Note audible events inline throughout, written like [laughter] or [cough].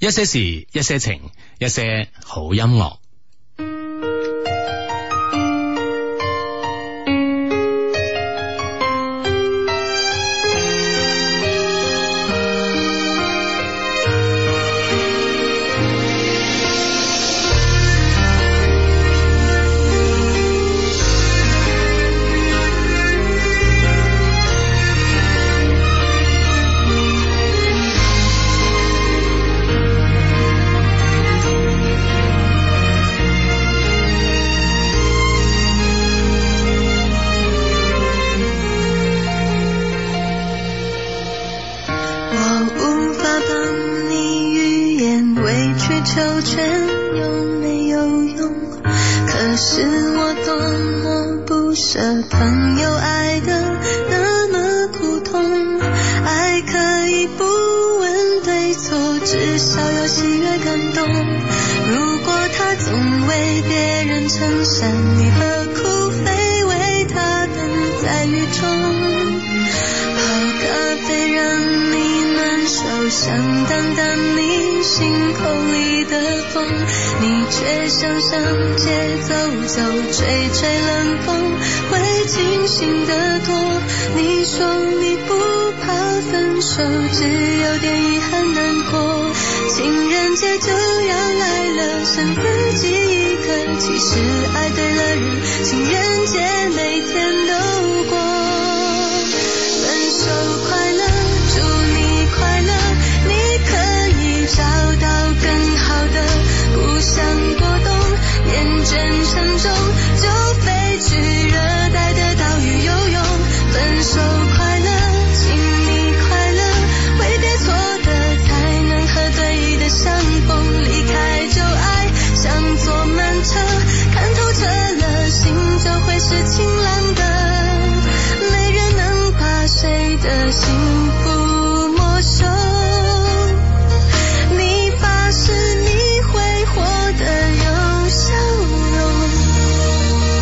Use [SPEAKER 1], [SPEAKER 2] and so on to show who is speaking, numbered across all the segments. [SPEAKER 1] 一些事，一些情，一些好音樂。
[SPEAKER 2] 我无法帮你预言委曲求全有没有用，可是我多么不舍，朋友爱的那么苦痛，爱可以不问对错，至少要喜悦感动。如果他总为别人撑伞，你何苦非为他等在雨中？泡咖啡让你暖手，想挡挡你心口里的风，你却想上街走走，吹吹冷风，会清醒得多。你说你不怕分手，只有点遗憾难过。情人节就要来了，剩自己一个，其实爱对了人，情人节每天都过。分手快乐，祝你快乐，你可以找到更好的，不想过冬，厌倦沉重，就飞去热带的岛屿游泳。分手快乐，请你快乐，挥别错的才能和对的相逢，离开旧爱像坐慢车，看透彻了，心就会是晴朗的。没人能把谁的幸福没收。你发誓你会活得有笑容。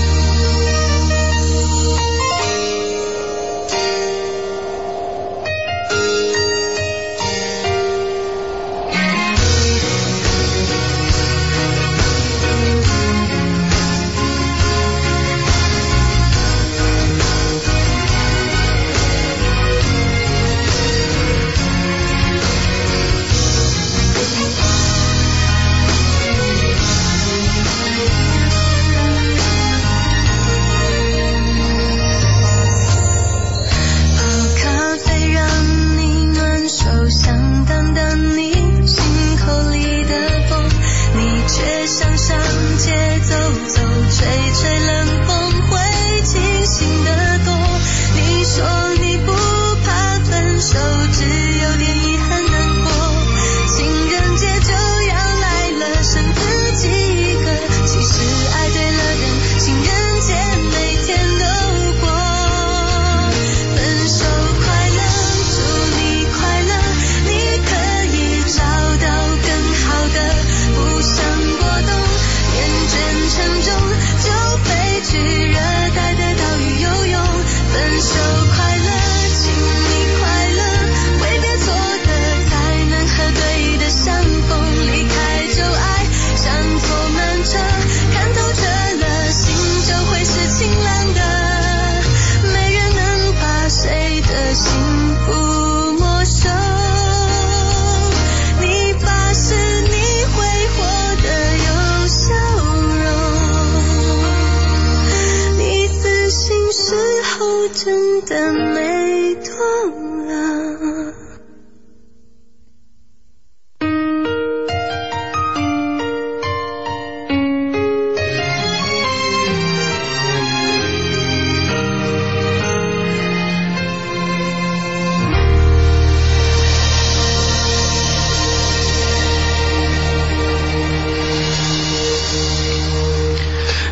[SPEAKER 2] 泡咖啡让你暖手，想挡挡你心口里的风，你却想上街走走，吹吹冷风会清醒得多。你说你不怕分手，只有点遗憾难过。情人节就要来了，剩自己一个，其实爱对了人，情人节每天都过。分手快乐，祝你快乐，你可以找到更好的，不想过冬，厌倦沉重，就飞去热带的岛屿游泳。分手快乐，请你快乐，挥别错的才能和对的相逢，离开旧爱像坐慢车，看透彻了，心就会是晴朗的。没人能把谁的幸福没收。你发誓你会活得有笑容，你自信时候真的没多了。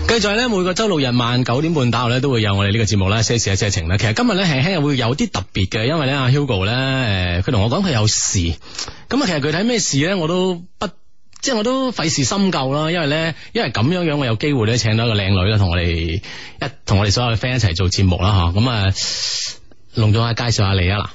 [SPEAKER 1] 繼續咧，每個周六日晚九點半打後咧，都會有我哋呢個節目啦，一些事一些情啦。其實今日咧輕輕會有啲特別嘅，因為咧阿 Hugo 咧，誒佢同我講佢有事，咁啊其實具體咩事咧，我都不。即係我都費事深究啦，因為咧，因為咁樣樣，我有機會咧請到一個靚女啦，同我哋一同我哋所有嘅 friend 一齊做節目啦，吓咁啊，隆重下介紹下你啊嗱，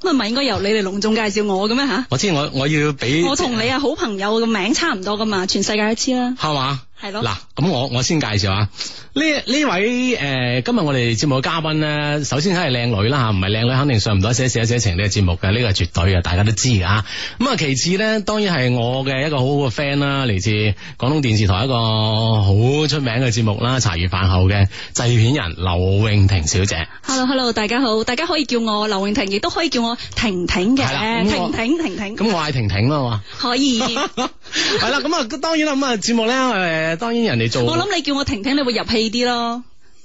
[SPEAKER 2] 咁啊，咪應該由你哋隆重介紹我嘅咩吓？
[SPEAKER 1] 我知我我要俾
[SPEAKER 2] 我同你啊好朋友嘅名差唔多噶嘛，全世界都知啦。
[SPEAKER 1] 係嘛？
[SPEAKER 2] 係咯
[SPEAKER 1] 嗱，咁我我先介紹下呢呢位诶、呃今日我哋節目嘅嘉賓咧，首先係靚女啦吓，唔係靚女肯定上唔到一些事一些情呢個節目嘅，呢、個係絕對嘅，大家都知㗎吓。咁啊，其次咧，當然係我嘅一個好好嘅 friend 啦，嚟自廣東電視台一個好出名嘅節目啦，茶餘飯後嘅製片人劉永婷小姐。
[SPEAKER 2] Hello Hello，大家好，大家可以叫我劉永婷，亦都可以叫我婷婷嘅
[SPEAKER 1] 係啦，咁我
[SPEAKER 2] 婷婷婷婷
[SPEAKER 1] 咁我係婷婷啦嘛， [laughs]
[SPEAKER 2] 可以。
[SPEAKER 1] 係啦，咁啊當然啦，咁啊節目咧诶，當然人哋做
[SPEAKER 2] 我諗你叫我婷婷，你會入戲啲咯。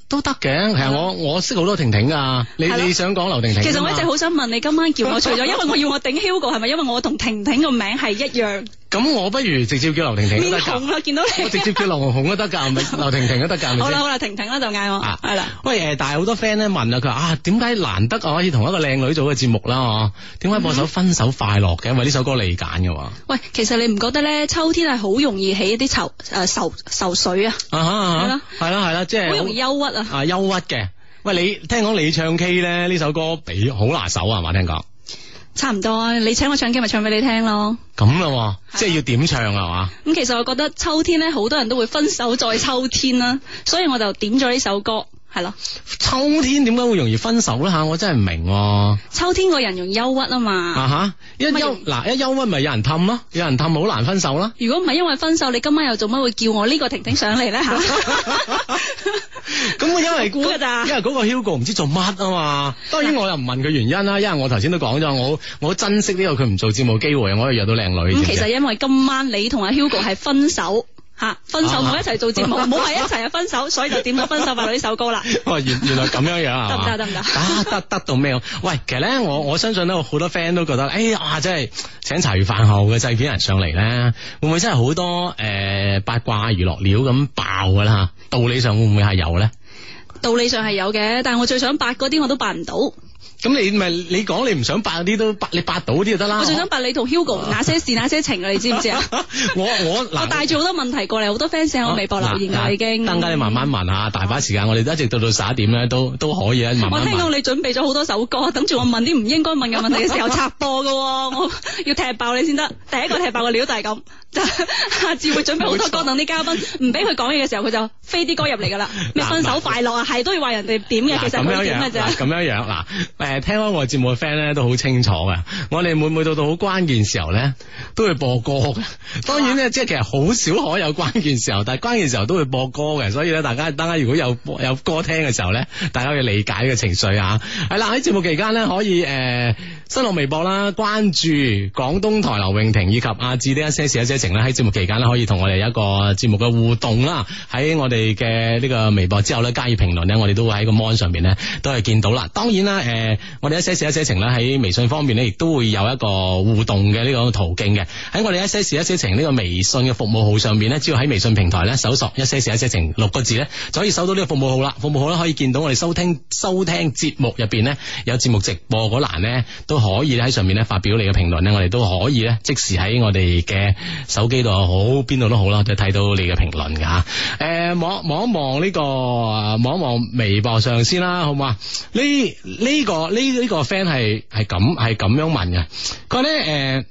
[SPEAKER 1] 都得嘅，係啊，我我識好多婷婷㗎，你
[SPEAKER 2] 係咯
[SPEAKER 1] 你想講劉啊婷婷㗎嘛？
[SPEAKER 2] 其實我一直好想問你，今晚叫我除咗因為我要我頂 Hugo，係咪因為我同婷婷個名係一樣
[SPEAKER 1] 咁我不如直接叫劉婷婷都
[SPEAKER 2] 面
[SPEAKER 1] 啊得
[SPEAKER 2] 紅
[SPEAKER 1] 㗎，
[SPEAKER 2] 啦？見到
[SPEAKER 1] [laughs] 我直
[SPEAKER 2] 你，
[SPEAKER 1] 接叫劉紅紅都得㗎，唔 [laughs] 係劉婷婷都得㗎，係咪
[SPEAKER 2] 好啦
[SPEAKER 1] 先？
[SPEAKER 2] 好啦，婷婷啦就嗌我，
[SPEAKER 1] 啊
[SPEAKER 2] 係啦。
[SPEAKER 1] 喂，誒，但係好多 friend 咧問啊，佢話啊，點解難得我可以同一個靚女做嘅節目啦？哦，點解播首《分手快樂》嘅？因為呢首歌你揀嘅喎。 [laughs] 啊
[SPEAKER 2] 喂，其實你唔覺得咧，秋天係好容易起啲愁誒愁愁水啊，
[SPEAKER 1] 哈啊哈
[SPEAKER 2] 係咯
[SPEAKER 1] 係啦係啦，即係
[SPEAKER 2] 好容易憂鬱啊。
[SPEAKER 1] 啊憂鬱嘅。喂，你聽講你唱 K 咧呢首歌比好拿手啊係嘛？聽講
[SPEAKER 2] 差唔多啊，你請我唱 K 咪唱俾你聽咯。
[SPEAKER 1] 咁咯喎，
[SPEAKER 2] 係
[SPEAKER 1] 即係要點唱啊係嘛？
[SPEAKER 2] 咁其實我覺得秋天咧，好多人都會分手再秋天啦，所以我就點咗呢首歌，係咯。
[SPEAKER 1] 秋天點解會容易分手咧嚇？我真係唔明喎。
[SPEAKER 2] 秋天個人容易憂鬱啊嘛。
[SPEAKER 1] 啊哈！一
[SPEAKER 2] 乜
[SPEAKER 1] 憂嗱一憂鬱咪有人氹咯，有人氹好難分
[SPEAKER 2] [laughs]
[SPEAKER 1] 手啦。
[SPEAKER 2] 如果唔係因為分手，你今晚又做乜會叫我呢個婷婷上嚟
[SPEAKER 1] [laughs]
[SPEAKER 2] 咧吓？
[SPEAKER 1] 咁啊我因為
[SPEAKER 2] 估㗎咋
[SPEAKER 1] 因為嗰個 Hugo 唔知做乜啊嘛。當然我又唔問佢原因啦，因為我頭先都講咗，我我好珍惜呢個佢唔做節目嘅機會，我可以約到靚女。
[SPEAKER 2] 咁
[SPEAKER 1] 知唔
[SPEAKER 2] 其
[SPEAKER 1] 知 [laughs]
[SPEAKER 2] 實因為今晚你同阿 Hugo 係分手。吓，分手唔好一齊做節 [laughs] 目，唔好係一齊啊分手，所以就點咗《分手快樂》呢首歌啦。
[SPEAKER 1] 哦，原原來咁樣樣
[SPEAKER 2] [laughs] 得唔
[SPEAKER 1] 啊，
[SPEAKER 2] 得得唔得
[SPEAKER 1] 啊，得得到咩？喂，其實咧，我我相信咧，好多 friend 都覺得，哎呀，哇真係請茶餘飯後嘅製片人上嚟咧，會唔會真係好多诶、呃八卦娛樂料咁爆噶啦？道理上會唔會係有咧？
[SPEAKER 2] [laughs] 道理上係有嘅，但係我最想八嗰啲我都八唔到，我
[SPEAKER 1] 咁你咪你講你唔想八嗰啲都八，你八到啲就得啦。 [laughs]
[SPEAKER 2] 最想八你同 Hugo 那些事那些情啊，你知唔知 [laughs] 啊？
[SPEAKER 1] 我我
[SPEAKER 2] 我帶住好多問題過嚟，好多 fans 啊喺我微博留言啦，已經。
[SPEAKER 1] 等緊你慢慢問下，大把時間，我哋一直到到十一點咧，都都可以啊，慢
[SPEAKER 2] 我
[SPEAKER 1] 慢
[SPEAKER 2] 聽到
[SPEAKER 1] 問。
[SPEAKER 2] 你準備咗好多首歌，等住我問啲唔應該問嘅問題嘅時候插播嘅喎，我要踢爆你先得。第一個踢爆嘅料就係咁，下次會準備好多歌等啲嘉賓，唔俾佢講嘢嘅時候，佢就飛啲歌入嚟㗎啦。咩
[SPEAKER 1] 嗱
[SPEAKER 2] 分手快樂啊，係都要話人哋點嘅，
[SPEAKER 1] 嗱
[SPEAKER 2] 其實
[SPEAKER 1] 咁樣
[SPEAKER 2] 佢點
[SPEAKER 1] 樣，
[SPEAKER 2] 嘅咋
[SPEAKER 1] 嗱。咁樣樣，嗱，誒聽開我節目嘅 friend 咧都好清楚嘅，我哋每每到到好關鍵時候咧，都會播歌嘅。當然咧，即係其實好少可有關鍵時候，但係關鍵時候都會播歌嘅，所以咧，大家 [laughs] 大家如果有播有歌聽嘅時候咧，大家要理解嘅情緒啊。係啦，喺節目期間咧，可以誒、呃新浪微博啦，關注廣東台劉永婷以及阿志呢一些事一些情咧，喺節目期間咧可以同我哋有一個節目嘅互動啦。喺我哋嘅呢個微博之後咧，加以評論咧，我哋都會喺個 mon 上邊咧都係見到啦。當然啦，誒、我哋一些事一些情咧喺微信方面咧，亦都會有一個互動嘅呢個途徑嘅。喺我哋一些事一些情呢個微信嘅服務號上邊咧，只要喺微信平台咧搜索一些事一些情六個字咧，就可以搜到呢個服務號啦。服務號咧可以見到我哋收聽收聽節目入邊咧有節目直播嗰欄咧，都可以喺上面咧發表你嘅評論咧，我哋都可以咧即時喺我哋嘅手機度又好邊度都好啦，都睇到你嘅評論㗎嚇。誒望望一望呢個啊望一望微博上先啦，好嘛？呢呢個呢呢個 friend 係係咁係咁樣問嘅，佢話咧誒。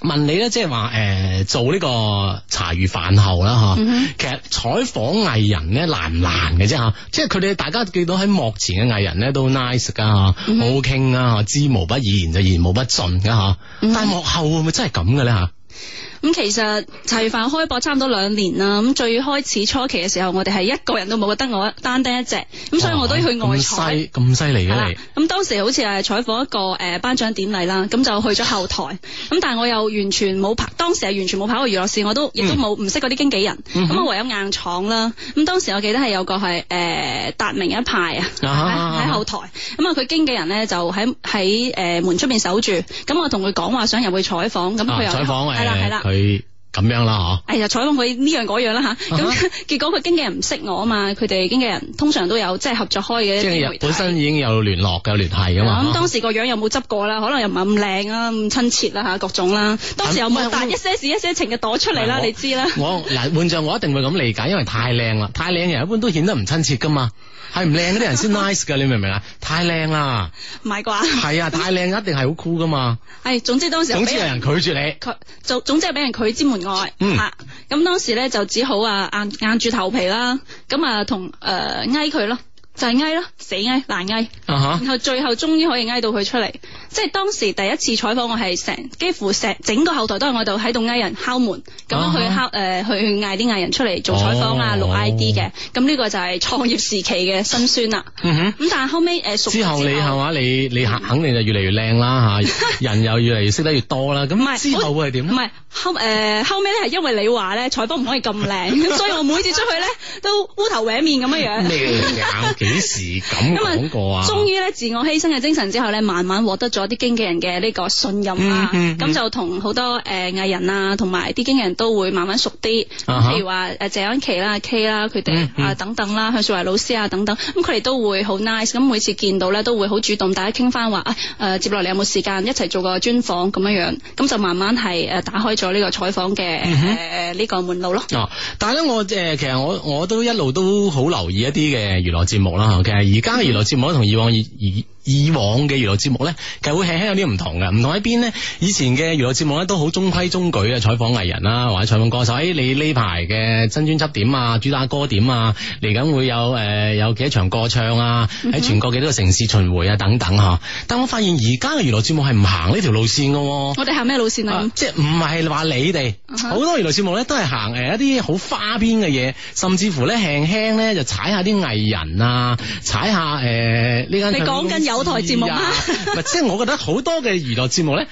[SPEAKER 1] 問你咧，即係話誒做呢個茶餘飯後啦
[SPEAKER 2] 嗯
[SPEAKER 1] 嚇，其實採訪藝人咧難唔難嘅啫嚇，即係佢哋大家見到喺幕前嘅藝人咧都 nice 噶嚇，好
[SPEAKER 2] 嗯
[SPEAKER 1] 好傾啊嚇，知無不言就言無不盡噶嚇，
[SPEAKER 2] 嗯
[SPEAKER 1] 但係幕後會唔會真係咁嘅咧嚇？
[SPEAKER 2] 咁其實茶餘飯開播差唔多兩年啦，咁最開始初期嘅時候，我哋係一個人都冇，得我單單一隻，咁所以我都要去外
[SPEAKER 1] 哦咁
[SPEAKER 2] 採。
[SPEAKER 1] 犀咁犀利
[SPEAKER 2] 係啦
[SPEAKER 1] 嘅你，
[SPEAKER 2] 咁當時好似係採訪一個誒、呃、頒獎典禮啦，咁就去咗後台，咁但係我又完全冇跑，當時係完全冇跑過娛樂線，我都
[SPEAKER 1] 嗯
[SPEAKER 2] 亦都冇唔識嗰啲經紀人，咁、我唯有硬闖啦。咁當時我記得係有個係誒達明一派啊，
[SPEAKER 1] 啊哈啊哈
[SPEAKER 2] 喺喺後台，咁啊佢經紀人咧就喺喺誒門出邊守住，咁我同佢講話想入去採訪，咁佢又
[SPEAKER 1] 啊採訪
[SPEAKER 2] 係啦係
[SPEAKER 1] 誒
[SPEAKER 2] 啦。
[SPEAKER 1] 佢咁樣啦，嗬。
[SPEAKER 2] 哎呀，採訪佢呢樣嗰樣啦吓，咁、 [laughs]
[SPEAKER 1] 啊哈
[SPEAKER 2] 結果佢經紀人唔識我啊嘛，佢哋經紀人通常都有即係合作開嘅一
[SPEAKER 1] 即
[SPEAKER 2] 啲
[SPEAKER 1] 係
[SPEAKER 2] 媒體
[SPEAKER 1] 本身已經有聯絡有聯繫噶嘛。
[SPEAKER 2] 咁
[SPEAKER 1] 嚇
[SPEAKER 2] 當時個樣又冇執過啦，可能又唔係咁靚啊，咁親切啦嚇，各種啦。當時又
[SPEAKER 1] 唔係
[SPEAKER 2] 冇
[SPEAKER 1] 我
[SPEAKER 2] 彈一些事一些情嘅朵出嚟啦，
[SPEAKER 1] 我
[SPEAKER 2] 你知啦。
[SPEAKER 1] 我嗱換像我一定會咁理解，因為太靚啦，太靚嘅人一般都顯得唔親切噶嘛，係唔靚嗰啲
[SPEAKER 2] [laughs]
[SPEAKER 1] 人先 nice 噶，你明唔明啊？太靚啦，
[SPEAKER 2] 唔係啩？ [laughs]
[SPEAKER 1] 係啊，太靚一定係好 cool 噶嘛。
[SPEAKER 2] 係總之當時
[SPEAKER 1] 總之有
[SPEAKER 2] 俾
[SPEAKER 1] 人拒絕你，
[SPEAKER 2] 佢就總之係俾人拒之門外
[SPEAKER 1] 嗯
[SPEAKER 2] 嚇。咁當時咧就只好啊硬硬住頭皮啦，咁啊同誒挨佢咯，就係挨咯，死挨難挨。
[SPEAKER 1] 啊哈
[SPEAKER 2] 然後最後終於可以挨到佢出嚟，即係當時第一次採訪我係成幾乎成整個後台都係我喺度喺度嗌人敲門，咁樣去敲誒、呃去嗌啲藝人出嚟做採訪啊、
[SPEAKER 1] 啊哦
[SPEAKER 2] 錄 ID 嘅，咁呢個就係創業時期嘅辛酸啦。
[SPEAKER 1] 嗯哼。
[SPEAKER 2] 咁但係後尾誒、呃、熟咗
[SPEAKER 1] 之後你係嘛？你你肯肯定就越嚟越靚
[SPEAKER 2] [laughs]
[SPEAKER 1] 啦吓，人又越嚟越識得越多啦。
[SPEAKER 2] 唔
[SPEAKER 1] 咁
[SPEAKER 2] 係
[SPEAKER 1] 之後會係點啊
[SPEAKER 2] 唔
[SPEAKER 1] 咧？
[SPEAKER 2] 係後誒、呃、後尾咧係因為你話咧採訪唔可以咁靚，咁所以我每次出去咧都烏頭搲面咁樣樣。
[SPEAKER 1] 咩有幾時咁講過啊？
[SPEAKER 2] 終於咧自我犧牲嘅精神之後咧，慢慢獲得咗啲經紀人嘅呢個信任啦。咁、
[SPEAKER 1] 嗯嗯嗯
[SPEAKER 2] 就同好多誒藝、人啊，同埋啲經紀人都會慢慢熟啲。
[SPEAKER 1] 啊哈
[SPEAKER 2] 譬如話誒謝安琪啦、K 啦，佢哋
[SPEAKER 1] 嗯嗯
[SPEAKER 2] 啊等等啦，向雪華老師啊等等，咁佢哋都會好 nice。咁每次見到咧，都會好主動，大家傾翻話啊誒，接落嚟有冇時間一齊做個專訪咁樣樣。咁就慢慢係誒打開咗呢個採訪嘅
[SPEAKER 1] 嗯
[SPEAKER 2] 誒呢個門路咯。
[SPEAKER 1] 哦，但係咧，我誒、其實我我都一路都好留意一啲嘅娛樂節目啦。其實而家嘅娛樂節目同以往以以以往嘅娛樂節目咧，其實會輕輕有啲唔同嘅。唔同喺邊咧？以前嘅娛樂節目咧都好中規中矩嘅，採訪藝人啦，或者採訪歌手。誒、你呢排嘅新專輯點啊？主打歌點啊？嚟緊會有誒、有幾多場歌唱啊？喺全國幾多個城市巡迴啊？等等嚇。但我發現而家嘅娛樂節目係唔行呢條路線嘅喎、
[SPEAKER 2] 我哋行咩路線啊
[SPEAKER 1] 啊？即係唔係話你哋
[SPEAKER 2] 啊哈
[SPEAKER 1] 好多娛樂節目咧，都係行誒一啲好花邊嘅嘢，甚至乎咧輕輕咧就踩下啲藝人啊，踩下誒呢間
[SPEAKER 2] 你講緊有台節目嗎
[SPEAKER 1] 啊？唔係即係我覺得好多嘅娛樂節目咧，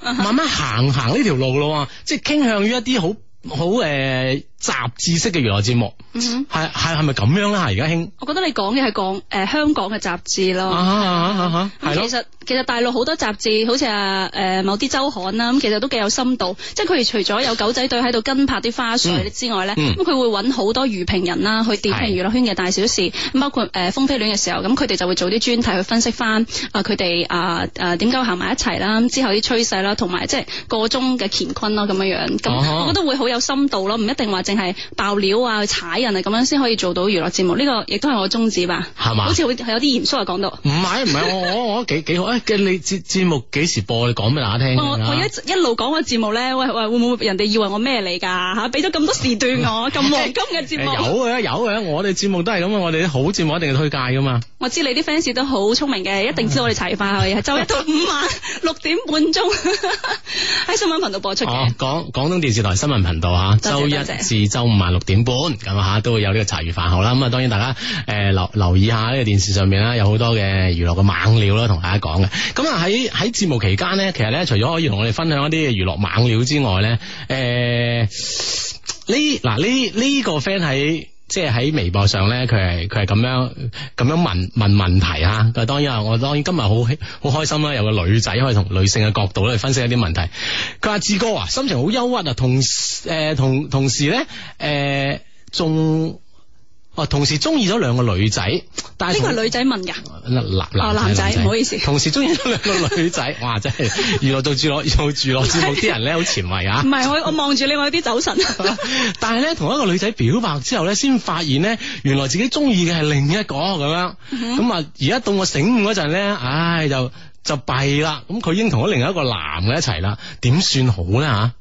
[SPEAKER 2] 啊哈
[SPEAKER 1] 慢慢行行呢條路咯，即係傾向於一啲好好誒雜誌式嘅娛樂節目，
[SPEAKER 2] 嗯哼
[SPEAKER 1] 係係係咪咁樣啊啦？而家興
[SPEAKER 2] 我覺得你講嘅係講誒香港嘅雜誌咯。
[SPEAKER 1] 啊啊啊啊，
[SPEAKER 2] 哦咁
[SPEAKER 1] 係咯
[SPEAKER 2] 其。實其實大陸好多雜誌，好似啊誒某啲周刊啦，咁其實都幾有深度。即係佢哋除咗有狗仔隊喺度跟拍啲花絮之外咧，
[SPEAKER 1] 嗯
[SPEAKER 2] 咁佢會揾好多娛評人啦，去點評
[SPEAKER 1] 係
[SPEAKER 2] 娛樂圈嘅大小事，咁包括誒風飛戀嘅時候，咁佢哋就會做啲專題去分析翻啊佢哋啊誒點解會行埋一齊啦，咁之後啲趨勢啦，同埋即係個中嘅乾坤咯咁樣樣。咁
[SPEAKER 1] 啊哈
[SPEAKER 2] 我覺得會好有深度咯，唔一定話淨係爆料啊、去踩人啊咁樣先可以做到娛樂節目。呢個亦都係我宗旨吧？
[SPEAKER 1] 係嘛
[SPEAKER 2] 好似會係有啲嚴肅啊講到。
[SPEAKER 1] 唔係唔係，我我我覺得幾幾好。誒，嘅你節節目幾時播？你講俾大家聽
[SPEAKER 2] 我
[SPEAKER 1] 啊
[SPEAKER 2] 我一直一路講個節目咧，喂喂，會唔會人哋以為我咩嚟
[SPEAKER 1] [laughs]
[SPEAKER 2] 㗎吓？俾咗咁多時段我，咁黃金嘅
[SPEAKER 1] 誒
[SPEAKER 2] 節目，
[SPEAKER 1] 有啊嘅有嘅，我哋節目都係咁嘅，我哋啲好節目一定要推介噶嘛。
[SPEAKER 2] 我知你啲 fans 都好聰明嘅，一定知道我哋齊化去，就一到五
[SPEAKER 1] [laughs]
[SPEAKER 2] 晚六點半鐘喺新聞頻道播出
[SPEAKER 1] 哦
[SPEAKER 2] 嘅。，
[SPEAKER 1] 廣廣東電視台新聞頻道啊，
[SPEAKER 2] 多謝
[SPEAKER 1] 周一
[SPEAKER 2] 多謝
[SPEAKER 1] 至周五晚六點半咁啊嚇，都會有呢個茶餘飯後啦。咁啊，當然大家誒、留留意下呢個電視上面啦，有好多嘅娛樂嘅猛料啦，同大家講嘅。咁啊喺喺節目期間咧，其實咧除咗可以同我哋分享一啲娛樂猛料之外咧，誒呢嗱呢呢個 friend 喺。即係喺微博上咧，佢係佢係咁樣咁樣問問問題啊！佢當然啊，我當然今日好喜好開心啦，有個女仔可以同女性嘅角度咧去分析一啲問題。佢話志哥啊，心情好憂鬱啊，同誒、同同時咧誒仲哦同時中意咗兩個女仔，但係
[SPEAKER 2] 呢個
[SPEAKER 1] 同
[SPEAKER 2] 係女仔問㗎，
[SPEAKER 1] 男
[SPEAKER 2] 哦男仔唔好意思
[SPEAKER 1] 同時中意咗兩個女仔，哇！真係娛樂做娛樂做娛樂
[SPEAKER 2] [laughs]
[SPEAKER 1] 節目啲人咧好前衛啊
[SPEAKER 2] 唔！係我我望住你我有啲
[SPEAKER 1] [laughs]
[SPEAKER 2] 走神。
[SPEAKER 1] 但係咧，同一個女仔表白之後咧，先發現咧，原來自己中意嘅係另一個咁樣。
[SPEAKER 2] 嗯
[SPEAKER 1] 咁啊、而家到我醒悟嗰陣咧，唉，就就弊啦。咁佢已經同咗另一個男嘅一齊啦，點算好咧吓？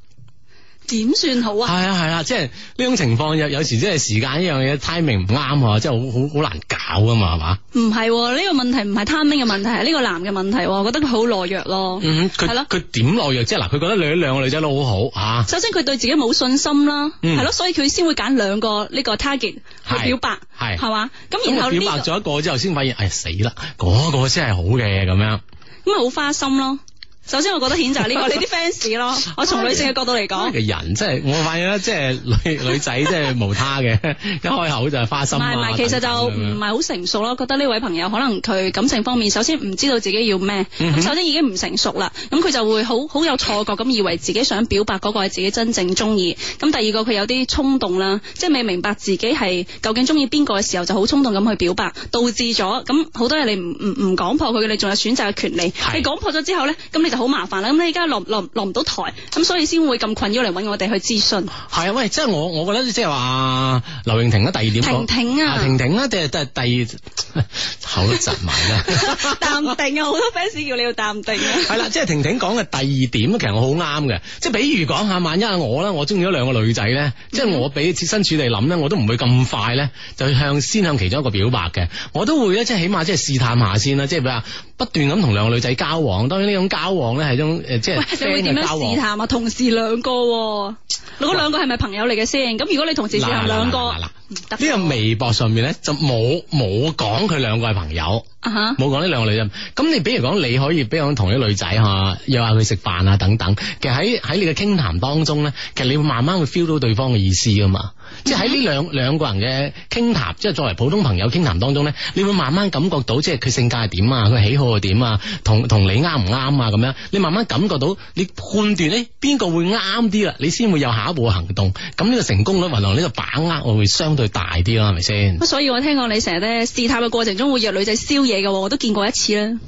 [SPEAKER 2] 點算好啊？
[SPEAKER 1] 係啊係啊，即係呢種情況有有時即係時間呢樣嘢 timing 唔啱啊，即係好好好難搞噶嘛，係嘛？
[SPEAKER 2] 唔係喎呢個問題唔係 timing 嘅問題，係呢個男嘅問題喎，我覺得佢好懦弱咯。
[SPEAKER 1] 嗯，佢
[SPEAKER 2] 係咯
[SPEAKER 1] 佢點落藥？即係嗱，佢覺得兩兩個女仔都好好啊。
[SPEAKER 2] 首先佢對自己冇信心啦，
[SPEAKER 1] 嗯
[SPEAKER 2] 係咯，所以佢先會揀兩個呢個 target
[SPEAKER 1] 係
[SPEAKER 2] 去表白，
[SPEAKER 1] 係
[SPEAKER 2] 係嘛？咁
[SPEAKER 1] 咁
[SPEAKER 2] 然
[SPEAKER 1] 佢
[SPEAKER 2] 後呢
[SPEAKER 1] 表白
[SPEAKER 2] 個
[SPEAKER 1] 咗一個之後，先發現，哎呀死啦，嗰個先係好嘅咁樣。
[SPEAKER 2] 咁咪好花心咯。首先我覺得譴責呢個你啲 fans 咯，我從女性嘅角度嚟
[SPEAKER 1] 嘅
[SPEAKER 2] 講，
[SPEAKER 1] 人真係，我發現咧，即係
[SPEAKER 2] [laughs]
[SPEAKER 1] 女女仔即係無他嘅， [laughs] 一開口就係花
[SPEAKER 2] 唔
[SPEAKER 1] 心
[SPEAKER 2] 係唔
[SPEAKER 1] 啊。
[SPEAKER 2] 係，其實
[SPEAKER 1] 等等
[SPEAKER 2] 就
[SPEAKER 1] 咁樣
[SPEAKER 2] 唔係好成熟咯。覺得呢位朋友可能佢感情方面，首先唔知道自己要咩，
[SPEAKER 1] 嗯哼
[SPEAKER 2] 咁首先已經唔成熟啦。咁佢就會好好有錯覺咁，以為自己想表白嗰個係自己真正中意。咁第二個佢有啲衝動啦，即係未明白自己係究竟中意邊個嘅時候，就好衝動咁去表白，導致咗咁好多嘢你唔唔唔講破佢，你仲有選擇嘅權利。
[SPEAKER 1] 係
[SPEAKER 2] 你講破咗之後咧，咁你就好麻煩啦。咁你而家落落落唔到台，咁所以先會咁困擾嚟揾我哋去諮詢。
[SPEAKER 1] 係啊，喂，即係我我覺得即係話劉盈婷咧，第二點講
[SPEAKER 2] 婷婷啊
[SPEAKER 1] 婷婷咧，定係定係第二 [laughs] 口都窒埋啦。
[SPEAKER 2] [laughs] 淡定啊，好多 fans 叫你要淡定啊。
[SPEAKER 1] 係啦，即係婷婷講嘅第二點，其實我好啱嘅。即係比如講下，萬一我啦，我中意咗兩個女仔咧，即係我俾設身處地諗咧，我都唔會咁快咧，就向先向其中一個表白嘅。我都會咧，即係起碼即係試探下先啦，即係譬如話不斷咁同兩個女仔交往。當然呢種交往咧係一種誒，即係
[SPEAKER 2] 喂，你
[SPEAKER 1] friend
[SPEAKER 2] 會點
[SPEAKER 1] 嘅
[SPEAKER 2] 樣
[SPEAKER 1] 交
[SPEAKER 2] 試
[SPEAKER 1] 往。
[SPEAKER 2] 探啊？同時兩個喎，你嗰兩個係咪朋友嚟嘅先？咁如果你同時試
[SPEAKER 1] 嗱
[SPEAKER 2] 探兩個，
[SPEAKER 1] 嗱嗱嗱
[SPEAKER 2] 唔得
[SPEAKER 1] 呢個微博上面咧就冇冇講佢兩個係朋友。
[SPEAKER 2] 啊哈，
[SPEAKER 1] 冇講呢兩個女人，咁你比如講，你可以比如講同啲女仔嚇約下佢食飯啊等等，其實喺喺你嘅傾談當中咧，其實你會慢慢會 feel 到對方嘅意思噶嘛，即係喺呢兩兩個人嘅傾談，即係作為普通朋友傾談當中咧，你會慢慢感覺到即係佢性格係點啊，佢喜好係點啊，同同你啱唔啱啊咁樣，你慢慢感覺到你判斷咧邊個會啱啲啦，你先會有下一步嘅行動，咁呢個成功率雲來呢個把握會相對大啲啊啦，係咪先？
[SPEAKER 2] 咁所以我聽講你成日咧試探嘅過程中會約女仔宵夜嘅喎，我都見過一次啦。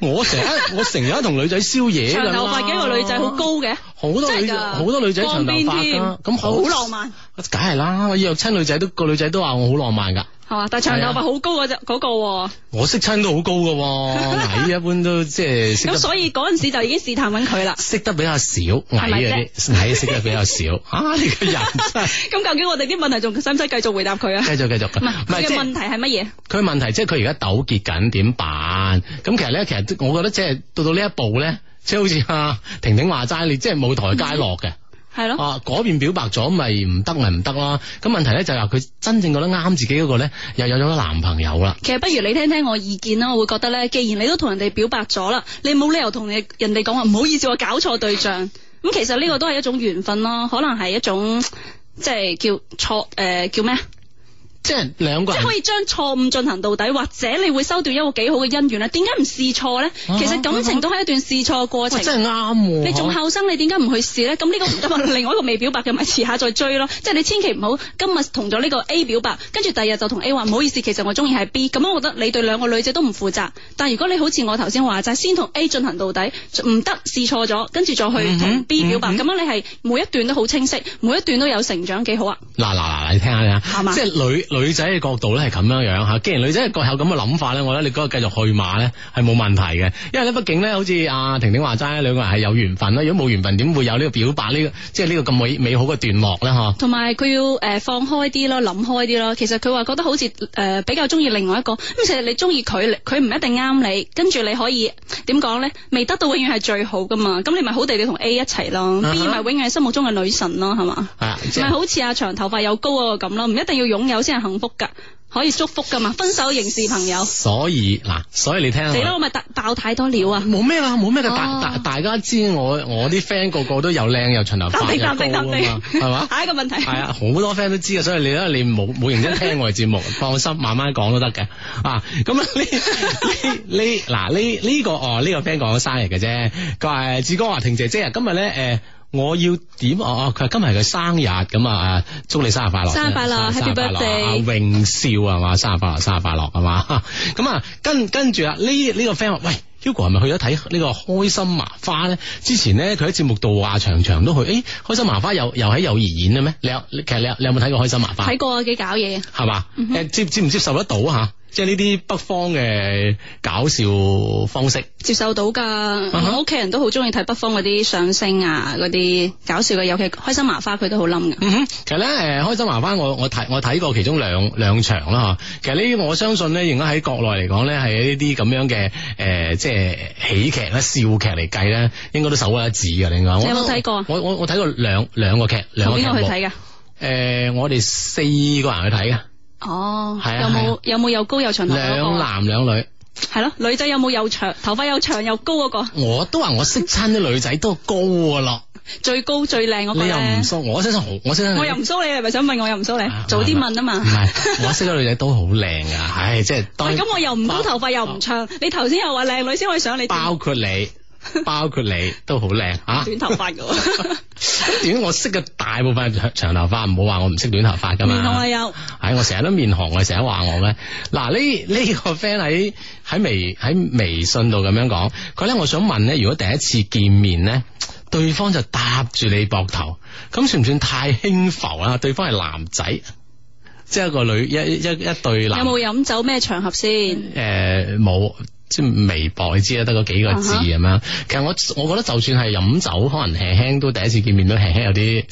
[SPEAKER 1] 我
[SPEAKER 2] [laughs]
[SPEAKER 1] 成日我成日同女仔宵夜㗎
[SPEAKER 2] 長
[SPEAKER 1] 啦
[SPEAKER 2] 頭髮嘅一個女仔好高嘅，
[SPEAKER 1] 啊好多
[SPEAKER 2] 真
[SPEAKER 1] 女
[SPEAKER 2] 係㗎
[SPEAKER 1] 好多女仔長頭
[SPEAKER 2] 光邊
[SPEAKER 1] 髮
[SPEAKER 2] 添
[SPEAKER 1] 噶，咁
[SPEAKER 2] 好浪漫
[SPEAKER 1] 梗係啦，我約親女仔都個女仔都話我好浪漫噶，
[SPEAKER 2] 係嘛？但係長
[SPEAKER 1] 係
[SPEAKER 2] 頭
[SPEAKER 1] 啊
[SPEAKER 2] 髮好高嗰只嗰個喎，
[SPEAKER 1] 我識親都好高
[SPEAKER 2] [laughs]
[SPEAKER 1] 噶，矮一般都即係識
[SPEAKER 2] 咁
[SPEAKER 1] 得
[SPEAKER 2] 所以嗰陣時就已經試探緊佢啦。
[SPEAKER 1] 識得比較少，矮
[SPEAKER 2] 咪
[SPEAKER 1] 嘅啲矮識得比較
[SPEAKER 2] [laughs]
[SPEAKER 1] 少啊！你個人真係
[SPEAKER 2] 咁究竟我哋啲問題仲使唔使繼續回答佢啊？
[SPEAKER 1] 繼續繼續
[SPEAKER 2] 唔係
[SPEAKER 1] 唔
[SPEAKER 2] 佢
[SPEAKER 1] 係
[SPEAKER 2] 嘅
[SPEAKER 1] 即係
[SPEAKER 2] 問題係乜嘢？
[SPEAKER 1] 佢問題即係佢而家糾結緊點辦？咁其實咧，其實我覺得即係到到呢一步咧，即係好似啊婷婷話齋，你即係冇台階落嘅。
[SPEAKER 2] 係咯，
[SPEAKER 1] 啊，嗰邊表白咗咪唔得咪唔得啦。咁問題咧就係話佢真正覺得啱自己嗰個咧，又有咗男朋友啦。
[SPEAKER 2] 其實不如你聽聽我意見啦，我會覺得咧，既然你都同人哋表白咗啦，你冇理由同你人哋講話唔好意思，我搞錯對象。咁其實呢個都係一種緣分咯，可能係一種即係叫錯誒、呃叫咩？
[SPEAKER 1] 即係兩個
[SPEAKER 2] 即係
[SPEAKER 1] 人
[SPEAKER 2] 可以將錯誤進行到底，或者你會收到一個幾好嘅姻緣啦。啊點解唔試錯咧？
[SPEAKER 1] 啊
[SPEAKER 2] 其實感情都係一段試錯過
[SPEAKER 1] 哇
[SPEAKER 2] 程。啊
[SPEAKER 1] 真係啱喎。
[SPEAKER 2] 你仲後生，你點解唔去試咧？咁呢個唔得嘛，另外一個未表白嘅咪遲下再追咯。 [laughs] 即係你千祈唔好今日同咗呢個 A 表白，跟住第日就同 A 話唔好意思，其實我中意係 B。咁樣我覺得你對兩個女仔都唔負責。但如果你好似我頭先話就係先同 A 進行到底，唔得試錯咗，跟住再去
[SPEAKER 1] 嗯哼
[SPEAKER 2] 同 B 表白，
[SPEAKER 1] 嗯哼
[SPEAKER 2] 咁樣你係每一段都好清晰，每一段都有成長，幾好啊！
[SPEAKER 1] 嗱嗱嗱，你聽下你啊
[SPEAKER 2] 係，嘛
[SPEAKER 1] 即係女女仔嘅角度咧係咁樣樣吓。既然女仔嘅角有咁嘅諗法咧，我覺得你嗰個繼續去馬咧係冇問題嘅，因為咧畢竟咧好似阿婷婷話齋，兩個人係有緣分啦。如果冇緣分，點會有呢個表白呢個即係呢個咁美美好嘅段落咧？嗬。
[SPEAKER 2] 同埋佢要誒、呃放開啲咯，諗開啲咯。其實佢話覺得好似誒、呃比較中意另外一個，咁其實你中意佢，佢唔一定啱你，跟住你可以點講咧？未得到永遠係最好噶嘛，咁你咪好地地同 A 一齊咯、
[SPEAKER 1] 啊哈
[SPEAKER 2] b 咪永遠係心目中嘅女神咯，係嘛？
[SPEAKER 1] 係啊，即
[SPEAKER 2] 咪
[SPEAKER 1] 係
[SPEAKER 2] 好似阿長頭髮又高嗰個咁咯，唔一定要擁有先係幸福㗎，可以祝福㗎嘛。分手刑事朋友，
[SPEAKER 1] 所以嗱，所以你聽下
[SPEAKER 2] 死
[SPEAKER 1] 我
[SPEAKER 2] 啦！我咪突爆太多料啊！
[SPEAKER 1] 冇咩啦，冇咩嘅，大
[SPEAKER 2] 哦
[SPEAKER 1] 大大家知我我啲 friend 個個都又靚又長頭
[SPEAKER 2] 淡
[SPEAKER 1] 髮
[SPEAKER 2] 定
[SPEAKER 1] 又
[SPEAKER 2] 淡定
[SPEAKER 1] 高啊
[SPEAKER 2] 淡定
[SPEAKER 1] 嘛，係
[SPEAKER 2] [laughs]
[SPEAKER 1] 嘛？
[SPEAKER 2] 下一個問題。
[SPEAKER 1] 係啊，好多 friend 都知啊，所以你咧你冇冇認真聽我哋節目，放心慢慢講都得嘅啊。咁啊呢呢呢嗱呢呢個哦呢個 friend 講生日嘅啫，佢話志哥話婷姐姐啊，今日咧誒。我要點哦哦，佢話今日係佢生日咁啊啊，祝你生日快樂！
[SPEAKER 2] 生日快樂
[SPEAKER 1] 生日
[SPEAKER 2] Happy
[SPEAKER 1] 快樂
[SPEAKER 2] birthday
[SPEAKER 1] 啊榮少啊嘛，生日快樂，生日快樂係嘛？ [laughs] 咁啊，跟跟住啊，呢呢個 friend 話喂。Hugo 係咪去咗睇呢個開心麻花咧？之前咧佢喺節目度話長長都去，誒、開心麻花又又喺幼兒園嘅咩？你有你其實你有你有冇睇過開心麻花？
[SPEAKER 2] 睇過啊，幾搞嘢啊！
[SPEAKER 1] 係嘛？誒、接接唔接受得到吓、即係呢啲北方嘅搞笑方式。
[SPEAKER 2] 接受到噶
[SPEAKER 1] 啊哈
[SPEAKER 2] 我屋企人都好中意睇北方嗰啲相聲啊，嗰啲搞笑嘅，尤其開心麻花佢都好冧噶。
[SPEAKER 1] 嗯哼，其實咧，誒、開心麻花我我睇我睇過其中兩兩場啦嚇。其實呢，我相信咧，應該喺國內嚟講咧，係呢啲咁樣嘅誒、即係喜劇咧、笑劇嚟計咧，應該都首屈一指嘅。另外，我
[SPEAKER 2] 你有冇睇過啊
[SPEAKER 1] 我我我睇過兩兩個劇，兩
[SPEAKER 2] 同
[SPEAKER 1] 個劇
[SPEAKER 2] 邊個去
[SPEAKER 1] 目。
[SPEAKER 2] 睇噶？
[SPEAKER 1] 誒、我哋四個人去睇嘅，
[SPEAKER 2] 哦，
[SPEAKER 1] 係啊係
[SPEAKER 2] 有
[SPEAKER 1] 啊
[SPEAKER 2] 冇有冇又高又長頭髮嗰個
[SPEAKER 1] 兩
[SPEAKER 2] 啊？
[SPEAKER 1] 男兩女。
[SPEAKER 2] 系咯，女仔有冇又長頭髮又長又高嗰、個
[SPEAKER 1] 我都話我識親啲女仔都高噶啦，
[SPEAKER 2] 最高最靚嗰個
[SPEAKER 1] 你又唔
[SPEAKER 2] 咧？
[SPEAKER 1] 熟，我識親好，我識親
[SPEAKER 2] 我又唔騷你，你係咪想問我又唔騷你
[SPEAKER 1] 啊？
[SPEAKER 2] 早啲問啊嘛
[SPEAKER 1] 唔。係，我識嘅女仔都好靚噶，唉，即係當
[SPEAKER 2] 喂，
[SPEAKER 1] 然哦
[SPEAKER 2] 咁我又唔高頭髮又唔長，你頭先又話靚女先可以上你
[SPEAKER 1] 包括你，包括你都好靚啊！
[SPEAKER 2] 短頭髮噶喎，
[SPEAKER 1] [laughs] 咁啊短我識嘅大部分係長長頭髮，唔好話我唔識短頭髮噶嘛。
[SPEAKER 2] 面紅啊又。
[SPEAKER 1] 唉，我成日都面紅，我成日話我咧。嗱，呢呢個 friend 喺喺微喺微信度咁樣講，佢咧我想問咧，如果第一次見面咧，對方就搭住你膊頭，咁算唔算太輕浮啦？對方係男仔，即係一個女一一一一對
[SPEAKER 2] 有
[SPEAKER 1] 男，
[SPEAKER 2] 冇飲酒咩場合先？
[SPEAKER 1] 嗯誒呃冇、即係微博，你知啦，得嗰幾個字
[SPEAKER 2] 啊哈
[SPEAKER 1] 咁樣。其實我我覺得就算係飲酒，可能輕輕都第一次見面都輕輕有啲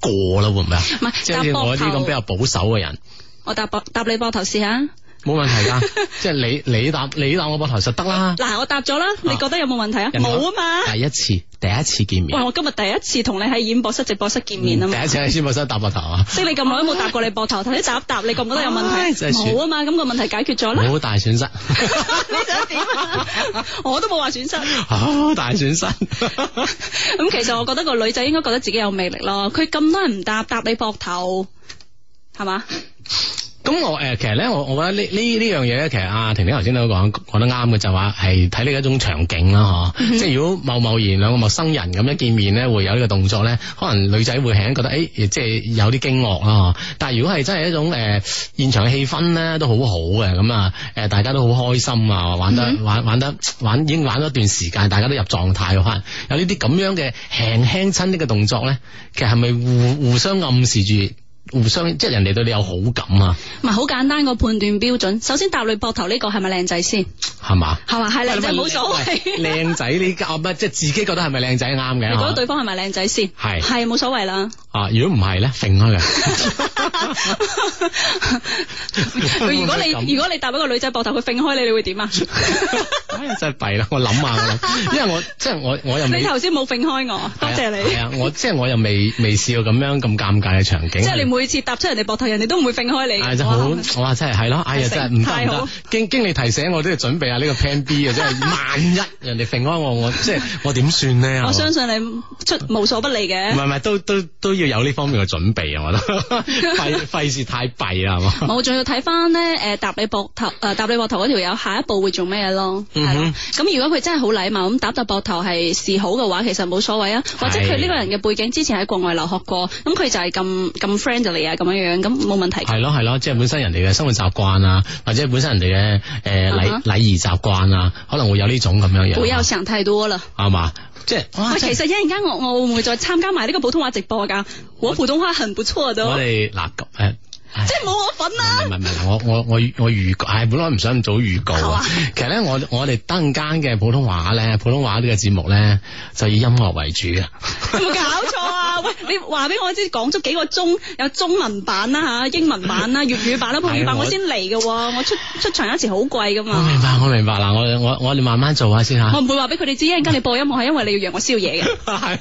[SPEAKER 1] 過啦，會唔會啊？
[SPEAKER 2] 唔
[SPEAKER 1] 即
[SPEAKER 2] 係
[SPEAKER 1] 係
[SPEAKER 2] 搭
[SPEAKER 1] 好似我呢
[SPEAKER 2] 膊
[SPEAKER 1] 啲咁比較
[SPEAKER 2] 頭，
[SPEAKER 1] 保守嘅人。
[SPEAKER 2] 我搭膊搭你膊頭試下。
[SPEAKER 1] 冇問題㗎，
[SPEAKER 2] [laughs]
[SPEAKER 1] 即係你你搭你搭我膊頭實得啦。
[SPEAKER 2] 嗱，我搭咗啦，你覺得有冇問題啊？
[SPEAKER 1] 人哋
[SPEAKER 2] 冇啊嘛。
[SPEAKER 1] 第一次第一次見面嗯
[SPEAKER 2] 喂，，我今日第一次同你喺演播室直播室見面啊嘛
[SPEAKER 1] 第。一次喺先博室搭膊頭啊，
[SPEAKER 2] 即係你咁耐都冇搭過你膊頭，頭先搭一搭，你覺唔覺得有問
[SPEAKER 1] 唉
[SPEAKER 2] 題？
[SPEAKER 1] 真係算
[SPEAKER 2] 冇啊嘛，咁個問題解決咗啦。
[SPEAKER 1] 好大損失， [laughs]
[SPEAKER 2] 你想點啊？ [laughs] 我都冇話損失。
[SPEAKER 1] 好大損失。
[SPEAKER 2] 咁其實我覺得個女仔應該覺得自己有魅力咯。佢咁多人唔搭，搭你膊頭，係嘛？
[SPEAKER 1] 咁我誒、呃其實咧，我我覺得呢呢呢樣嘢咧，其實阿婷婷頭先都講講得啱嘅，就話係睇你一種場景啦，嗬、即係如果貿貿然兩個陌生人咁一見面咧，會有呢個動作咧，可能女仔會輕輕覺得誒、欸即係有啲驚愕啦。嗬但係如果係真係一種誒、呃、現場氣氛咧，都好好嘅，咁啊誒大家都好開心啊，玩得、玩玩得玩已經玩咗一段時間，大家都入狀態，可能有呢啲咁樣嘅輕輕親昵嘅動作咧，其實係咪互互相暗示住？互相即係人哋對你有好感啊，
[SPEAKER 2] 唔係好簡單個判斷標準。首先搭你膊頭呢個係咪靚仔先？
[SPEAKER 1] 係嘛？
[SPEAKER 2] 係嘛？係靚仔冇所謂。
[SPEAKER 1] 靓仔呢家乜即係自己覺得係咪靚仔啱嘅？
[SPEAKER 2] 你覺得
[SPEAKER 1] 嚇
[SPEAKER 2] 對方係咪靚仔先？
[SPEAKER 1] 係
[SPEAKER 2] 係冇所謂啦。
[SPEAKER 1] 啊，如果唔係咧，揈開嘅，
[SPEAKER 2] [laughs]
[SPEAKER 1] [laughs]
[SPEAKER 2] 如果
[SPEAKER 1] 咁
[SPEAKER 2] 你如果你搭一個女仔膊頭，佢揈開你，你會點啊？
[SPEAKER 1] 唉哎真係弊啦！我諗下我諗，因為我即係我我又
[SPEAKER 2] 你
[SPEAKER 1] 未。
[SPEAKER 2] 頭先冇揈開我，多謝
[SPEAKER 1] 係
[SPEAKER 2] 你。
[SPEAKER 1] 啊，我即係我又未未試過咁樣咁尷尬嘅場景。
[SPEAKER 2] 即係你每次搭出人哋膊頭，人哋都唔會揈開
[SPEAKER 1] 唉，真
[SPEAKER 2] 你。
[SPEAKER 1] 係好
[SPEAKER 2] 哇
[SPEAKER 1] 哇！真係係咯，哎呀，
[SPEAKER 2] 太
[SPEAKER 1] 真係唔得
[SPEAKER 2] 太
[SPEAKER 1] 唔
[SPEAKER 2] 好
[SPEAKER 1] 得。經經理提醒我都要準備下呢個 plan B 啊，真
[SPEAKER 2] [laughs]
[SPEAKER 1] 係萬一人哋揈開我，我即係我點算咧？
[SPEAKER 2] 我相信你出無所不利
[SPEAKER 1] 唔
[SPEAKER 2] 嘅。
[SPEAKER 1] 係唔係，都都都要有呢方面嘅準備啊！我覺得 [laughs] 費費事太弊啦，係嘛？
[SPEAKER 2] 冇，仲要睇翻咧，誒、搭你膊頭，誒、搭你膊頭嗰條友，下一步會做咩咯？係
[SPEAKER 1] 嗯
[SPEAKER 2] 啦、
[SPEAKER 1] 哼
[SPEAKER 2] 咁如果佢真係好禮貌，咁搭搭膊頭係示好嘅話，其實冇所謂啊。或者佢呢個人嘅背景之前喺國外留學過，咁佢就係咁咁 friendly 啊，咁樣樣，咁冇問題㗎。
[SPEAKER 1] 係咯係咯，即係本身人哋嘅生活習慣啊，或者本身人哋嘅誒
[SPEAKER 2] 嗯
[SPEAKER 1] 禮
[SPEAKER 2] 哼
[SPEAKER 1] 禮儀習慣啊，可能會有呢種咁樣樣，
[SPEAKER 2] 不要想太多了。
[SPEAKER 1] 係嘛？即係哇！
[SPEAKER 2] 喂，
[SPEAKER 1] 真係
[SPEAKER 2] 其實一陣間我我會唔會再參加埋呢個普通話直播㗎？我普通話很不錯
[SPEAKER 1] 我
[SPEAKER 2] 都，即
[SPEAKER 1] 哋嗱咁誒。唉
[SPEAKER 2] 係冇我份啊啦。
[SPEAKER 1] 唔係
[SPEAKER 2] [laughs]
[SPEAKER 1] 唔係唔係，我我我我預告，係本來唔想咁早預告啊。其實咧，我我哋登間嘅普通話咧，普通話呢個節目咧，就以音樂為主啊嘅。
[SPEAKER 2] 有冇搞錯啊？ [laughs] 喂，你話俾我知講咗幾個鐘，有中文版 [laughs] 啦嚇，英文版啦，粵語版啦，普語
[SPEAKER 1] 係啊
[SPEAKER 2] 版
[SPEAKER 1] 我
[SPEAKER 2] 我先嚟嘅喎，我出出場有時好貴噶
[SPEAKER 1] 我
[SPEAKER 2] 嘛。啊
[SPEAKER 1] 明白，我明白啦。我我我哋慢慢做下先嚇。
[SPEAKER 2] 我唔會話俾佢哋知，一陣間你播音樂係因為你要讓我宵夜 [laughs] 嘅。
[SPEAKER 1] 係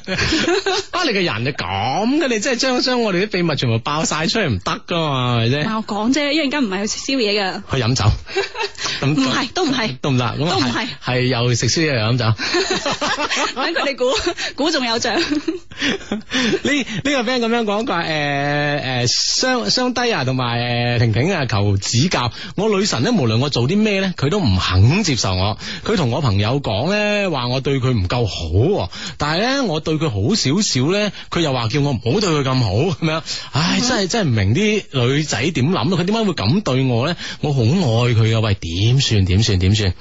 [SPEAKER 1] 啊！你個人就咁嘅，你真係將將我哋啲秘密全部爆晒出嚟唔得噶嘛，係咪先？
[SPEAKER 2] 但我講啫，一陣間唔係去食宵夜嘅，
[SPEAKER 1] 去
[SPEAKER 2] [laughs]
[SPEAKER 1] 飲酒，咁
[SPEAKER 2] 唔係都唔係，
[SPEAKER 1] 都唔得，咁啊
[SPEAKER 2] 都唔
[SPEAKER 1] 係
[SPEAKER 2] 係
[SPEAKER 1] 係又食宵夜又飲
[SPEAKER 2] [laughs]
[SPEAKER 1] 酒。 [laughs]
[SPEAKER 2] 等佢哋估估仲有獎。
[SPEAKER 1] 呢呢個 friend 咁樣講，佢話誒誒雙雙低啊，同埋誒婷婷啊求指教。我女神咧，無論我做啲咩咧，佢都唔肯接受我。佢同我朋友講咧，話我對佢唔夠好喎，但係咧我對佢好少少咧，佢又話叫我唔好對佢咁好咁樣。唉，
[SPEAKER 2] 嗯
[SPEAKER 1] 真係真係唔明啲女仔點諗咯，啊佢點解會咁對我咧？我好愛佢啊！喂，點算點算點算？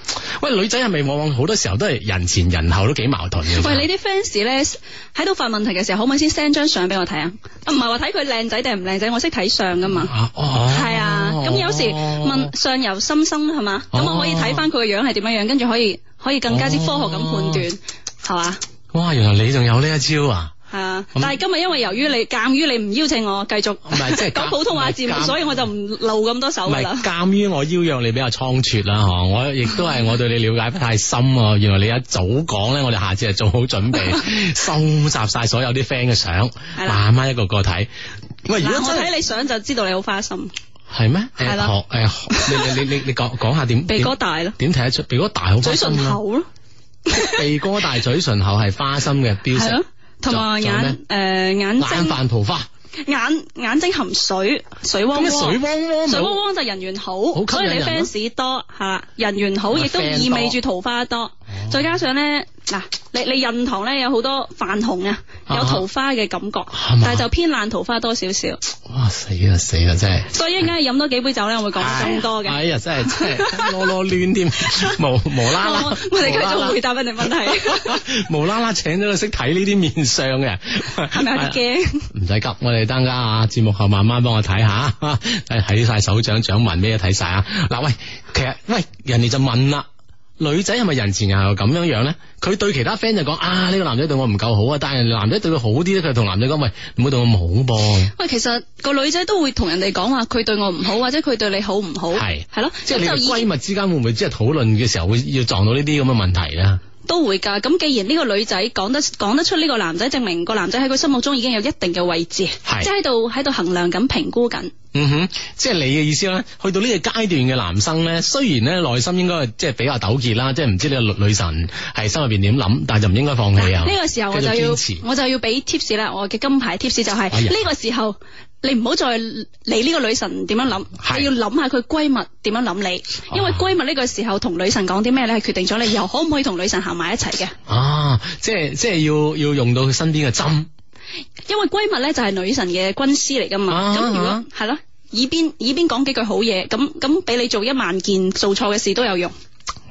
[SPEAKER 1] 喂，女仔係咪往往好多時候都係人前人後都幾矛盾嘅？
[SPEAKER 2] 喂，你啲 fans 咧喺度發問題嘅時候，可唔可以先 send 張相俾我睇啊？啊唔係話睇佢靚仔定唔靚仔，我識睇相噶嘛。
[SPEAKER 1] 啊哦，
[SPEAKER 2] 係啊，咁有時問上游心生係嘛，咁
[SPEAKER 1] 哦
[SPEAKER 2] 我可以睇翻佢個樣係點樣樣，跟住可以可以更加之科學咁判斷，係嘛？
[SPEAKER 1] 哇，原來你仲有呢一招啊！
[SPEAKER 2] 係啊，
[SPEAKER 1] 咁
[SPEAKER 2] 但係今日因為由於你鑑於你唔邀請我繼續
[SPEAKER 1] 唔係
[SPEAKER 2] [laughs]
[SPEAKER 1] 即係鑑
[SPEAKER 2] 講普通話節
[SPEAKER 1] 唔係
[SPEAKER 2] 目，
[SPEAKER 1] 鑑
[SPEAKER 2] 所以我就唔露咁多手
[SPEAKER 1] 唔
[SPEAKER 2] 㗎
[SPEAKER 1] 係
[SPEAKER 2] 啦，。
[SPEAKER 1] 鑑於我邀約你比較倉促啦，嗬，我亦都係我對你了解不太深啊。原來你一早講咧，我哋下次就做好
[SPEAKER 2] [laughs]
[SPEAKER 1] 準備，收集晒所有啲 friend 嘅相，
[SPEAKER 2] 係啦
[SPEAKER 1] 慢慢一個個睇。喂，如果
[SPEAKER 2] 嗱，我
[SPEAKER 1] 真係
[SPEAKER 2] 睇你相就知道你好花心，
[SPEAKER 1] 系咩？
[SPEAKER 2] 係啦
[SPEAKER 1] 學诶，學你你你你你讲讲下點
[SPEAKER 2] 鼻哥
[SPEAKER 1] 點
[SPEAKER 2] 大咯，
[SPEAKER 1] 點睇得出鼻哥大好花
[SPEAKER 2] 嘴
[SPEAKER 1] 心
[SPEAKER 2] 唇
[SPEAKER 1] 啦，
[SPEAKER 2] 厚咯，
[SPEAKER 1] 鼻哥大嘴唇厚係花心嘅標
[SPEAKER 2] 係
[SPEAKER 1] 識
[SPEAKER 2] 咯，，同埋
[SPEAKER 1] 仲有咩
[SPEAKER 2] 眼诶眼
[SPEAKER 1] 眼
[SPEAKER 2] 睛
[SPEAKER 1] 泛桃花，
[SPEAKER 2] 眼眼睛含水，水
[SPEAKER 1] 咁
[SPEAKER 2] 汪
[SPEAKER 1] 你水汪
[SPEAKER 2] 汪。
[SPEAKER 1] 汪咪
[SPEAKER 2] 水汪
[SPEAKER 1] 好
[SPEAKER 2] 汪就人緣好，
[SPEAKER 1] 好吸
[SPEAKER 2] 所以
[SPEAKER 1] 引
[SPEAKER 2] 你
[SPEAKER 1] 人咯啊
[SPEAKER 2] fans 多係啦，人緣好
[SPEAKER 1] 咪
[SPEAKER 2] 亦都
[SPEAKER 1] friend
[SPEAKER 2] 意味住桃花
[SPEAKER 1] 哦
[SPEAKER 2] 多，再加上咧嗱，你你印堂咧有好多泛紅啊，
[SPEAKER 1] 啊
[SPEAKER 2] 有桃花嘅感覺，
[SPEAKER 1] 係嘛
[SPEAKER 2] 但係就偏爛桃花多少少，
[SPEAKER 1] 哇死啦死啦真係。
[SPEAKER 2] 所以一陣間飲多幾杯酒咧，我會講更多嘅。
[SPEAKER 1] 哎呀，真係真係囉囉攣添，無無啦啦
[SPEAKER 2] 我， [laughs] 我哋繼
[SPEAKER 1] 無啦啦
[SPEAKER 2] 續回答人哋問
[SPEAKER 1] 啊
[SPEAKER 2] 題，
[SPEAKER 1] [laughs] 無啦啦請咗個識睇呢啲面相嘅，哎
[SPEAKER 2] 係咪有啲驚？
[SPEAKER 1] 唔使急，我哋等間啊，節目後慢慢幫我睇下，睇睇晒手掌掌紋咩都睇晒啊！嗱，喂，其實喂，人哋就問啦。女仔係咪人前人後咁樣樣咧？佢對其他 friend 就講啊，呢、個男仔對我唔夠好啊，但係男仔對佢好啲咧，佢就同男仔講喂，唔好對我咁好噃，
[SPEAKER 2] 喂，其實個女仔都會同人哋講話，佢對我唔好，或者佢對你好唔好，
[SPEAKER 1] 係
[SPEAKER 2] 係咯，
[SPEAKER 1] 即係
[SPEAKER 2] 咁
[SPEAKER 1] 你
[SPEAKER 2] 就
[SPEAKER 1] 哋
[SPEAKER 2] 以
[SPEAKER 1] 閨蜜之間會唔會即係討論嘅時候會要撞到呢啲咁嘅問題咧？
[SPEAKER 2] 都會㗎。咁既然呢個女仔講得講得出呢個男仔，證明個男仔喺佢心目中已經有一定嘅位置，
[SPEAKER 1] 係
[SPEAKER 2] 即係喺度喺度衡量緊、評估緊。
[SPEAKER 1] 嗯哼，即係你嘅意思咧，去到呢個階段嘅男生咧，雖然咧內心應該即係比較糾結啦，即係唔知呢個女女神係心入邊點諗，但係就唔應該放棄啊。
[SPEAKER 2] 嗱呢個時候我就
[SPEAKER 1] 繼續
[SPEAKER 2] 要
[SPEAKER 1] 堅持
[SPEAKER 2] 我就要俾 tips 啦，我嘅金牌 tips 就係
[SPEAKER 1] 哎呀
[SPEAKER 2] 呢個時候。你唔好再理呢個女神點樣
[SPEAKER 1] 係
[SPEAKER 2] 諗，你要諗下佢閨蜜點樣諗你，因為
[SPEAKER 1] 啊
[SPEAKER 2] 閨蜜呢個時候同女神講啲咩咧，係決定咗你以後可唔可以同女神行埋一齊嘅。
[SPEAKER 1] 啊，即係即係要要用到佢身邊嘅針
[SPEAKER 2] 因為閨蜜咧就係女神嘅軍師嚟噶嘛，
[SPEAKER 1] 啊
[SPEAKER 2] 咁、如果係咯，耳邊耳邊講幾句好嘢，咁咁俾你做一萬件做錯嘅事都有用。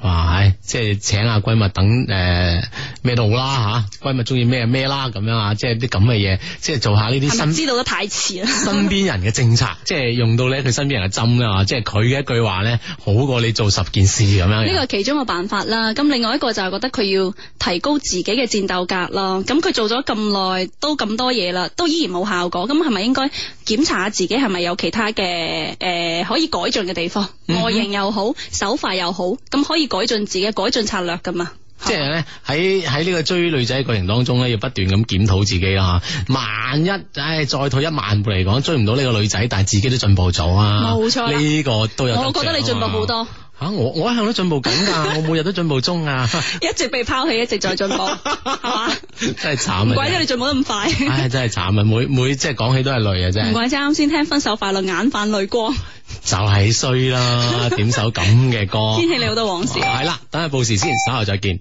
[SPEAKER 1] 哇，唉即係請下閨蜜等誒咩都好啦嚇，閨蜜中意咩咩啦咁樣啊，即係啲咁嘅嘢，即係做下呢啲
[SPEAKER 2] 係咪
[SPEAKER 1] 身
[SPEAKER 2] 知道得太
[SPEAKER 1] [laughs]
[SPEAKER 2] 啊遲啦？
[SPEAKER 1] 身邊人嘅政策， [laughs] 即係用到咧佢身邊人嘅針啦，即係佢嘅一句話咧，好過你做十件事咁樣。
[SPEAKER 2] 呢個係其中嘅辦法啦，咁另外一個就係覺得佢要提高自己嘅戰鬥格咯。咁佢做咗咁耐，都咁多嘢啦，都依然冇效果，咁係咪應該檢查下自己係咪有其他嘅誒、呃可以改進嘅地方？
[SPEAKER 1] 嗯哼
[SPEAKER 2] 外形又好，手法又好，咁可以改進自己，改進策略噶嘛？
[SPEAKER 1] 即係咧喺喺呢個追女仔嘅過程當中咧，要不斷咁檢討自己啦。萬一唉再退一萬步嚟講，追唔到呢個女仔，但係自己都進步咗啊！
[SPEAKER 2] 冇錯啦
[SPEAKER 1] 呢個都有獎啊。
[SPEAKER 2] 我覺得你進步好多。
[SPEAKER 1] 吓、我我一向都進步緊㗎，
[SPEAKER 2] [laughs]
[SPEAKER 1] 我每日都進步中啊， [laughs]
[SPEAKER 2] 一直被拋棄，一直在進步，係嘛？
[SPEAKER 1] 真係
[SPEAKER 2] 唔
[SPEAKER 1] 慘
[SPEAKER 2] 怪得
[SPEAKER 1] 啊！
[SPEAKER 2] 你進步得咁快。
[SPEAKER 1] 唉，真係慘啊！每每即係講起都係淚啊，真
[SPEAKER 2] [laughs] 唔
[SPEAKER 1] 係
[SPEAKER 2] 怪之啱先聽分手快樂眼泛淚
[SPEAKER 1] [laughs]
[SPEAKER 2] 光，
[SPEAKER 1] 就係衰啦，點首咁嘅歌。
[SPEAKER 2] [laughs] 掀起你好多往事。
[SPEAKER 1] 系啦，等下報時先，稍後再見。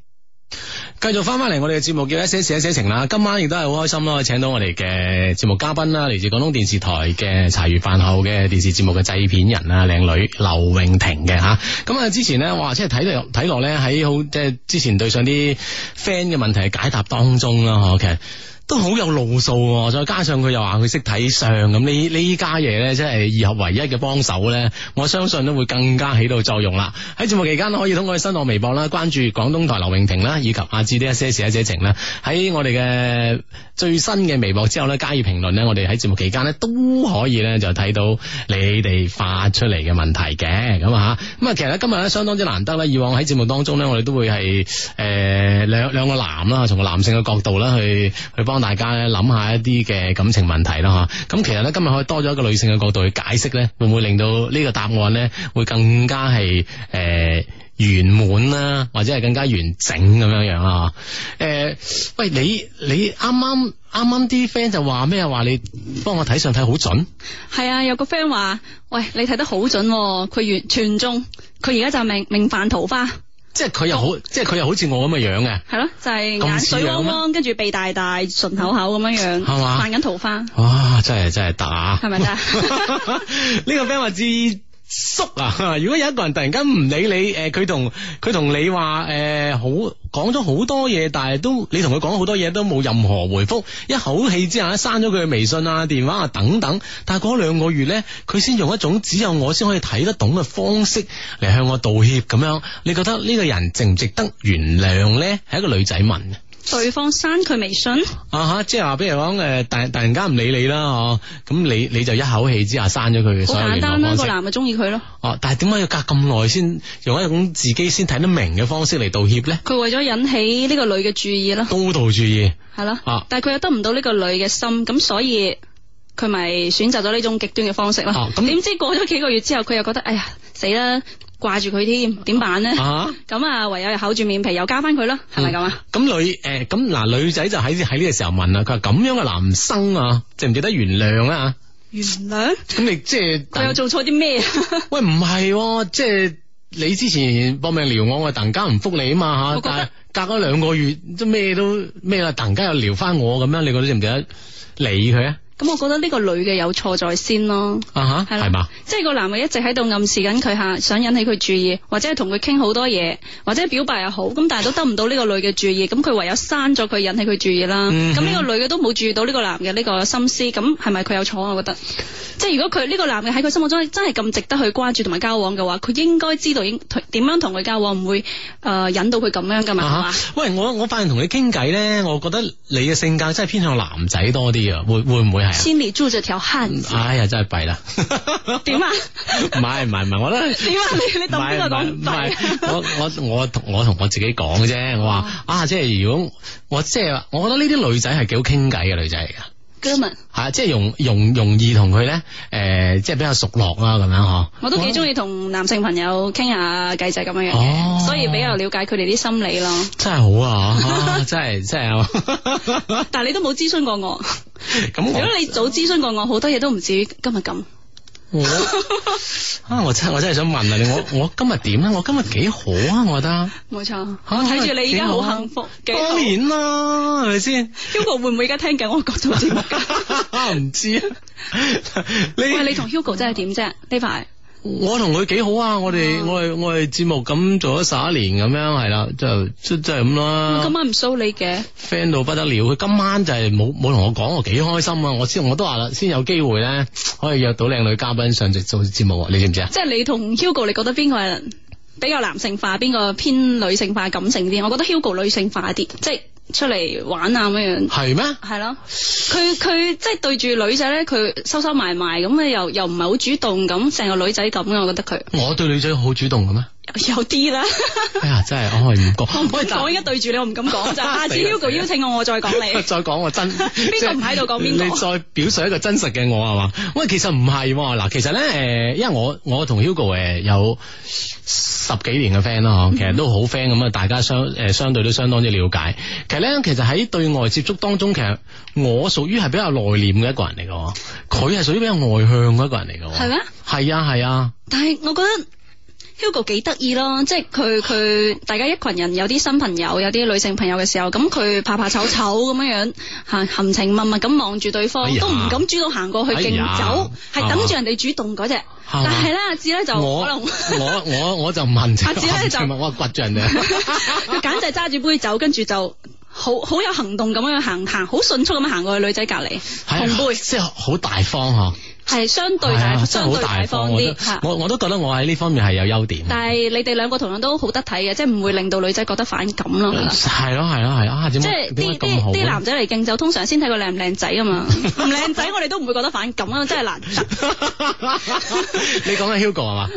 [SPEAKER 1] 繼續翻翻嚟我哋嘅節目叫一些事一些情啦，今晚亦都係好開心咯，請到我哋嘅節目嘉賓啦，嚟自廣東電視台嘅茶餘飯後嘅電視節目嘅製片人啊，靚女劉永婷嘅吓。咁啊，之前咧，哇，即係睇落睇落咧，喺好即係之前對上啲 friend 嘅問題嘅解答當中啦，嗬，其實。都好有路數喎，再加上佢又話佢識睇相咁，呢呢家嘢咧，真係二合為一嘅幫手咧，我相信都會更加起到作用啦。喺節目期間可以通過新浪微博啦，關注廣東台劉永婷啦，以及阿志的一些事一些情啦，喺我哋嘅最新嘅微博之後咧，加以評論咧，我哋喺節目期間咧都可以咧就睇到你哋發出嚟嘅問題嘅咁啊吓，咁啊其實咧今日咧相當之難得啦，以往喺節目當中咧，我哋都會係誒兩兩個男啦，從個男性嘅角度啦，去去幫大家咧諗下一啲嘅感情問題啦吓，咁其實咧今日可以多咗一個女性嘅角度去解釋咧，會唔會令到呢個答案咧會更加係誒？呃圓滿啦，或者係更加完整咁樣樣啊！誒、喂，你你啱啱啱啱啲 friend 就話咩啊？話你幫我睇相睇好準，
[SPEAKER 2] 係啊，有個 friend 話：，喂，你睇得好準喎，佢完全中，佢而家就命命犯桃花，
[SPEAKER 1] 即係佢又好，即係佢又好似我咁嘅樣嘅。
[SPEAKER 2] 係咯，就係眼
[SPEAKER 1] 咁似樣
[SPEAKER 2] 水汪汪，跟住鼻大大，唇口口咁樣樣，
[SPEAKER 1] 係嘛
[SPEAKER 2] 犯緊
[SPEAKER 1] [laughs]
[SPEAKER 2] 桃花，
[SPEAKER 1] 哇！真係真係打，
[SPEAKER 2] 係咪得啊？
[SPEAKER 1] [laughs] 呢個 friend 話知叔啊，如果有一個人突然間唔理你，誒、呃佢同佢同你話誒、呃好講咗好多嘢，但係都你同佢講好多嘢都冇任何回覆，一口氣之下刪咗佢嘅微信啊、電話啊等等，但係嗰兩個月咧，佢先用一種只有我先可以睇得懂嘅方式嚟向我道歉咁樣，你覺得呢個人值唔值得原諒咧？係一個女仔問嘅。
[SPEAKER 2] 對方刪佢微信，
[SPEAKER 1] 啊哈！即係話，比如講诶，突突然間唔理你啦，嗬，咁你你就一口氣之下刪咗佢嘅
[SPEAKER 2] 好
[SPEAKER 1] 所有
[SPEAKER 2] 簡
[SPEAKER 1] 聯
[SPEAKER 2] 單
[SPEAKER 1] 絡
[SPEAKER 2] 啦，
[SPEAKER 1] 方
[SPEAKER 2] 個
[SPEAKER 1] 式。
[SPEAKER 2] 男咪中意佢咯，
[SPEAKER 1] 哦，但係點解要隔咁耐先用一種自己先睇得明嘅方式嚟道歉咧？
[SPEAKER 2] 佢為咗引起呢個女嘅注意咯。
[SPEAKER 1] 高度注意 [laughs]
[SPEAKER 2] 系咯
[SPEAKER 1] 啊，
[SPEAKER 2] 但系佢又得唔到呢個女嘅心，咁所以佢咪選擇咗呢種極端嘅方式
[SPEAKER 1] 哦
[SPEAKER 2] 咯。
[SPEAKER 1] 咁
[SPEAKER 2] 點知過咗幾個月之後，佢又覺得哎呀死啦，掛住佢添，點辦呢？
[SPEAKER 1] 啊。嗯
[SPEAKER 2] 咁啊，唯有又厚住面皮又加翻佢啦，係咪咁啊？
[SPEAKER 1] 咁女誒咁嗱女仔就喺喺呢個時候問啦，佢話咁樣嘅男生啊，值唔值得原諒啊？
[SPEAKER 2] 原諒
[SPEAKER 1] 咁你即係
[SPEAKER 2] 佢有做錯啲咩？啊
[SPEAKER 1] 喂唔係喎，即係你之前搏命撩我，我突然間唔復你啊嘛嚇，
[SPEAKER 2] 我覺得
[SPEAKER 1] 但係隔咗兩個月，即咩都咩啦，突然間又撩翻我咁樣，你覺得值唔值得理佢啊？
[SPEAKER 2] [laughs] 咁我覺得呢個女嘅有錯在先咯。
[SPEAKER 1] 啊嚇，
[SPEAKER 2] 係啦
[SPEAKER 1] 係嘛？
[SPEAKER 2] 即係個男嘅一直喺度暗示緊佢吓，想引起佢注意，或者係同佢傾好多嘢，或者表白又好，咁但係都得唔到呢個女嘅注意，咁佢唯有刪咗佢，引起佢注意啦。
[SPEAKER 1] 嗯
[SPEAKER 2] 咁呢、個女嘅都冇注意到呢個男嘅呢個心思，咁係咪佢有錯啊？我覺得，即係如果佢呢、個男嘅喺佢心目中真係咁值得去關注同埋交往嘅話，佢應該知道應點樣同佢交往，唔會誒、呃引到佢咁樣噶嘛，係嘛、
[SPEAKER 1] 啊哈喂，我我發現同你傾偈咧，我覺得你嘅性格真係偏向男仔多啲啊，會會唔會係啊？
[SPEAKER 2] 心裏住着條漢子，
[SPEAKER 1] 哎呀，真係弊啦！
[SPEAKER 2] 點啊？
[SPEAKER 1] [laughs] 唔係唔係唔係，我覺得。
[SPEAKER 2] 點啊？ [laughs] 你你
[SPEAKER 1] 唔
[SPEAKER 2] 當邊
[SPEAKER 1] 係
[SPEAKER 2] 個
[SPEAKER 1] 唔係
[SPEAKER 2] 講廢 [laughs]
[SPEAKER 1] 唔
[SPEAKER 2] 啊？
[SPEAKER 1] 係我我我同我同我自己講嘅啫。我話
[SPEAKER 2] 嗯
[SPEAKER 1] 啊，即係如果我即係話，我覺得呢啲女仔係幾好傾偈嘅女仔嚟噶，
[SPEAKER 2] 哥們，
[SPEAKER 1] 係啊即係容容容易同佢咧，誒，即係比較熟絡啊啦，咁樣嗬。
[SPEAKER 2] 我都幾中意同男性朋友傾下偈仔咁樣樣嘅，
[SPEAKER 1] 哦
[SPEAKER 2] 所以比較了解佢哋啲心理咯。
[SPEAKER 1] 真係好啊！啊 [laughs] 真係真係 [laughs] 啊，
[SPEAKER 2] 但係你都冇諮詢過我，
[SPEAKER 1] 咁我
[SPEAKER 2] 如果你早諮詢過我，好多嘢都唔至於今日咁。
[SPEAKER 1] 我 [laughs] 啊，我真我真係想問啊你，我我今日點咧？我今日幾好啊？我覺得
[SPEAKER 2] 冇錯，
[SPEAKER 1] 嚇
[SPEAKER 2] 我睇住你而家
[SPEAKER 1] 幾
[SPEAKER 2] 好
[SPEAKER 1] 好啊
[SPEAKER 2] 幸福，幾好
[SPEAKER 1] 當。然啦，係咪
[SPEAKER 2] [laughs]
[SPEAKER 1] 先？ [laughs]
[SPEAKER 2] Hugo 會唔會而家聽緊我嗰套節目㗎？
[SPEAKER 1] 唔知啊，你
[SPEAKER 2] 喂，你同 Hugo 真係點啫？呢排
[SPEAKER 1] 我同佢幾好啊！我哋我哋我哋節目咁做咗十一年咁樣，係啦，就即即係咁啊
[SPEAKER 2] 我今
[SPEAKER 1] 啦。
[SPEAKER 2] 晚唔 show 你嘅，
[SPEAKER 1] friend 到不得了，佢今晚就係冇冇同我講，我幾開心啊！我先我都話啦，先有機會咧，可以約到靚女嘉賓上席做節目啊，你知唔知啊？
[SPEAKER 2] 即係你同 Hugo，你覺得邊個係比較男性化，邊個偏女性化、感性啲？我覺得 Hugo 女性化啲，即係出嚟玩啊咁樣。
[SPEAKER 1] 係咩？
[SPEAKER 2] 係咯，佢佢即係對住女仔咧，佢收收埋埋咁咧，又又唔係好主動咁，成個女仔咁嘅，我覺得佢 [laughs]
[SPEAKER 1] 我對女仔好主動嘅咩？
[SPEAKER 2] 有有
[SPEAKER 1] [laughs]
[SPEAKER 2] 啲啦。
[SPEAKER 1] 哎呀，真係我係唔覺。
[SPEAKER 2] 我
[SPEAKER 1] 喂，但
[SPEAKER 2] 而家對住你，我唔敢
[SPEAKER 1] [laughs]
[SPEAKER 2] 講咋。下次
[SPEAKER 1] 死啦
[SPEAKER 2] Hugo 邀請我，我再講
[SPEAKER 1] [laughs]
[SPEAKER 2] 你。
[SPEAKER 1] 再講我真，邊
[SPEAKER 2] 個唔喺度講邊個
[SPEAKER 1] 你再表述一個真實嘅我係嘛？喂，其實唔係喎嗱，其實咧誒、呃因為我我同 Hugo 誒、呃有十幾年嘅 friend 啦，其實都好 friend 咁啊，大家相誒、呃相對都相當之了解。其實咧，其實喺對外接觸當中，其實我屬於係比較內斂嘅一個人嚟嘅喎，佢係屬於比較外向嘅一個人嚟嘅喎。
[SPEAKER 2] 係咩？
[SPEAKER 1] 係啊係啊，
[SPEAKER 2] 但係我覺得 Hugo 幾得意咯，即係佢佢大家一群人有啲新朋友，有啲女性朋友嘅時候，咁佢怕怕醜醜咁樣樣，行含情脈脈咁望住對方，
[SPEAKER 1] 哎呀
[SPEAKER 2] 都唔敢主動行過去
[SPEAKER 1] 哎
[SPEAKER 2] 敬
[SPEAKER 1] 呀
[SPEAKER 2] 酒，係、
[SPEAKER 1] 啊
[SPEAKER 2] 等住人哋主動嗰只。但係咧，阿志咧就
[SPEAKER 1] 我
[SPEAKER 2] 可能。
[SPEAKER 1] 我我我就唔問啫，
[SPEAKER 2] 阿志咧就
[SPEAKER 1] 我掘住人哋。 [laughs]
[SPEAKER 2] 佢簡直係揸住杯酒，跟住就好好有行動咁樣行行，好迅速咁樣行過去女仔隔離，
[SPEAKER 1] 係啊
[SPEAKER 2] 同杯
[SPEAKER 1] 即係好大方嗬。
[SPEAKER 2] 係相對
[SPEAKER 1] 係
[SPEAKER 2] 大
[SPEAKER 1] 啊真係
[SPEAKER 2] 相
[SPEAKER 1] 好
[SPEAKER 2] 對大方
[SPEAKER 1] 我都
[SPEAKER 2] 啲嚇。
[SPEAKER 1] 我我都覺得我喺呢方面係有優點。
[SPEAKER 2] 但係你哋兩個同樣都好得體嘅，即係唔會令到女仔覺得反感咯。係啦
[SPEAKER 1] 係咯係咯係啊！點
[SPEAKER 2] 即
[SPEAKER 1] 解
[SPEAKER 2] 係
[SPEAKER 1] 點解
[SPEAKER 2] 啲
[SPEAKER 1] 咁
[SPEAKER 2] 啲
[SPEAKER 1] 好
[SPEAKER 2] 啲
[SPEAKER 1] 啊
[SPEAKER 2] 男？仔嚟敬酒，通常先睇佢靚唔靚仔啊嘛，唔靚仔我哋都唔會覺得反感啊，真係難得。
[SPEAKER 1] [laughs] 你講緊 Hugo 係嘛？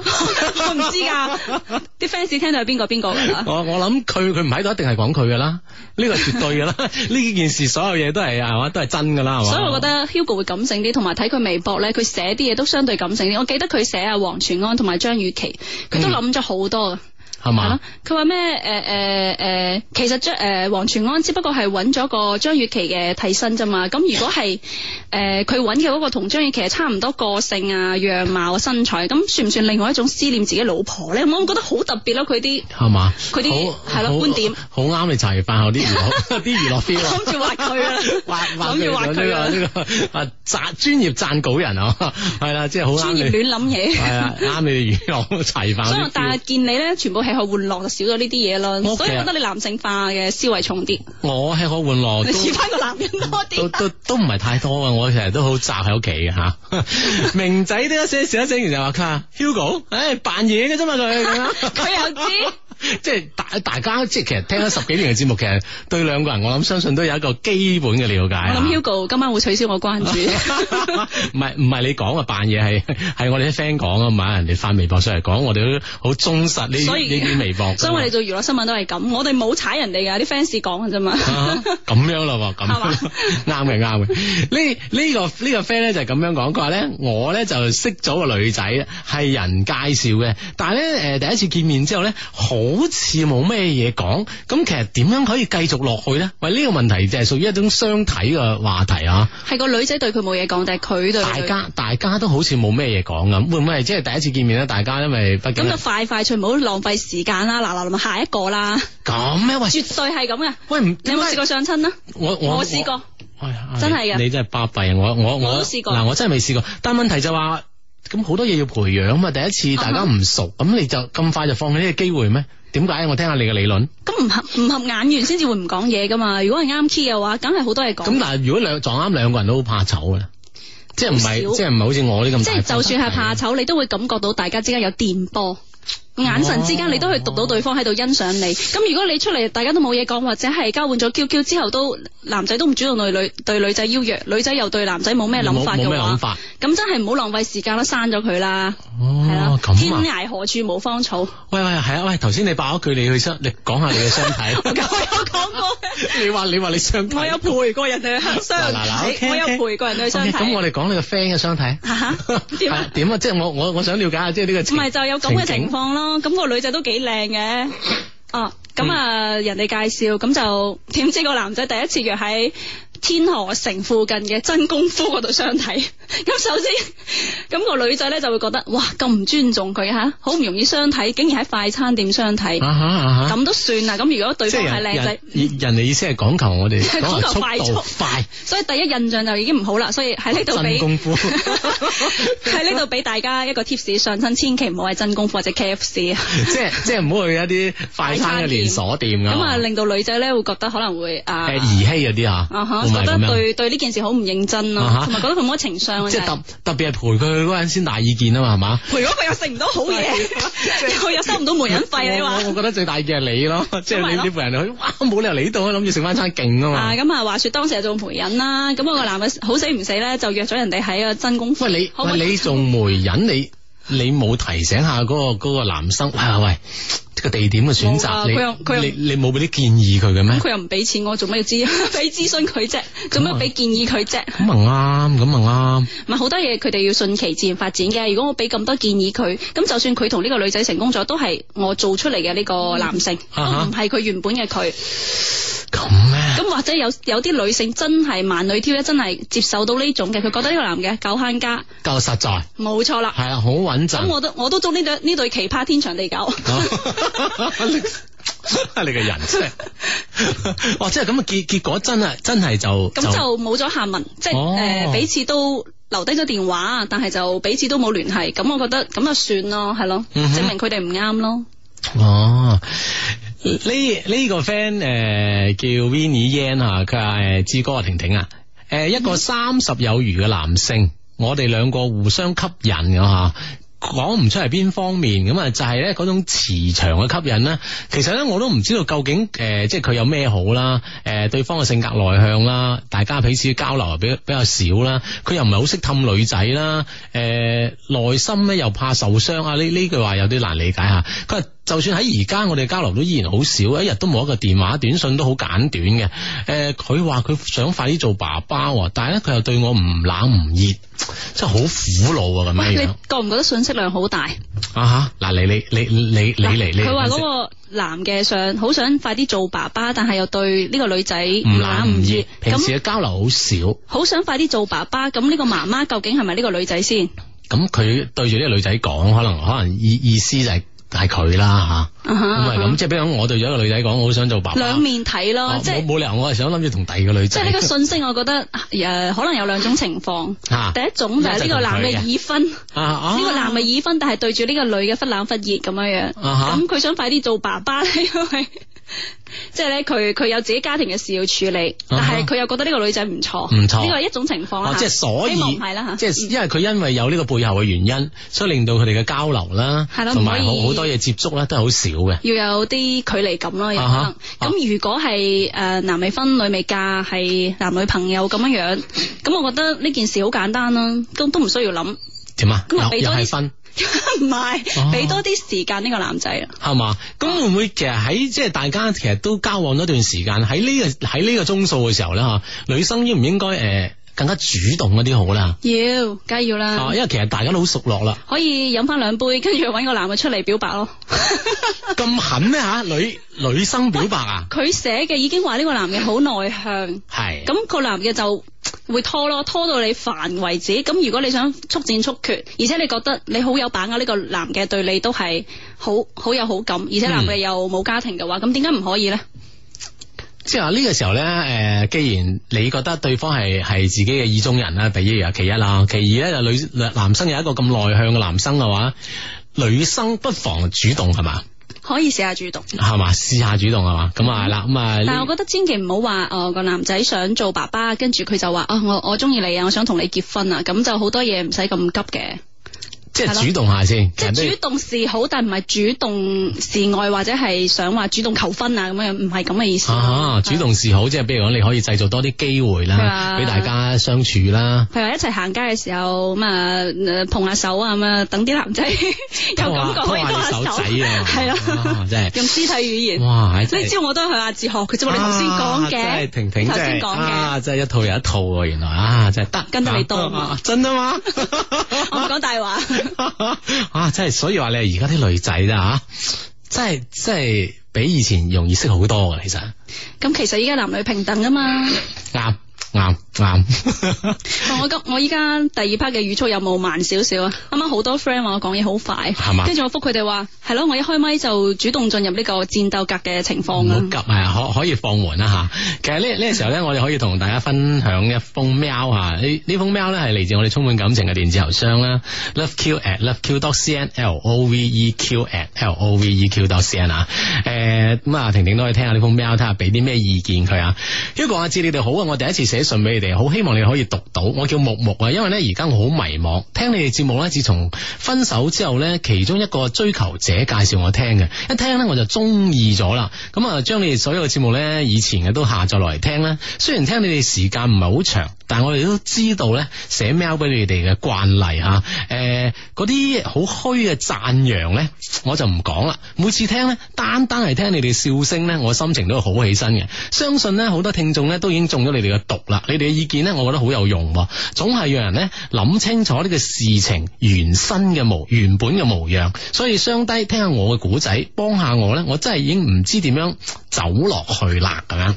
[SPEAKER 2] 我唔知㗎，啲 fans 聽到係邊個邊個㗎啦。
[SPEAKER 1] 我我諗佢佢唔喺度，一定係講佢噶啦，呢個絕對噶啦， [laughs] 呢件事所有嘢都係係嘛，都係真噶啦，係嘛。
[SPEAKER 2] 所以我覺得 Hugo 會感性啲，同埋睇佢微博咧，佢寫啲嘢都相對感性啲。我記得佢寫啊黃全安同埋張雨绮，佢都諗咗好多㗎。
[SPEAKER 1] 嗯係
[SPEAKER 2] 係
[SPEAKER 1] 嘛
[SPEAKER 2] 咯，，佢話咩？誒誒誒，其實張誒黃全安只不過係揾咗個張雨绮嘅替身啫嘛。咁如果係誒佢揾嘅嗰個同張雨绮係差唔多個性啊、樣貌啊、身材，咁算唔算另外一種思念自己老婆咧？我覺得好特別咯，佢啲
[SPEAKER 1] 係嘛，
[SPEAKER 2] 佢啲
[SPEAKER 1] 好
[SPEAKER 2] 係咯
[SPEAKER 1] 好
[SPEAKER 2] 觀點
[SPEAKER 1] 好啱你茶餘飯後啲娛
[SPEAKER 2] [laughs]
[SPEAKER 1] 樂啲娛樂 feel 啊。
[SPEAKER 2] 諗住話佢啦，
[SPEAKER 1] 畫畫
[SPEAKER 2] 諗住畫
[SPEAKER 1] 佢呢
[SPEAKER 2] 佢
[SPEAKER 1] 個
[SPEAKER 2] 啦，
[SPEAKER 1] 呢個啊撰專業撰稿人啊，係啦，即係好啱
[SPEAKER 2] 專業
[SPEAKER 1] 你。
[SPEAKER 2] 亂諗嘢。
[SPEAKER 1] 係啊，啱你哋娛樂齊飯。
[SPEAKER 2] 所以我但係見你咧，全部吃喝玩樂就少咗呢啲嘢
[SPEAKER 1] 啊
[SPEAKER 2] 咯。
[SPEAKER 1] 我
[SPEAKER 2] 所以
[SPEAKER 1] 其實
[SPEAKER 2] 我覺得你男性化嘅思維重啲，
[SPEAKER 1] 我吃喝玩樂
[SPEAKER 2] 你似
[SPEAKER 1] 都
[SPEAKER 2] 翻個男人多啲
[SPEAKER 1] 都。都都唔係太多啊！我成日都好宅喺屋企嘅吓。 [laughs] 明
[SPEAKER 2] [laughs]
[SPEAKER 1] 仔都一寫寫一寫完就話佢話 Hugo，唉扮嘢嘅啫嘛佢咁樣。
[SPEAKER 2] 佢又知，
[SPEAKER 1] [laughs] 即系大大家即系其实听咗十几年嘅节目，其实对两个人我谂相信都有一个基本嘅了解
[SPEAKER 2] 我
[SPEAKER 1] 啊。
[SPEAKER 2] 諗 Hugo 今晚會取消我關注，
[SPEAKER 1] [laughs] 唔係唔係你講啊，扮嘢係係我哋啲 friend 講啊嘛，人哋發微博上嚟講，我哋都好忠實呢
[SPEAKER 2] 所以
[SPEAKER 1] 呢啲微博㗎嘛。
[SPEAKER 2] [laughs] 所以我哋做娛樂新聞都係咁，我哋冇踩人哋㗎，啲 fans 講嘅啫嘛。
[SPEAKER 1] 啊咁樣咯喎，咁
[SPEAKER 2] 係嘛
[SPEAKER 1] 啱嘅啱嘅。呢呢個呢個 friend 咧就係咁樣講，佢話咧我咧就識咗個女仔，係人介紹嘅，但係咧誒第一次見面之後咧，好似冇咩嘢講。咁其實點樣可以繼續落去咧？喂，呢、個問題就係屬於一種相睇嘅話題啊。
[SPEAKER 2] 係個女仔對佢冇嘢講，但係佢對
[SPEAKER 1] 大
[SPEAKER 2] 佢
[SPEAKER 1] 家大家都好似冇咩嘢講咁，會唔會係即係第一次見面咧？大家因為畢竟
[SPEAKER 2] 咁就啊快快脆，唔好浪費時間啦！嗱嗱臨下一個
[SPEAKER 1] [laughs]
[SPEAKER 2] 啦，
[SPEAKER 1] 咁咩？喂
[SPEAKER 2] 絕對係咁嘅。
[SPEAKER 1] 喂唔
[SPEAKER 2] 你有冇
[SPEAKER 1] 點解
[SPEAKER 2] 試過上親啊？
[SPEAKER 1] 我我
[SPEAKER 2] 我試過，
[SPEAKER 1] 哎呀
[SPEAKER 2] 真係㗎
[SPEAKER 1] 你你真係巴閉啊！我我
[SPEAKER 2] 我
[SPEAKER 1] 我
[SPEAKER 2] 都試過
[SPEAKER 1] 嗱，我真係未試過。但問題就話咁好多嘢要培養啊嘛，第一次
[SPEAKER 2] 啊
[SPEAKER 1] 大家唔熟，咁你就咁快就放棄呢個機會咩？點解？我聽下你嘅理論。
[SPEAKER 2] 咁唔合唔合眼緣先至會唔講嘢噶嘛？如果係啱 key 嘅話，梗係好多嘢
[SPEAKER 1] 咁但
[SPEAKER 2] 講。
[SPEAKER 1] 係如果兩撞啱兩個人都好怕醜嘅咧，即係唔
[SPEAKER 2] 好
[SPEAKER 1] 係
[SPEAKER 2] 少
[SPEAKER 1] 即係唔係好似我呢咁
[SPEAKER 2] 即
[SPEAKER 1] 大
[SPEAKER 2] 係
[SPEAKER 1] 方
[SPEAKER 2] 就算係怕
[SPEAKER 1] 係啊哦
[SPEAKER 2] 醜，你都會感覺到大家之間有電波。眼神之間，你都去讀到對方喺度欣賞你。咁如果你出嚟，大家都冇嘢講，或者係交換咗 QQ 之後都，男仔都唔主動對女對女仔邀約，女仔又對男仔冇咩諗法
[SPEAKER 1] 嗯冇
[SPEAKER 2] 嘅
[SPEAKER 1] 冇咩諗
[SPEAKER 2] 話，
[SPEAKER 1] 法。
[SPEAKER 2] 咁真係唔好浪費時間啦，刪咗佢啦，係啦
[SPEAKER 1] 哦，。
[SPEAKER 2] 天
[SPEAKER 1] 咁啊。
[SPEAKER 2] 涯何處無芳草， [laughs]
[SPEAKER 1] 喂喂，係啊，喂，頭先你爆咗句，你去相，你講下你嘅相
[SPEAKER 2] 我有
[SPEAKER 1] 睇。[laughs]
[SPEAKER 2] 講過嘅。
[SPEAKER 1] 你話你話你相睇。
[SPEAKER 2] 我有陪過人哋去相
[SPEAKER 1] 嗱嗱嗱
[SPEAKER 2] 睇，
[SPEAKER 1] ，OK，
[SPEAKER 2] 我有陪過人哋去相
[SPEAKER 1] OK，咁我哋
[SPEAKER 2] 睇。
[SPEAKER 1] 講你個 friend 嘅相睇。
[SPEAKER 2] 嚇嚇點啊
[SPEAKER 1] [laughs] 係？點啊？即係我我我想了解下，即係呢個
[SPEAKER 2] 唔
[SPEAKER 1] 情
[SPEAKER 2] 係就有咁嘅情
[SPEAKER 1] 景
[SPEAKER 2] 況咯。咁個女仔都幾靚嘅，哦，咁啊人哋介紹，咁就點知個男仔第一次約喺天河城附近嘅真功夫嗰度相睇。 [laughs] 咁首先，咁個女仔咧就會覺得，哇咁唔尊重佢嚇，好唔容易相睇，竟然喺快餐店相睇，
[SPEAKER 1] 啊哈啊哈，
[SPEAKER 2] 咁都算啦。咁如果對
[SPEAKER 1] 即
[SPEAKER 2] 方
[SPEAKER 1] 係人
[SPEAKER 2] 係靚仔
[SPEAKER 1] 人。人哋意思係講求我哋
[SPEAKER 2] [laughs] 講求
[SPEAKER 1] 講
[SPEAKER 2] 快
[SPEAKER 1] 求速度
[SPEAKER 2] 速
[SPEAKER 1] 快，
[SPEAKER 2] 所以第一印象就已經唔好啦，所以喺呢度
[SPEAKER 1] 真
[SPEAKER 2] 俾
[SPEAKER 1] 功夫。
[SPEAKER 2] [laughs] 喺呢度俾大家一個 tips，上身千祈唔好係真功夫或者 K F C 啊，
[SPEAKER 1] 即係即係唔好去一啲快餐嘅連鎖店
[SPEAKER 2] 咁啊
[SPEAKER 1] 啊，
[SPEAKER 2] 令到女仔咧會覺得可能會啊
[SPEAKER 1] 誒兒戲嗰啲啊，
[SPEAKER 2] 啊哈，
[SPEAKER 1] 會唔會
[SPEAKER 2] 覺
[SPEAKER 1] 係
[SPEAKER 2] 得
[SPEAKER 1] 咁樣？
[SPEAKER 2] 對對呢件事好唔認真
[SPEAKER 1] 啊哈
[SPEAKER 2] 咯，同埋覺得佢冇乜情商啊，
[SPEAKER 1] 即係
[SPEAKER 2] 真係
[SPEAKER 1] 特特別係陪佢去嗰陣先大意見啊嘛，係嘛？
[SPEAKER 2] 陪嗰個又食唔到好嘢， [laughs] 又又收唔到媒人費，啊
[SPEAKER 1] [laughs]
[SPEAKER 2] 你
[SPEAKER 1] 我我
[SPEAKER 2] 話
[SPEAKER 1] 我覺得最大嘅係你咯，即係
[SPEAKER 2] 咪
[SPEAKER 1] 你
[SPEAKER 2] 咯
[SPEAKER 1] 呢份人去，哇冇理由你到啊，諗住食翻餐勁啊嘛。
[SPEAKER 2] 啊咁啊，話説當時係做媒人啦，咁我啊個男嘅好死唔死咧，就約咗人哋喺個真功夫。
[SPEAKER 1] 喂你
[SPEAKER 2] 可唔可
[SPEAKER 1] 喂
[SPEAKER 2] 以
[SPEAKER 1] 你做媒人你你冇提醒下嗰、個嗰個男生，喂喂喂個地點嘅選
[SPEAKER 2] 冇啊佢又
[SPEAKER 1] 擇，
[SPEAKER 2] 佢又
[SPEAKER 1] 你你你冇俾啲建議佢嘅咩
[SPEAKER 2] 咁？佢又唔俾錢我，做乜
[SPEAKER 1] [laughs]
[SPEAKER 2] 要諮俾諮詢佢啫？做
[SPEAKER 1] 咁
[SPEAKER 2] 乜
[SPEAKER 1] 啊
[SPEAKER 2] 俾建議佢啫？
[SPEAKER 1] 咁啊啱，咁啊
[SPEAKER 2] 唔係好多嘢，佢哋要順其自然發展嘅。如果我俾咁多建議佢，咁就算佢同呢個女仔成功咗，都係我做出嚟嘅呢個男性，都
[SPEAKER 1] 啊哈
[SPEAKER 2] 唔係佢原本嘅佢。
[SPEAKER 1] 啱，咁咩？
[SPEAKER 2] 咁或者有有啲女性真係萬女挑一，真係接受到呢種嘅，佢覺得呢個男嘅狗慳家，
[SPEAKER 1] 夠實在，係
[SPEAKER 2] 冇錯啦。
[SPEAKER 1] 啊，好穩
[SPEAKER 2] 咁
[SPEAKER 1] 陣。
[SPEAKER 2] 我都我都中呢對呢對奇葩天長地久。
[SPEAKER 1] [laughs] 啊你 [laughs] 個人真係，哇！真係咁啊， [laughs] 結結果真係真係就
[SPEAKER 2] [laughs] 咁就冇咗下文，即係
[SPEAKER 1] 哦
[SPEAKER 2] 誒、彼此都留低咗電話，但係就彼此都冇聯繫。咁我覺得咁就算咯，係咯，
[SPEAKER 1] 嗯哼
[SPEAKER 2] 證明佢哋唔啱咯。
[SPEAKER 1] 哦，呢呢、個 friend 誒、叫 Vinny Yan 啊，佢話誒志哥啊婷婷啊，誒、一個三十有餘嘅男性，我哋兩個互相吸引嘅吓。講唔出係邊方面咁啊，就係咧嗰種磁場嘅吸引啦。其實咧我都唔知道究竟誒、即係佢有咩好啦，誒、對方嘅性格內向啦，大家彼此交流又比比較少啦，佢又唔係好識氹女仔啦，誒、內心咧又怕受傷啊，呢呢句話有啲難理解下。佢話就算喺而家我哋交流都依然好少，一日都冇一個電話短信都好簡短嘅。誒、佢話佢想快啲做爸爸喎，但係咧佢又對我唔冷唔熱，真係好苦惱啊咁
[SPEAKER 2] 喂，
[SPEAKER 1] 樣
[SPEAKER 2] 你
[SPEAKER 1] 樣
[SPEAKER 2] 覺唔覺得信息量好大？
[SPEAKER 1] 啊吓！嗱，你你你你你嚟
[SPEAKER 2] 嗱
[SPEAKER 1] 你嚟
[SPEAKER 2] 佢話
[SPEAKER 1] 分析
[SPEAKER 2] 嗰個男嘅想好想快啲做爸爸，但係又對呢個女仔
[SPEAKER 1] 唔
[SPEAKER 2] 唔
[SPEAKER 1] 冷唔熱，平時
[SPEAKER 2] 咁
[SPEAKER 1] 嘅交流好少，
[SPEAKER 2] 好想快啲做爸爸，咁呢個媽媽究竟係咪呢個女仔先？
[SPEAKER 1] 咁佢對住呢個女仔講，可能可能意意思就係係佢啦
[SPEAKER 2] 啊
[SPEAKER 1] 吓，咁
[SPEAKER 2] 哈
[SPEAKER 1] 咪咁，即係比如講我對咗一個女仔講，我好想做爸爸，
[SPEAKER 2] 兩面睇咯，
[SPEAKER 1] 哦
[SPEAKER 2] 即
[SPEAKER 1] 冇
[SPEAKER 2] 係
[SPEAKER 1] 冇理由我係想諗住同第二個女
[SPEAKER 2] 即
[SPEAKER 1] 仔
[SPEAKER 2] 係呢個
[SPEAKER 1] [laughs]
[SPEAKER 2] 信息，我覺得誒、呃可能有兩種情況。
[SPEAKER 1] 吓
[SPEAKER 2] 第一種就係呢個男嘅已婚，呢
[SPEAKER 1] 啊啊
[SPEAKER 2] 個男嘅已婚，但係對住呢個女嘅忽冷忽熱咁樣樣。
[SPEAKER 1] 啊哈
[SPEAKER 2] 咁佢想快啲做爸爸咧，因為 [laughs] 即係咧佢佢有自己家庭嘅事要處理，
[SPEAKER 1] 啊
[SPEAKER 2] 但
[SPEAKER 1] 哈
[SPEAKER 2] 係佢又覺得呢個女仔唔錯，
[SPEAKER 1] 唔錯
[SPEAKER 2] 呢個係一種情況啦
[SPEAKER 1] 哦，
[SPEAKER 2] 嚇。
[SPEAKER 1] 即係所以
[SPEAKER 2] 希望唔係啦嚇，
[SPEAKER 1] 即係因為佢因為有呢個背後嘅原因，所以令到佢哋嘅交流啦，
[SPEAKER 2] 係咯
[SPEAKER 1] 同埋好
[SPEAKER 2] 唔可以
[SPEAKER 1] 好多嘢接觸啦，都係好少嘅。
[SPEAKER 2] 要有啲距離感咯，有可
[SPEAKER 1] 啊
[SPEAKER 2] 能。
[SPEAKER 1] 哈
[SPEAKER 2] 咁如果係誒男未婚女未嫁，係男女朋友咁樣樣，咁我覺得呢件事好簡單啦，咁都唔需要諗， [laughs]
[SPEAKER 1] 點啊？
[SPEAKER 2] 咁咪
[SPEAKER 1] 又
[SPEAKER 2] 俾
[SPEAKER 1] 又
[SPEAKER 2] 多啲
[SPEAKER 1] 係分
[SPEAKER 2] 唔
[SPEAKER 1] 啊
[SPEAKER 2] 係俾多啲時間呢個男仔啊。
[SPEAKER 1] 係嘛？咁會唔會其實喺即係大家其實都交往咗段時間，喺呢、個喺呢個鐘數嘅時候咧嚇，女生應唔應該誒、呃更加主動嗰啲好啦？
[SPEAKER 2] 要，梗係要
[SPEAKER 1] 啊，
[SPEAKER 2] 啦，
[SPEAKER 1] 因為其實大家都好熟絡啦，
[SPEAKER 2] 可以飲翻兩杯，跟住揾個男嘅出嚟表白咯。 [laughs]
[SPEAKER 1] 咁狠咩嚇？女女生表白啊，
[SPEAKER 2] 佢寫嘅已經話呢個男嘅好內向，
[SPEAKER 1] 係
[SPEAKER 2] 咁個男嘅就會拖咯，拖到你煩為止。咁如果你想速戰速決，而且你覺得你好有把握呢個男嘅對你都係好好有好感，而且男嘅又冇家庭嘅話，咁點解唔可以呢？
[SPEAKER 1] 即係話呢個時候咧，誒、既然你覺得對方係係自己嘅意中人啦，第一啊，其一啦，其二咧就女男生有一個咁內向嘅男生嘅話，女生不妨主動係嘛，
[SPEAKER 2] 可以試下主動，
[SPEAKER 1] 係嘛，試下主動係嘛，咁啊係啦，咁啊
[SPEAKER 2] 嗯但係
[SPEAKER 1] 呢
[SPEAKER 2] 我覺得千祈唔好話哦個男仔想做爸爸，跟住佢就話啊、我我中意你啊，我想同你結婚啊，咁就好多嘢唔使咁急嘅。
[SPEAKER 1] 即
[SPEAKER 2] 係咯
[SPEAKER 1] 係主動下先，其
[SPEAKER 2] 即
[SPEAKER 1] 實都
[SPEAKER 2] 係主動示好，但唔係主動示愛或者係想話主動求婚啊咁樣，唔係咁嘅意思。
[SPEAKER 1] 啊，主動示好，即係比如講，你可以製造多啲機會
[SPEAKER 2] 係
[SPEAKER 1] 啦，
[SPEAKER 2] 啊
[SPEAKER 1] 俾大家相處啦。
[SPEAKER 2] 譬如一齊行街嘅時候，咁啊呃碰下手啊，咁啊等啲男仔 [laughs] 有感覺可以
[SPEAKER 1] 拖
[SPEAKER 2] 拖
[SPEAKER 1] 下
[SPEAKER 2] 下
[SPEAKER 1] 手
[SPEAKER 2] 手，
[SPEAKER 1] 仔啊，
[SPEAKER 2] [laughs] 係啦，
[SPEAKER 1] [laughs] 啊，真係，
[SPEAKER 2] 用肢體語言。
[SPEAKER 1] 哇，真係
[SPEAKER 2] 你知道我都係向阿志學嘅啫嘛，你頭先講
[SPEAKER 1] 啊真係
[SPEAKER 2] 嘅，
[SPEAKER 1] 婷婷
[SPEAKER 2] 頭
[SPEAKER 1] 真
[SPEAKER 2] 先
[SPEAKER 1] 係
[SPEAKER 2] 講嘅，
[SPEAKER 1] 啊，真係一套又一套喎，原來啊，真係得
[SPEAKER 2] 跟得你多
[SPEAKER 1] 啊啊真啊嘛，
[SPEAKER 2] 我唔講大話。
[SPEAKER 1] [laughs]
[SPEAKER 2] [laughs]
[SPEAKER 1] 啊，真係所以話你係而家啲女仔啦吓，真係真係比以前容易識好多嘅，其實
[SPEAKER 2] 咁其實依家男女平等啊嘛。
[SPEAKER 1] 啱啱
[SPEAKER 2] [laughs]
[SPEAKER 1] 啱，
[SPEAKER 2] 哦我今我依家第二 part 嘅語速有冇慢少少啊？啱啱好多 friend 話我講嘢好快，
[SPEAKER 1] 係嘛
[SPEAKER 2] 跟住我覆佢哋話係咯，我一開咪就主動進入呢個戰鬥格嘅情
[SPEAKER 1] 唔
[SPEAKER 2] 況
[SPEAKER 1] 好
[SPEAKER 2] 啊啦。
[SPEAKER 1] 急係可可以放緩啦吓。其實呢呢個時候咧，我哋可以同大家分享一封 mail 吓，呢呢封 mail 咧係嚟自我哋充滿感情嘅電子郵箱啦，loveq at loveq dot cn l o v e q at l o v e q dot cn 啊。誒咁啊，婷婷都可以聽下呢封 mail，睇下俾啲咩意見佢啊。Hugo 阿志，你哋好啊！我第一次寫信俾你哋，好希望你可以讀到。我叫木木啊，因為咧而家我好迷茫，聽你哋節目咧，自從分手之後咧，其中一個追求者介紹我聽嘅，一聽咧我就中意咗啦。咁啊，將你哋所有嘅節目咧，以前嘅都下載落嚟聽啦。雖然聽你哋時間唔係好長，但係我哋都知道咧寫 mail 俾你哋嘅慣例吓，誒嗰啲好虛嘅讚揚咧，我就唔講啦。每次聽咧，單單係聽你哋笑聲咧，我心情都會好起身嘅。相信咧好多聽眾咧都已經中咗你哋嘅毒啦。你哋嘅意見咧，我覺得好有用喎，總係讓人咧諗清楚呢個事情原身嘅模原本嘅模樣。所以相低聽下我嘅古仔，幫下我咧，我真係已經唔知點樣走落去啦咁樣。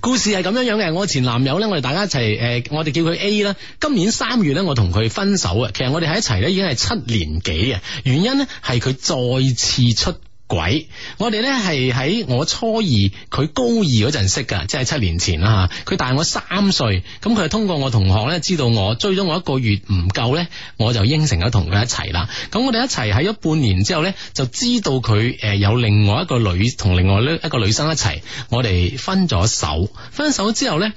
[SPEAKER 1] 故事係咁樣樣嘅，我前男友咧，我哋大家一齊誒、呃我哋叫佢 A 啦。今年三月咧，我同佢分手啊。其實我哋喺一齊咧已經係七年幾啊。原因咧係佢再次出軌。我哋咧係喺我初二，佢高二嗰陣識噶，即係七年前啦吓。佢大我三歲，咁佢係通過我同學咧知道我追咗我一個月唔夠咧，我就應承咗同佢一齊啦。咁我哋一齊喺咗半年之後咧，就知道佢誒、呃有另外一個女同另外一個女生一齊，我哋分咗手。分手之後咧。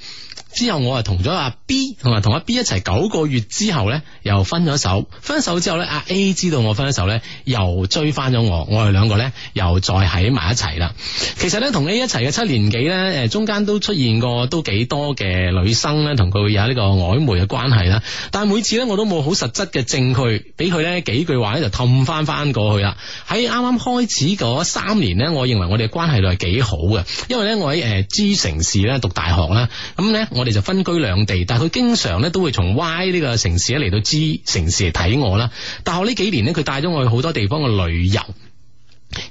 [SPEAKER 1] 之後我係同咗阿 B 同埋同阿 B 一齊九個月之後呢，又分咗手。分手之後呢，阿 A 知道我分咗手呢，又追翻咗我。我哋兩個呢，又再喺埋一齊啦。其實呢，同 A 一齊嘅七年幾呢，誒中間都出現過都幾多嘅女生呢，同佢有呢個曖昧嘅關係啦。但係每次呢，我都冇好實質嘅證據俾佢呢幾句話呢，就氹翻翻過去啦。喺啱啱開始嗰三年呢，我認為我哋嘅關係度係幾好嘅，因為呢，我喺誒 G 城市呢讀大學啦，咁呢，我哋就分居兩地，但係佢經常呢都會從 Y 呢個城市呢嚟到 G 城市嚟睇我啦。大學呢幾年呢，佢帶咗我去好多地方嘅旅遊。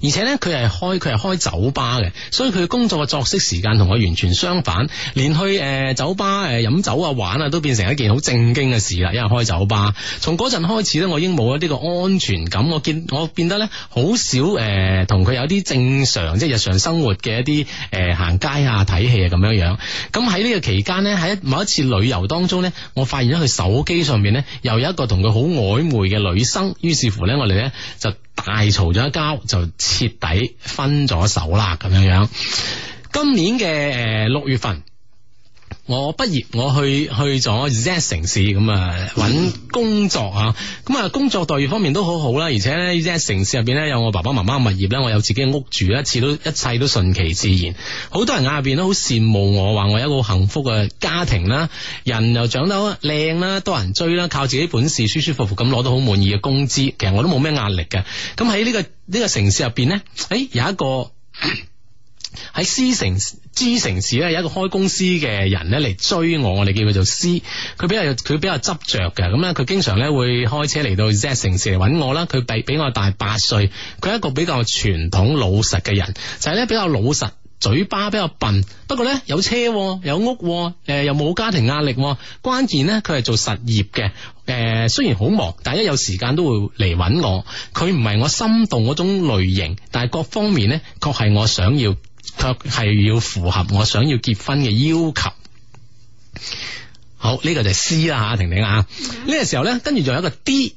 [SPEAKER 1] 而且咧，佢係開佢係開酒吧嘅，所以佢工作嘅作息時間同我完全相反，連去誒、呃酒吧誒飲、酒啊玩啊都變成一件好正經嘅事啦。因為開酒吧，從嗰陣開始咧，我已經冇咗呢個安全感，我見我變得咧好少誒同佢有啲正常即係日常生活嘅一啲誒、呃行街啊睇戲啊咁樣樣。咁喺呢個期間咧，喺某一次旅遊當中咧，我發現咗佢手機上面咧又有一個同佢好曖昧嘅女生，於是乎咧我哋咧就。突大嘈咗一交，就徹底分咗手啦咁樣樣。今年嘅誒呃六月份。我畢業，我去去咗 Z 城市咁啊，揾工作啊，咁啊工作待遇方面都好好啦，而且咧 Z 城市入邊咧有我爸爸媽媽嘅物業咧，我有自己嘅屋住，一切都一切都順其自然。好多人眼入邊都好羨慕我，話我有一個幸福嘅家庭啦，人又長得靚啦，多人追啦，靠自己本事舒舒服服咁攞到好滿意嘅工資，其實我都冇咩壓力嘅。咁喺呢個呢、個城市入邊咧，誒有一個。喺 C 城 G 城市咧有一個開公司嘅人咧嚟追我，我哋叫佢做 C。佢比較佢比較執着嘅，咁咧佢經常咧會開車嚟到 Z 城市嚟揾我啦。佢比比我大八歲，佢係一個比較傳統老實嘅人，就係、咧比較老實。嘴巴比較笨，不過咧有車喎、有屋喎、誒又冇家庭壓力喎，關鍵咧佢係做實業嘅。誒、雖然好忙，但係一有時間都會嚟揾我。佢唔係我心動嗰種類型，但係各方面咧確係我想要，卻係要符合我想要結婚嘅要求。好，呢、個就係 C 啦吓，婷婷啊，呢、個時候咧，跟住仲有一個 D。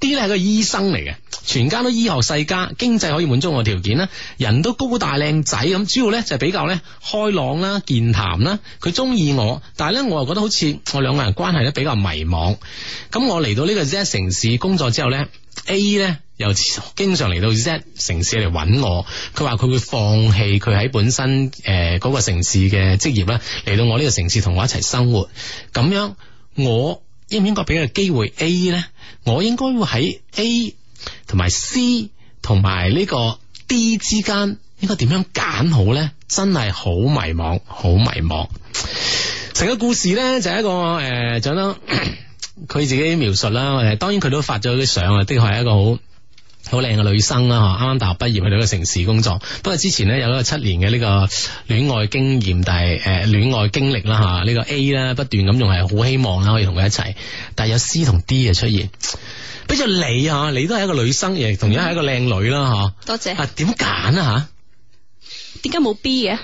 [SPEAKER 1] D [coughs] 咧係個醫生嚟嘅，全家都醫學世家，經濟可以滿足我條件啦，人都高大靚仔咁，主要咧就係比較咧開朗啦、健談啦。佢中意我，但係咧我又覺得好似我兩個人關係咧比較迷茫。咁我嚟到呢個 Z 城市工作之後咧，A 咧又經常嚟到 Z 城市嚟揾我，佢話佢會放棄佢喺本身誒嗰、個城市嘅職業啦，嚟到我呢個城市同我一齊生活，咁樣我。應唔應該俾個機會 A 咧？我應該會喺 A 同埋 C 同埋呢個 D 之間，應該點樣揀好咧？真係好迷茫，好迷茫。成個故事咧就係、一個誒，長、得 [clears throat] 佢自己描述啦。誒，當然佢都發咗啲相啊，的確係一個好。好靚嘅女生啦，嚇啱啱大學畢業去到一個城市工作。不過之前咧有一個七年嘅呢個戀愛經驗，但係誒、呃、戀愛經歷啦嚇，呢、個 A 咧不斷咁仲係好希望啦，可以同佢一齊。但係有 C 同 D 嘅出現，俾咗你嚇，你都係一個女生，亦同樣係一個靚女啦
[SPEAKER 2] 多
[SPEAKER 1] 嚇。
[SPEAKER 2] 謝。
[SPEAKER 1] 啊點揀啊嚇？
[SPEAKER 2] 點解冇 B 嘅？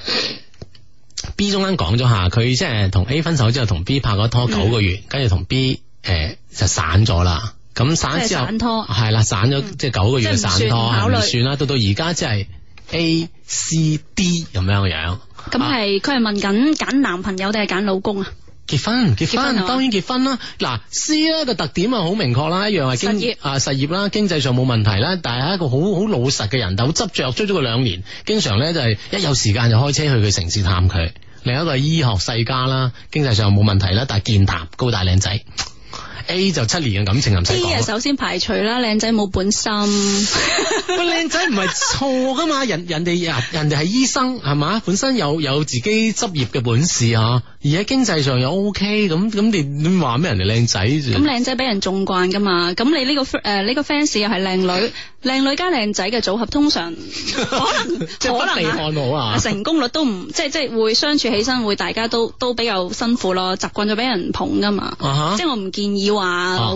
[SPEAKER 1] B 中間講咗下，佢即係同 A 分手之後，同 B 拍咗拖九個
[SPEAKER 2] 嗯
[SPEAKER 1] 月，跟住同 B 誒、呃就散咗啦。咁散之後
[SPEAKER 2] 即係散拖嗯
[SPEAKER 1] 係啦，散咗即係九個月嘅
[SPEAKER 2] 即係唔
[SPEAKER 1] 散拖，
[SPEAKER 2] 算考慮
[SPEAKER 1] 係唔算啦。到到而家即係 A、C、D 咁樣樣。
[SPEAKER 2] 咁
[SPEAKER 1] 啊
[SPEAKER 2] 係佢係問緊揀男朋友定係揀老公啊？
[SPEAKER 1] 結婚，結
[SPEAKER 2] 結
[SPEAKER 1] 婚
[SPEAKER 2] 婚啊
[SPEAKER 1] 當然結婚啦。嗱，C 咧個特點啊好明確啦，一樣係經
[SPEAKER 2] 實業
[SPEAKER 1] 啊實業啦，經濟上冇問題啦，但係一個好好老實嘅人，但好執着，追咗佢兩年，經常咧就係、一有時間就開車去佢城市探佢。另一個係醫學世家啦，經濟上冇問題啦，但係健談高大靚仔。A 就七年嘅感情就唔使
[SPEAKER 2] B
[SPEAKER 1] 講
[SPEAKER 2] 啊，
[SPEAKER 1] 啦。
[SPEAKER 2] 首先排除啦，靚仔冇
[SPEAKER 1] [laughs]
[SPEAKER 2] 本心，
[SPEAKER 1] 喂，靚仔唔係錯噶嘛，人人哋人人哋係醫生係嘛，本身有有自己執業嘅本事啊，而喺經濟上又 OK 咁咁，你你話咩人哋靚仔？
[SPEAKER 2] 咁靚仔俾人縱慣噶嘛？咁你呢個誒呢個 fans 又係靚女，靚女加靚仔嘅組合，
[SPEAKER 1] [laughs]
[SPEAKER 2] 通常可能
[SPEAKER 1] 即係
[SPEAKER 2] 可
[SPEAKER 1] 不
[SPEAKER 2] 能
[SPEAKER 1] 被
[SPEAKER 2] 啊
[SPEAKER 1] 看好啊
[SPEAKER 2] 啊！成功率都唔即係即係會相處起身會大家都都比較辛苦咯，習慣咗俾人捧噶嘛。
[SPEAKER 1] 啊哈啊
[SPEAKER 2] 即係我唔建議話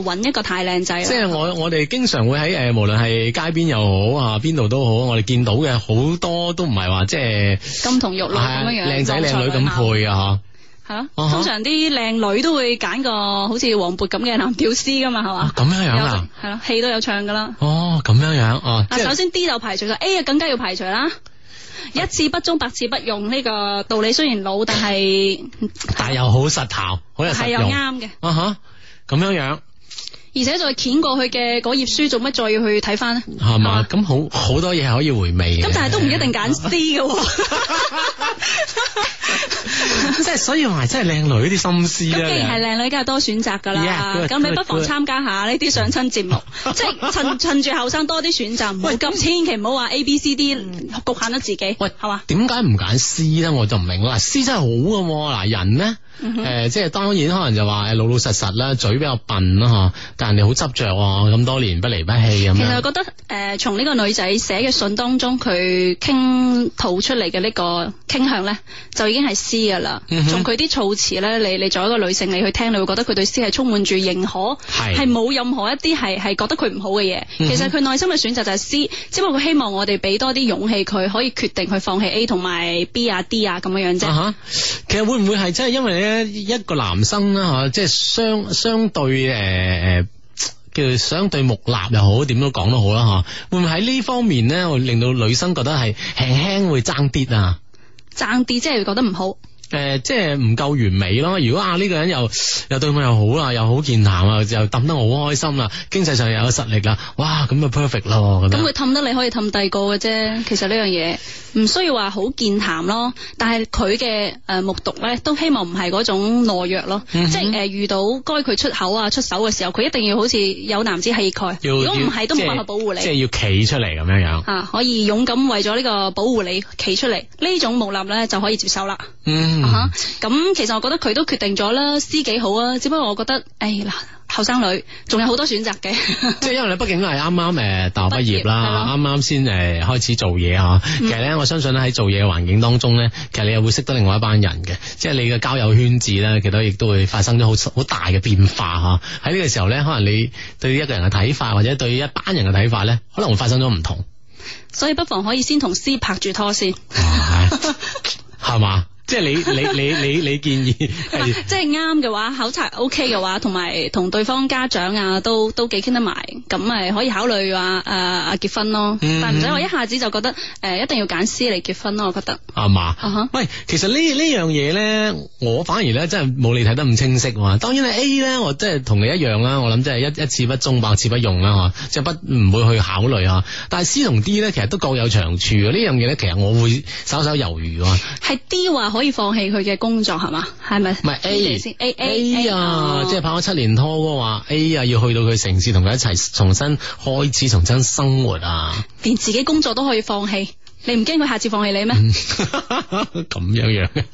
[SPEAKER 2] 揾一個太靚仔
[SPEAKER 1] 即係
[SPEAKER 2] 啦。
[SPEAKER 1] 我我哋經常會喺誒、呃，無論係街邊又好啊，邊度都好，我哋見到嘅好多都唔係話即係
[SPEAKER 2] 金童玉女
[SPEAKER 1] 係啊
[SPEAKER 2] 咁樣樣，
[SPEAKER 1] 靚仔靚女咁
[SPEAKER 2] 郎才女貌，
[SPEAKER 1] 配嘅嗬。
[SPEAKER 2] 係
[SPEAKER 1] 啊
[SPEAKER 2] 咯。
[SPEAKER 1] 哈
[SPEAKER 2] 通常啲靚女都會揀個好似黃渤咁嘅男屌絲噶嘛，係
[SPEAKER 1] 啊
[SPEAKER 2] 嘛？
[SPEAKER 1] 咁樣樣啊？
[SPEAKER 2] 有係咯，戲都有唱噶啦。
[SPEAKER 1] 哦，咁樣樣哦，
[SPEAKER 2] 啊，
[SPEAKER 1] 即
[SPEAKER 2] 首
[SPEAKER 1] 係
[SPEAKER 2] 先 D 就排除咗，A 啊更加要排除啦。一次不忠，百次不用呢個道理雖然老，但
[SPEAKER 1] [laughs]
[SPEAKER 2] 係
[SPEAKER 1] 但又好實效，好有實
[SPEAKER 2] 係又
[SPEAKER 1] 用
[SPEAKER 2] 啱嘅。
[SPEAKER 1] 啊哈，咁樣樣。
[SPEAKER 2] 而且再掀過去嘅嗰頁書，做乜再要去睇翻咧？
[SPEAKER 1] 係嘛？
[SPEAKER 2] 係
[SPEAKER 1] 咁好好多嘢係可以回味嘅。
[SPEAKER 2] 咁但係都唔一定揀 C 嘅喎。
[SPEAKER 1] [laughs]
[SPEAKER 2] [laughs]
[SPEAKER 1] 即係所以話，真係靚女啲心思啊
[SPEAKER 2] 咁
[SPEAKER 1] 啦。
[SPEAKER 2] 既然係靚女，梗係多選擇㗎啦。
[SPEAKER 1] Yeah，good，
[SPEAKER 2] 咁你
[SPEAKER 1] good，
[SPEAKER 2] 不妨
[SPEAKER 1] good
[SPEAKER 2] 參加下呢啲上親節
[SPEAKER 1] [laughs]
[SPEAKER 2] 目，即係趁趁住後生多啲選擇，唔好咁千祈唔好話 A、B、C、D 局限咗自己。
[SPEAKER 1] 喂
[SPEAKER 2] 係嘛？
[SPEAKER 1] 點解唔揀 C 咧？我就唔明啦。C 真係好嘅喎，嗱人咧，誒、
[SPEAKER 2] 嗯
[SPEAKER 1] 即係當然可能就話誒老老實實啦，嘴比較笨啦嚇，但係人哋好執着喎，咁多年不離不棄咁
[SPEAKER 2] 其實我
[SPEAKER 1] 樣。
[SPEAKER 2] 覺得誒、呃，從呢個女仔寫嘅信當中，佢傾吐出嚟嘅呢個傾向咧，就已經係 C 㗎啦。
[SPEAKER 1] 嗯哼
[SPEAKER 2] 從佢啲措辭咧，你你作為一個女性，你去聽，你會覺得佢對 C 係充滿住認可，
[SPEAKER 1] 係
[SPEAKER 2] 係冇任何一啲係係覺得佢唔好嘅嘢。
[SPEAKER 1] 嗯哼
[SPEAKER 2] 其實佢內心嘅選擇就係 C，只不過佢希望我哋俾多啲勇氣佢，可以決定去放棄 A 同埋 B 啊 D 啊咁樣樣啫。
[SPEAKER 1] 啊哈，其實會唔會係啊真係因為咧一個男生啦嚇，即係相相對誒誒叫做相對木訥又好，點都講都好啦吓，會唔會喺呢方面咧，會令到女生覺得係輕輕會爭啲啊？
[SPEAKER 2] 爭啲，即係覺得唔好。
[SPEAKER 1] 誒、呃即係唔夠完美咯。如果啊呢、個人又又對我又好啦，又好健談啊，又氹得我好開心啦，經濟上又有實力啦，哇咁就 perfect 啦，我覺
[SPEAKER 2] 咁
[SPEAKER 1] 得
[SPEAKER 2] 佢氹得你可以氹第二個嘅啫，其實呢樣嘢唔需要話好健談咯，但係佢嘅誒目讀咧，都希望唔係嗰種懦弱咯，
[SPEAKER 1] 嗯哼
[SPEAKER 2] 即係誒、遇到該佢出口啊出手嘅時候，佢一定要好似有男子氣概，
[SPEAKER 1] 要
[SPEAKER 2] 如果唔
[SPEAKER 1] 要
[SPEAKER 2] 係都冇辦
[SPEAKER 1] 即
[SPEAKER 2] 法
[SPEAKER 1] 係
[SPEAKER 2] 保護
[SPEAKER 1] 即
[SPEAKER 2] 你。
[SPEAKER 1] 係要企出嚟咁樣樣。
[SPEAKER 2] 啊，可以勇敢為咗呢個保護你企出嚟，呢種無立咧就可以接受啦。
[SPEAKER 1] 嗯，
[SPEAKER 2] 啊哈咁其實我覺得佢都決定咗啦，知己好啊，只不過我覺得，誒嗱，後生女仲有好多選擇嘅。 [laughs]
[SPEAKER 1] 即係因為你畢竟都係啱啱誒大學畢業嗯啦，
[SPEAKER 2] 畢
[SPEAKER 1] 啱啱先誒開始做嘢嚇。其實咧，我相信咧喺做嘢嘅環境當中咧，其實你又會識得另外一班人嘅，即係你嘅交友圈子咧，其實亦都會發生咗好好大嘅變化嚇。喺呢個時候咧，可能你對一個人嘅睇法，或者對一班人嘅睇法咧，可能會發生咗唔 [laughs] 同，
[SPEAKER 2] 所以不妨可以先同 C 拍住拖先，
[SPEAKER 1] 係係嘛？即係你你你你你建 [laughs] 議係
[SPEAKER 2] [laughs] 即係啱嘅話，考察 OK 嘅話，同埋 [laughs] 同對方家長啊，都都幾傾得埋，咁咪可以考慮話誒啊結婚咯。
[SPEAKER 1] 嗯
[SPEAKER 2] 但唔使話一下子就覺得誒、呃一定要揀 C 嚟結婚咯，我覺得。
[SPEAKER 1] 係嘛？
[SPEAKER 2] 啊哈
[SPEAKER 1] 喂，其實呢呢樣嘢咧，我反而咧真係冇你睇得咁清晰喎。當然咧 A 咧，我真係同你一樣啦，我諗真係一一次不忠，百次不用啦，嚇，即係不唔會去考慮啊。但係 C 同 D 咧，其實都各有長處嘅。呢樣嘢咧，其實我會稍稍猶豫喎。
[SPEAKER 2] 係 D 話可以放棄佢嘅工作係嘛？係咪？唔
[SPEAKER 1] 唔係 A
[SPEAKER 2] 先 A
[SPEAKER 1] A
[SPEAKER 2] A 哦
[SPEAKER 1] 啊，即係拍咗七年拖嗰個話 A 啊，要去到佢城市同佢一齊重新開始重新生活
[SPEAKER 2] [laughs]
[SPEAKER 1] 啊。
[SPEAKER 2] 連自己工作都可以放棄，你唔驚佢下次放棄你咩？
[SPEAKER 1] 嗯咁樣樣嘅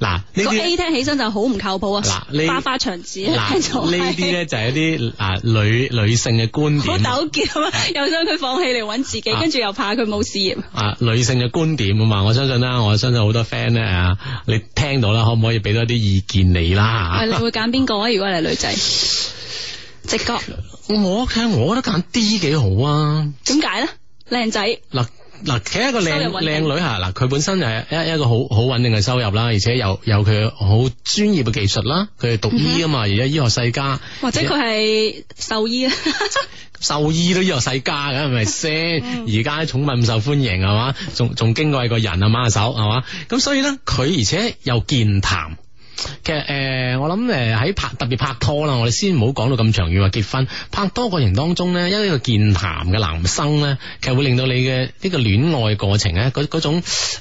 [SPEAKER 1] 嗱，呢
[SPEAKER 2] 個
[SPEAKER 1] 啲
[SPEAKER 2] A 聽起身就好唔靠譜啊！
[SPEAKER 1] 嗱呢
[SPEAKER 2] 花花腸子啊， [laughs] 聽
[SPEAKER 1] 嗱
[SPEAKER 2] 做
[SPEAKER 1] 呢啲咧就係一啲啊女女性嘅觀
[SPEAKER 2] 好
[SPEAKER 1] 點。
[SPEAKER 2] 糾
[SPEAKER 1] [laughs]
[SPEAKER 2] 結啊嘛，又想佢放棄嚟揾自己，
[SPEAKER 1] 啊
[SPEAKER 2] 跟住又怕佢冇事業。
[SPEAKER 1] 啊，女性嘅觀點啊嘛，我相信啦，我相信好多 friend 咧啊，你聽到啦，可唔可以俾多啲意見你啦
[SPEAKER 2] 啊，你會揀邊個啊？如果你係女仔，直
[SPEAKER 1] [laughs]
[SPEAKER 2] 覺
[SPEAKER 1] 我其實我覺得揀 D 幾好啊，
[SPEAKER 2] 點解咧？靚仔，
[SPEAKER 1] 嗱。嗱，企一個靚
[SPEAKER 2] 收入穩定
[SPEAKER 1] 靚女嚇，嗱佢本身就係一一個好好穩定嘅收入啦，而且有有佢好專業嘅技術啦，佢係讀醫啊嘛，而家醫學世家，
[SPEAKER 2] 或者佢係獸醫啊？嗯
[SPEAKER 1] 啊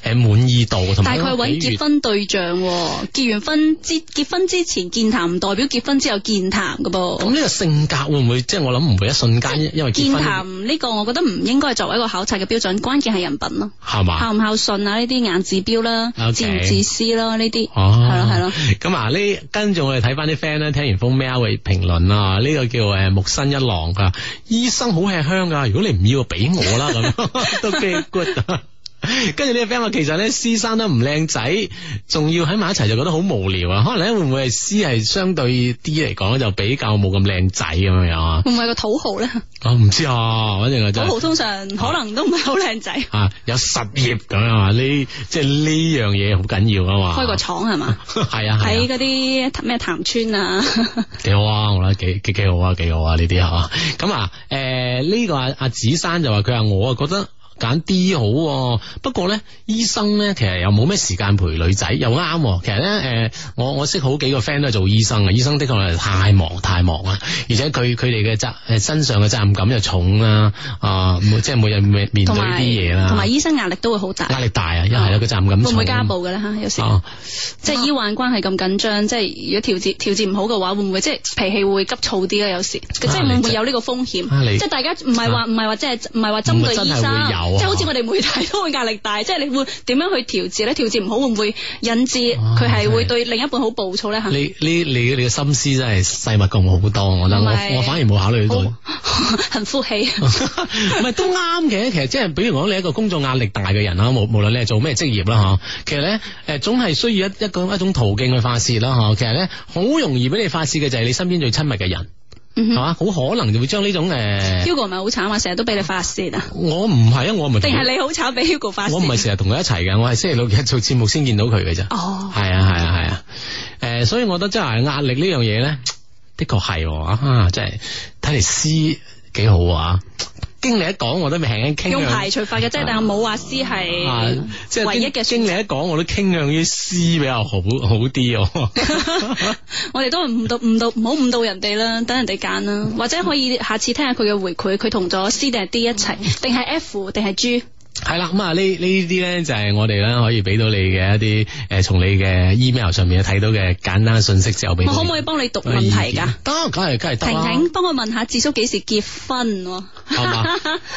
[SPEAKER 2] 但係佢揾結
[SPEAKER 1] 婚
[SPEAKER 2] 婚對象喎，結完婚之結婚之前健談，唔代表結婚之後健談噶
[SPEAKER 1] 咁
[SPEAKER 2] 噃。
[SPEAKER 1] 呢個性格會唔會即係我諗唔會一瞬間因為
[SPEAKER 2] 健
[SPEAKER 1] 結婚
[SPEAKER 2] 談呢個，我覺得唔應該係作為一個考察嘅標準，關鍵係人品咯，
[SPEAKER 1] 係嘛？
[SPEAKER 2] 孝唔孝順啊，呢啲眼指標啦
[SPEAKER 1] OK，
[SPEAKER 2] 自唔自私啦，
[SPEAKER 1] [laughs]
[SPEAKER 2] 呢啲
[SPEAKER 1] 哦，
[SPEAKER 2] 係咯係咯。
[SPEAKER 1] 咁啊，呢跟住我哋睇翻啲 friend 咧，聽完封 mail 嘅評論啊，呢、個叫誒木新一郎噶，醫生好吃香噶，如果你唔要，俾我啦咁， [laughs] 都幾 good 啊。跟住呢個 friend 話，其實咧 C 生得唔靚仔，仲要喺埋一齊就覺得好無聊啊。可能咧會唔會係 C 係相對 D 嚟講就比較冇咁靚仔咁樣樣啊？
[SPEAKER 2] 會唔會係個土豪
[SPEAKER 1] [laughs]
[SPEAKER 2] 咧？
[SPEAKER 1] 我唔知啊，反正我
[SPEAKER 2] 土
[SPEAKER 1] 真係
[SPEAKER 2] 豪通常可能都唔係好靚仔，
[SPEAKER 1] 啊有實業咁樣啊，呢即係呢樣嘢好緊要啊嘛。
[SPEAKER 2] 開
[SPEAKER 1] [laughs]
[SPEAKER 2] 個廠係嘛？
[SPEAKER 1] 係啊係啊
[SPEAKER 2] 喺嗰啲咩潭
[SPEAKER 1] [laughs]
[SPEAKER 2] 村啊，
[SPEAKER 1] 幾好啊，我覺得幾幾幾好啊，幾好啊呢啲啊， [laughs] 咁啊，誒、呢、個阿阿子珊就話佢話我啊覺得。揀 D 好、喎。不過咧，醫生咧其實又冇咩時間陪女仔，又啱、喎。其實咧，誒、我我識好幾個 friend 都係做醫生嘅，醫生的確係太忙太忙啦，而且佢佢哋嘅責誒身上嘅責任感又重啦，啊、每即係每日面面對
[SPEAKER 2] 同
[SPEAKER 1] 呢
[SPEAKER 2] 埋
[SPEAKER 1] 啲嘢
[SPEAKER 2] 同埋
[SPEAKER 1] 啦，
[SPEAKER 2] 醫生壓力都會好大，
[SPEAKER 1] 壓力大啊，一係咧個責任感
[SPEAKER 2] 會唔
[SPEAKER 1] 重，
[SPEAKER 2] 會家暴嘅咧？嚇，有時
[SPEAKER 1] 啊，
[SPEAKER 2] 即係醫患關係咁緊張，即係如果調節調節唔好嘅話，會唔會即係脾氣會急躁啲咧？有時即係會唔會有呢個風
[SPEAKER 1] 啊你
[SPEAKER 2] 險？即係大家唔係話唔係話即係唔係話針對醫
[SPEAKER 1] 唔係真係
[SPEAKER 2] 生
[SPEAKER 1] 會有啊，
[SPEAKER 2] 即係好似我哋媒體都會壓力大，即係你會點樣去調節咧？調節唔好會唔會引致
[SPEAKER 1] 啊
[SPEAKER 2] 佢係會對另一半好暴躁咧？嚇，
[SPEAKER 1] 你你你你嘅心思真係細密過我好多，我覺得
[SPEAKER 2] 唔係
[SPEAKER 1] 我我反而冇考慮到。
[SPEAKER 2] 好 [laughs] 很
[SPEAKER 1] [laughs]
[SPEAKER 2] 夫氣。
[SPEAKER 1] 唔係都啱嘅，其實即係比如講你一個工作壓力大嘅人啦，啊無無論你係做咩職業啦嚇，其實咧誒總係需要一一個一種途徑去發泄啦嚇，其實咧好容易俾你發泄嘅就係你身邊最親密嘅人，
[SPEAKER 2] 嗯
[SPEAKER 1] 係
[SPEAKER 2] 哼
[SPEAKER 1] 嘛、好可能就會將呢種誒、
[SPEAKER 2] Hugo 咪好慘啊，成日都俾你發泄
[SPEAKER 1] [laughs]
[SPEAKER 2] 啊，
[SPEAKER 1] 我唔係啊，我唔係同
[SPEAKER 2] 定
[SPEAKER 1] 佢
[SPEAKER 2] 係你好慘俾 Hugo 發泄？
[SPEAKER 1] 我唔係成日同佢一齊嘅，我係星期六日做節目先見到佢嘅咋，係
[SPEAKER 2] 哦，
[SPEAKER 1] 啊係啊係啊，誒、所以我覺得真係壓力呢樣嘢咧，的確係喎啊，真係睇嚟詩幾好啊！經理一講，我都未輕輕傾
[SPEAKER 2] 用
[SPEAKER 1] 向
[SPEAKER 2] 排除法嘅，即係但係冇話 C
[SPEAKER 1] 啊
[SPEAKER 2] 係
[SPEAKER 1] 即係
[SPEAKER 2] 唯一嘅
[SPEAKER 1] 經經
[SPEAKER 2] 選
[SPEAKER 1] 理
[SPEAKER 2] 擇。
[SPEAKER 1] 一講，我都傾向於 C 比較好好 [laughs] 啲哦。
[SPEAKER 2] 我哋都唔到唔到，唔好誤導人哋啦，等人哋揀啦，或者可以下次聽下佢嘅回饋，佢同咗 C 定係 D 一齊，定係 F 定係 G。
[SPEAKER 1] 係啦，咁啊呢呢啲咧就係我哋咧可以俾到你嘅一啲誒，從你嘅 email 上面睇到嘅簡單信息之後，俾
[SPEAKER 2] 我
[SPEAKER 1] 到
[SPEAKER 2] 可唔
[SPEAKER 1] 你
[SPEAKER 2] 可以幫你讀問
[SPEAKER 1] 哎
[SPEAKER 2] 題㗎？？
[SPEAKER 1] 得，梗係梗係得
[SPEAKER 2] 婷
[SPEAKER 1] 啦。
[SPEAKER 2] 婷，幫我問下智叔幾時結婚喎？
[SPEAKER 1] 係
[SPEAKER 2] [laughs]
[SPEAKER 1] 嘛？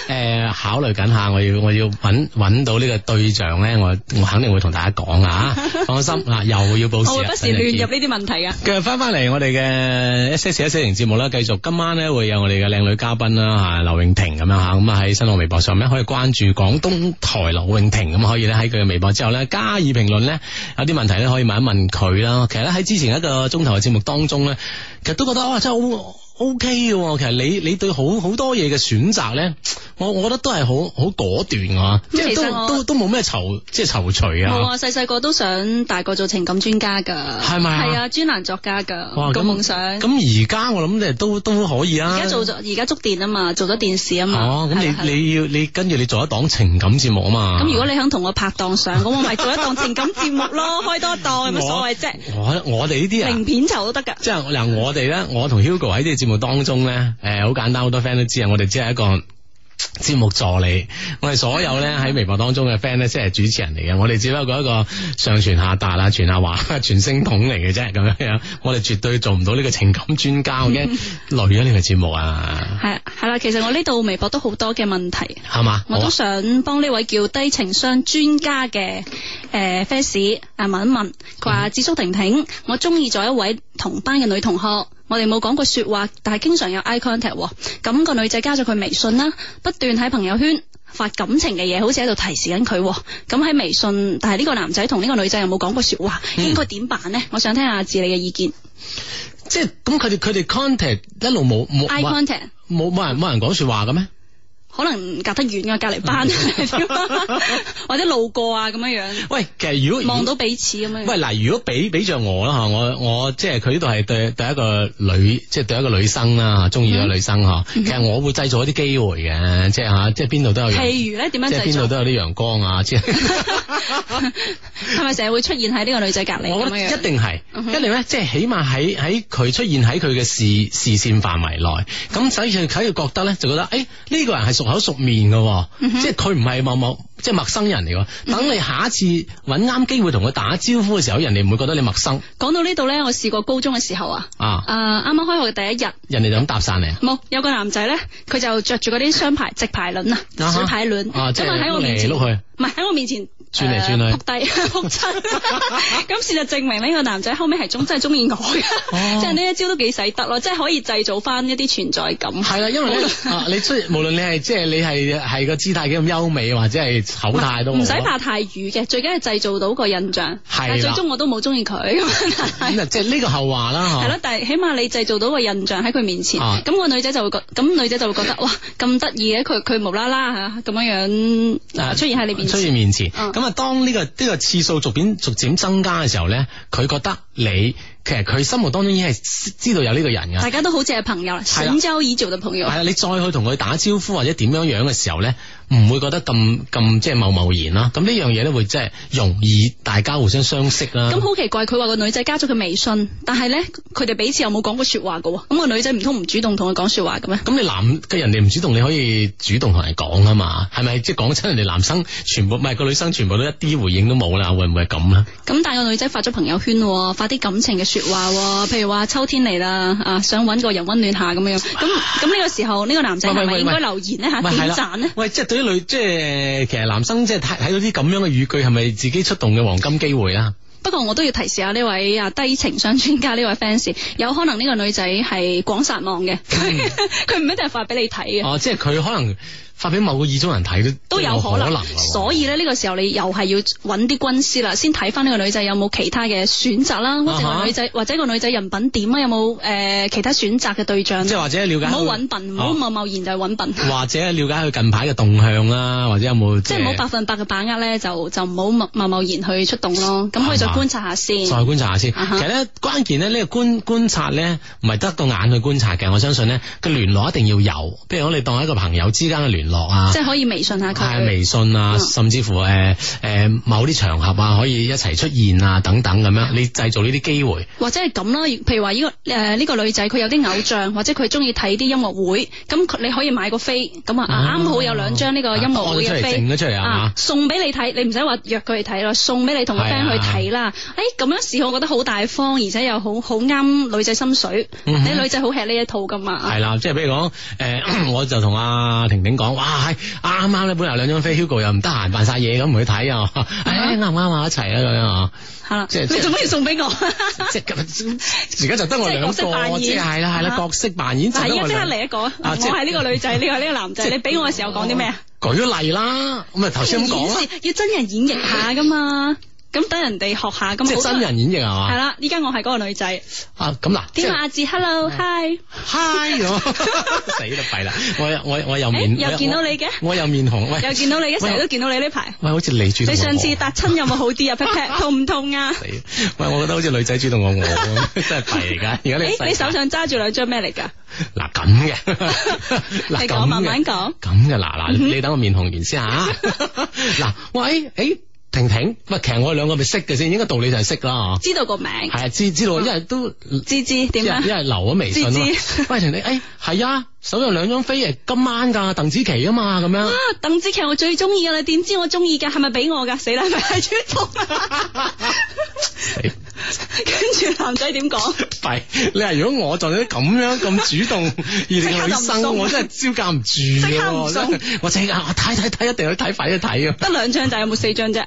[SPEAKER 1] 诶、考慮緊下，我要我要揾揾到呢個對象咧，我我肯定會同大家講啊！放心
[SPEAKER 2] [laughs]
[SPEAKER 1] 啊，又要報
[SPEAKER 2] 我
[SPEAKER 1] 時
[SPEAKER 2] 會
[SPEAKER 1] 啦
[SPEAKER 2] 不
[SPEAKER 1] 等
[SPEAKER 2] 時
[SPEAKER 1] 你
[SPEAKER 2] 亂
[SPEAKER 1] 見
[SPEAKER 2] 入呢啲問題㗎。
[SPEAKER 1] 繼續翻翻嚟我哋嘅一些事一些情節目啦，繼續今晚咧會有我哋嘅靚女嘉賓啦吓，劉永婷咁樣吓，咁啊喺新浪微博上面可以關注廣東台劉永婷，咁啊可以咧喺佢嘅微博之後咧加以評論咧，有啲問題咧可以問一問佢啦。其實咧喺之前一個鐘頭嘅節目當中咧，其實都覺得哇真係好 O K 嘅喎，其實你你對好好多嘢嘅選擇咧，我我覺得都係好好果斷啊，即係
[SPEAKER 2] 其實
[SPEAKER 1] 都
[SPEAKER 2] 我
[SPEAKER 1] 都都冇咩躊即係躊躇
[SPEAKER 2] 冇
[SPEAKER 1] 啊。
[SPEAKER 2] 啊，細細個都想大個做情感專家㗎，
[SPEAKER 1] 係咪啊
[SPEAKER 2] 係啊，專欄作家㗎，
[SPEAKER 1] 哇
[SPEAKER 2] 個
[SPEAKER 1] 咁
[SPEAKER 2] 夢想。
[SPEAKER 1] 咁而家我諗你都都可以啊。
[SPEAKER 2] 而家做咗，而家觸電啊嘛，做咗電視啊嘛。
[SPEAKER 1] 哦，
[SPEAKER 2] 係啦
[SPEAKER 1] 咁
[SPEAKER 2] 係
[SPEAKER 1] 你
[SPEAKER 2] 啦
[SPEAKER 1] 你要你跟住你做一檔情感節目啊嘛。
[SPEAKER 2] 咁如果你肯同我拍檔上，咁我咪做一檔情感節目
[SPEAKER 1] [laughs]
[SPEAKER 2] 咯，開多檔有乜所謂啫？
[SPEAKER 1] 我我哋呢啲
[SPEAKER 2] 零
[SPEAKER 1] 啊。
[SPEAKER 2] 片酬都得㗎。
[SPEAKER 1] 即係嗱，我哋咧，我同 Hugo 喺呢個節目當中咧，誒好簡單，好多 friend 都知啊，我哋只係一個節目助理，我哋所有
[SPEAKER 2] 嗯
[SPEAKER 1] 咧喺微博當中嘅 friend 咧，即係主持人嚟嘅，我哋只不過一個上傳下達啊、傳下話、 [laughs] 傳聲筒嚟嘅啫，咁樣樣，我哋絕對做唔到呢個情感專家，
[SPEAKER 2] [laughs]
[SPEAKER 1] 我驚累咗呢個節目啊，
[SPEAKER 2] 係啊係啦，其實我呢度微博都好多嘅問題，
[SPEAKER 1] 係嘛？
[SPEAKER 2] 我都想幫呢位叫低情商專家嘅誒 fans 啊問一問，佢
[SPEAKER 1] 嗯
[SPEAKER 2] 話智叔婷婷，我中意咗一位同班嘅女同學。我哋冇講過説話，但係經常有 eye contact 喎。咁、個女仔加咗佢微信啦，不斷喺朋友圈發感情嘅嘢，好似喺度提示緊佢喎。咁喺微信，但係呢個男仔同呢個女仔又冇講過説話，
[SPEAKER 1] 嗯
[SPEAKER 2] 應該點辦呢？我想聽下志你嘅意見。
[SPEAKER 1] 即係咁，佢哋佢哋 contact 一路冇冇
[SPEAKER 2] eye
[SPEAKER 1] 冇
[SPEAKER 2] contact
[SPEAKER 1] 冇冇人冇人講説話嘅咩？
[SPEAKER 2] 可能隔得遠啊，隔
[SPEAKER 1] [laughs]
[SPEAKER 2] 離班或者路過啊咁樣樣。
[SPEAKER 1] 喂，其實如果
[SPEAKER 2] 望到彼此咁樣。
[SPEAKER 1] 喂嗱，如果俾俾着我啦吓，我我即係佢呢度係對對一個女，即係對一個女生啦，中意咗女生吓，其
[SPEAKER 2] 嗯
[SPEAKER 1] 實我會製造一啲機會嘅，即係吓，即係邊度都有陽，
[SPEAKER 2] 譬如咧點樣
[SPEAKER 1] 即係邊度都 [laughs]
[SPEAKER 2] 製造？
[SPEAKER 1] 有啲陽光啊，即係。
[SPEAKER 2] [laughs] 係咪成日會出現喺呢個女仔隔離
[SPEAKER 1] 我
[SPEAKER 2] 咁
[SPEAKER 1] 覺得
[SPEAKER 2] 樣樣
[SPEAKER 1] 一？定係，
[SPEAKER 2] 嗯
[SPEAKER 1] 一
[SPEAKER 2] 哼
[SPEAKER 1] 定咧，即係起碼喺喺佢出現喺佢嘅視視線範圍內，咁所以佢佢就覺得咧，就覺得誒呢個人係熟口熟面嘅喎，
[SPEAKER 2] 嗯
[SPEAKER 1] 即係佢唔係某某即係陌生人嚟喎。等你下一次揾啱機會同佢打招呼嘅時候，人哋唔會覺得你陌生
[SPEAKER 2] 講到呢度咧，我試過高中嘅時候啊，
[SPEAKER 1] 啊，
[SPEAKER 2] 啊啱啱開學嘅第一日，
[SPEAKER 1] 人哋就咁搭訕你啊。
[SPEAKER 2] 冇有個男仔咧，佢就着住嗰啲雙排直排輪啊，
[SPEAKER 1] 啊哈
[SPEAKER 2] 水排輪，
[SPEAKER 1] 啊，即
[SPEAKER 2] 咁啊
[SPEAKER 1] 係
[SPEAKER 2] 喺我
[SPEAKER 1] 碌
[SPEAKER 2] 面
[SPEAKER 1] 嚟
[SPEAKER 2] 前，唔
[SPEAKER 1] 碌去，
[SPEAKER 2] 係喺我面前。
[SPEAKER 1] 轉嚟轉去
[SPEAKER 2] 誒撲低撲
[SPEAKER 1] [laughs]
[SPEAKER 2] 親，咁事實證明呢個男仔後尾係中真係中意我嘅，
[SPEAKER 1] 哦
[SPEAKER 2] 即係呢一招都幾使得咯，即係可以製造翻一啲存在感。
[SPEAKER 1] 係啦，因為咧，啊你出無論你係即係你係係個姿態幾咁優美，或者係口態都好
[SPEAKER 2] 唔使怕太瘀嘅，最緊係製造到個印象。
[SPEAKER 1] 係啦
[SPEAKER 2] 但係最終我都冇中意佢咁，但
[SPEAKER 1] 咁
[SPEAKER 2] 係
[SPEAKER 1] 啊，即係呢個後話啦
[SPEAKER 2] 係
[SPEAKER 1] 嚇
[SPEAKER 2] 咯。，但係起碼你製造到個印象喺佢面前，
[SPEAKER 1] 啊
[SPEAKER 2] 咁、個女仔就會覺，咁女仔就會覺得哇咁得意嘅，佢佢無啦啦嚇咁樣
[SPEAKER 1] 啊
[SPEAKER 2] 樣出現喺你面
[SPEAKER 1] 出
[SPEAKER 2] 前，
[SPEAKER 1] 現面前。
[SPEAKER 2] 嗯
[SPEAKER 1] 咁啊，當呢個呢個次數逐漸逐漸增加嘅時候咧，佢覺得你其實佢心目當中已經係知道有呢個人㗎。
[SPEAKER 2] 大家都好似係朋友啦，
[SPEAKER 1] 係啦
[SPEAKER 2] 神交已久嘅朋友
[SPEAKER 1] 係。啊，你再去同佢打招呼或者點樣樣嘅時候咧，唔會覺得咁咁即係貿貿然啦。咁呢樣嘢咧會即係容易大家互相相識啦。
[SPEAKER 2] 咁好奇怪，佢話個女仔加咗佢微信，但係咧佢哋彼此又冇講過説話嘅喎，咁個女仔唔通唔主動同佢講説話嘅咩？
[SPEAKER 1] 咁你男嘅人哋唔主動，你可以主動同人講啊嘛，係咪？即係講真，人哋男生全部唔係個女生全部都一啲回應都冇啦，會唔會係咁咧？啊
[SPEAKER 2] 咁但係個女仔發咗朋友圈喎、發啲感情嘅説話喎、譬如話秋天嚟啦，啊想揾個人温暖下咁樣。咁咁呢個時候呢、個男仔
[SPEAKER 1] 喂喂
[SPEAKER 2] 係咪
[SPEAKER 1] 喂
[SPEAKER 2] 應該
[SPEAKER 1] 喂
[SPEAKER 2] 留言呢？嚇
[SPEAKER 1] 喂
[SPEAKER 2] 啊點
[SPEAKER 1] 係
[SPEAKER 2] 讚
[SPEAKER 1] 啦
[SPEAKER 2] 呢？，
[SPEAKER 1] 喂，即係對於女，即係其實男生即係睇睇到啲咁樣嘅語句，係咪自己出動嘅黃金機會啊啦？
[SPEAKER 2] 不過我都要提示下呢位啊低情商專家呢位 fans，有可
[SPEAKER 1] 嗯哦
[SPEAKER 2] [laughs] 能呢個女仔係廣撒網嘅，佢佢唔一定係發俾你睇嘅。
[SPEAKER 1] 哦，即係佢可能發俾某個意中人睇都
[SPEAKER 2] 都有可
[SPEAKER 1] 可
[SPEAKER 2] 能，
[SPEAKER 1] 能，啊
[SPEAKER 2] 所以咧呢、個時候你又係要揾啲軍師啦，先睇翻呢個女仔有冇其他嘅選擇啦，或者
[SPEAKER 1] 啊哈
[SPEAKER 2] 個女仔或者個女仔人品點啊，有冇誒、呃其他選擇嘅對象？
[SPEAKER 1] 即係或者了解
[SPEAKER 2] 唔好
[SPEAKER 1] 佢
[SPEAKER 2] 揾笨，唔好
[SPEAKER 1] 哦
[SPEAKER 2] 貿貿然就係
[SPEAKER 1] [laughs]
[SPEAKER 2] 揾笨。
[SPEAKER 1] 或者了解佢近排嘅動向啦，或者有冇
[SPEAKER 2] 即係唔好百分百嘅把握咧，就就唔好貿貿貿然去出動咯。咁可以再
[SPEAKER 1] 啊哈
[SPEAKER 2] 觀察下先。
[SPEAKER 1] 再觀察下先。
[SPEAKER 2] 啊哈
[SPEAKER 1] 其實咧，關鍵咧呢、呢個觀觀察咧，唔係得個眼去觀察嘅。我相信咧，個聯絡一定要有。譬如我哋當一個朋友之間嘅聯絡啊
[SPEAKER 2] 即。係可以微信下
[SPEAKER 1] 係
[SPEAKER 2] 佢。
[SPEAKER 1] 微信啊，
[SPEAKER 2] 嗯
[SPEAKER 1] 甚至乎誒誒、呃某啲場合啊，可以一齊出現啊，等等咁樣，你製造呢啲機會，
[SPEAKER 2] 或者係咁啦，譬如話呢、個誒呢、個女仔佢有啲偶像，或者佢中意睇啲音樂會，咁佢你可以買個飛，咁啊
[SPEAKER 1] 哦
[SPEAKER 2] 啱好有兩張呢個音樂會
[SPEAKER 1] 啊
[SPEAKER 2] 嘅
[SPEAKER 1] 按咗出嚟整咗
[SPEAKER 2] 飛
[SPEAKER 1] 出嚟係嘛
[SPEAKER 2] 啊，送俾你睇，你唔使話約佢哋睇咯，送俾你同個
[SPEAKER 1] 係啊
[SPEAKER 2] friend 去睇啦。誒咁樣試好，我覺得好大方，而且又好好啱女仔心水，
[SPEAKER 1] 嗯哼
[SPEAKER 2] 你女仔好吃呢一套噶嘛。
[SPEAKER 1] 係啦，即係比如講誒、呃 [clears throat] 我就同阿婷婷講，哇，係啱啱咧，本來有兩張飛，Hugo 又唔得閒，扮晒嘢咁唔去睇啊，誒啱唔啱啊，一齊啦咁樣啊。
[SPEAKER 2] 係啦， [laughs]
[SPEAKER 1] 即係即係
[SPEAKER 2] 你做乜要送俾我？
[SPEAKER 1] [laughs] 即
[SPEAKER 2] [laughs]
[SPEAKER 1] 係而家就得我
[SPEAKER 2] 即係
[SPEAKER 1] 兩
[SPEAKER 2] 角色
[SPEAKER 1] 個，
[SPEAKER 2] 扮
[SPEAKER 1] 即係
[SPEAKER 2] 演
[SPEAKER 1] 係啦係啦，
[SPEAKER 2] 啊
[SPEAKER 1] 角色扮演就
[SPEAKER 2] 嗱，
[SPEAKER 1] 得
[SPEAKER 2] 依家
[SPEAKER 1] 我
[SPEAKER 2] 即刻
[SPEAKER 1] 兩。
[SPEAKER 2] 嚟一個啊！
[SPEAKER 1] 啊
[SPEAKER 2] 我
[SPEAKER 1] 即係
[SPEAKER 2] 係呢個
[SPEAKER 1] [laughs]
[SPEAKER 2] 女仔，你係呢個男仔，你俾我嘅時候講啲咩啊？
[SPEAKER 1] 舉咗例啦，咁啊咪頭先咁講
[SPEAKER 2] 要
[SPEAKER 1] 啦
[SPEAKER 2] [laughs] 演，示要真人演繹下噶嘛，咁等人哋學下咁。
[SPEAKER 1] 即係真人演繹係
[SPEAKER 2] 系
[SPEAKER 1] 嘛？
[SPEAKER 2] 啦，依家我係嗰個女仔。
[SPEAKER 1] 啊咁嗱，即
[SPEAKER 2] 點
[SPEAKER 1] 係嗯
[SPEAKER 2] 啊，阿志，hello，hi，
[SPEAKER 1] 嗨咁， [laughs] 死啦弊啦！我我我又面
[SPEAKER 2] 誒又見到你嘅，
[SPEAKER 1] 我又面紅，
[SPEAKER 2] 又
[SPEAKER 1] 喂
[SPEAKER 2] 見到你嘅，
[SPEAKER 1] 喂
[SPEAKER 2] 成日都見到你呢排。
[SPEAKER 1] 喂，好似你主動
[SPEAKER 2] 你上次
[SPEAKER 1] 我
[SPEAKER 2] 搭親有冇好啲啊？劈劈痛唔痛啊？
[SPEAKER 1] 死啦，喂，我覺得好似女仔主動我我咁，
[SPEAKER 2] [laughs]
[SPEAKER 1] 真係弊嚟㗎。而家呢個世界
[SPEAKER 2] 誒，你手上揸住兩張咩嚟㗎？
[SPEAKER 1] 嗱咁
[SPEAKER 2] [laughs]
[SPEAKER 1] 嘅，嗱
[SPEAKER 2] 你
[SPEAKER 1] 咁嘅
[SPEAKER 2] 講慢慢講。嗯
[SPEAKER 1] 咁嘅嗱嗱，你等我面紅完先
[SPEAKER 2] [laughs]
[SPEAKER 1] 吓。嗱，喂，誒，婷婷，喂，其實我哋兩個咪識嘅先，應該道理就係識啦，
[SPEAKER 2] 知道個名，
[SPEAKER 1] 嗬。係啊，知知道，因為都
[SPEAKER 2] 知知
[SPEAKER 1] 因為
[SPEAKER 2] 嗯點啊？
[SPEAKER 1] 因為留咗微信啊嘛
[SPEAKER 2] 知知。
[SPEAKER 1] 喂，婷婷，誒，係啊，手上兩張飛誒，今晚㗎，鄧紫棋啊嘛，咁樣
[SPEAKER 2] 啊。，鄧紫棋我最中意噶啦，點知我中意嘅係咪俾我㗎？死啦，係咪係主動
[SPEAKER 1] [laughs]
[SPEAKER 2] 啊？跟住男仔點講？
[SPEAKER 1] 弊，你話如果我撞到啲咁樣咁
[SPEAKER 2] [laughs]
[SPEAKER 1] 主動而你嘅女
[SPEAKER 2] 即刻就唔
[SPEAKER 1] 生，
[SPEAKER 2] 送
[SPEAKER 1] 我真係招架唔住
[SPEAKER 2] 即
[SPEAKER 1] 嘅
[SPEAKER 2] 刻唔
[SPEAKER 1] 喎。真
[SPEAKER 2] 送
[SPEAKER 1] 係我即刻我睇睇睇，一定去睇快啲
[SPEAKER 2] [laughs]
[SPEAKER 1] 睇啊！啊
[SPEAKER 2] 得兩張咋，有冇四張啫？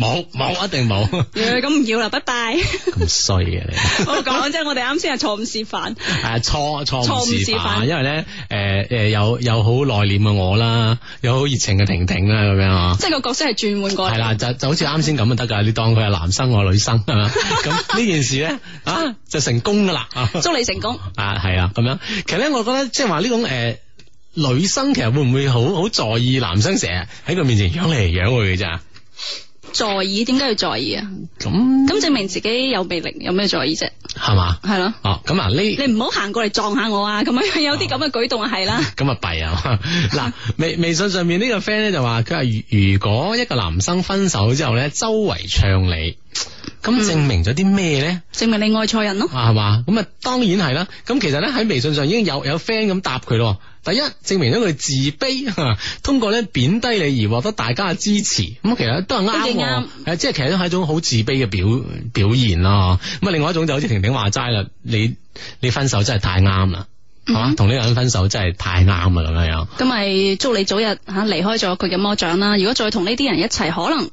[SPEAKER 1] 冇冇，一定冇。
[SPEAKER 2] 誒嗯咁唔要啦，拜拜。 [laughs]
[SPEAKER 1] 咁衰嘅 [laughs] 你。
[SPEAKER 2] 我講啫，我哋啱先係錯誤示
[SPEAKER 1] 誒
[SPEAKER 2] 範。
[SPEAKER 1] 錯錯
[SPEAKER 2] 錯
[SPEAKER 1] 誤
[SPEAKER 2] 誤
[SPEAKER 1] 示
[SPEAKER 2] 示
[SPEAKER 1] 範，
[SPEAKER 2] 範
[SPEAKER 1] 因為咧誒誒有有好內斂嘅我啦，有好熱情嘅婷婷啦咁樣啊。
[SPEAKER 2] 即係個角色係轉換過
[SPEAKER 1] 係
[SPEAKER 2] 嚟。
[SPEAKER 1] 啦，就就好似啱先咁就得㗎，你當佢係男生我係女生係 [laughs] 嘛？咁呢件事咧啊就成功 [laughs] 㗎啦啊
[SPEAKER 2] 祝你成功。
[SPEAKER 1] 啊係啦咁樣。其實咧，我覺得即係話呢種誒、呃女生其實會唔會好好在意男生成日喺佢面前養嚟養去嘅咋？
[SPEAKER 2] 在意點解要在意啊？
[SPEAKER 1] 咁
[SPEAKER 2] 咁證明自己有魅力，有咩在意啫？
[SPEAKER 1] 係嘛？
[SPEAKER 2] 係咯，
[SPEAKER 1] 哦咁啊呢
[SPEAKER 2] 你唔好行過嚟撞下我啊！咁樣 [laughs] 有啲咁嘅舉動啊係啦。
[SPEAKER 1] 咁啊弊啊！ [laughs] 嗱，微微信上面呢個 friend 咧就話佢話如如果一個男生分手之後咧，周圍唱你，
[SPEAKER 2] 嗯
[SPEAKER 1] 咁證明咗啲咩咧？
[SPEAKER 2] 證明你愛錯人咯。
[SPEAKER 1] 啊，係嘛？咁啊，當然係啦。咁其實咧喺微信上已經有有 friend 咁答佢咯。第一，證明咗佢自卑， [laughs] 哈通過咧貶低你而獲得大家嘅支持。咁其實都係
[SPEAKER 2] 都
[SPEAKER 1] 啱
[SPEAKER 2] 幾
[SPEAKER 1] 喎
[SPEAKER 2] 啱，
[SPEAKER 1] 誒，即係其實都係一種好自卑嘅表表現啦。咁啊，另外一種就好似婷婷話齋啦，你你分手真係太啱啦，係嘛？
[SPEAKER 2] 嗯
[SPEAKER 1] 同呢個人分手真係太啱啦，咁樣樣。
[SPEAKER 2] 咁咪祝你早日吓離開咗佢嘅魔掌啦！如果再同呢啲人一齊，可能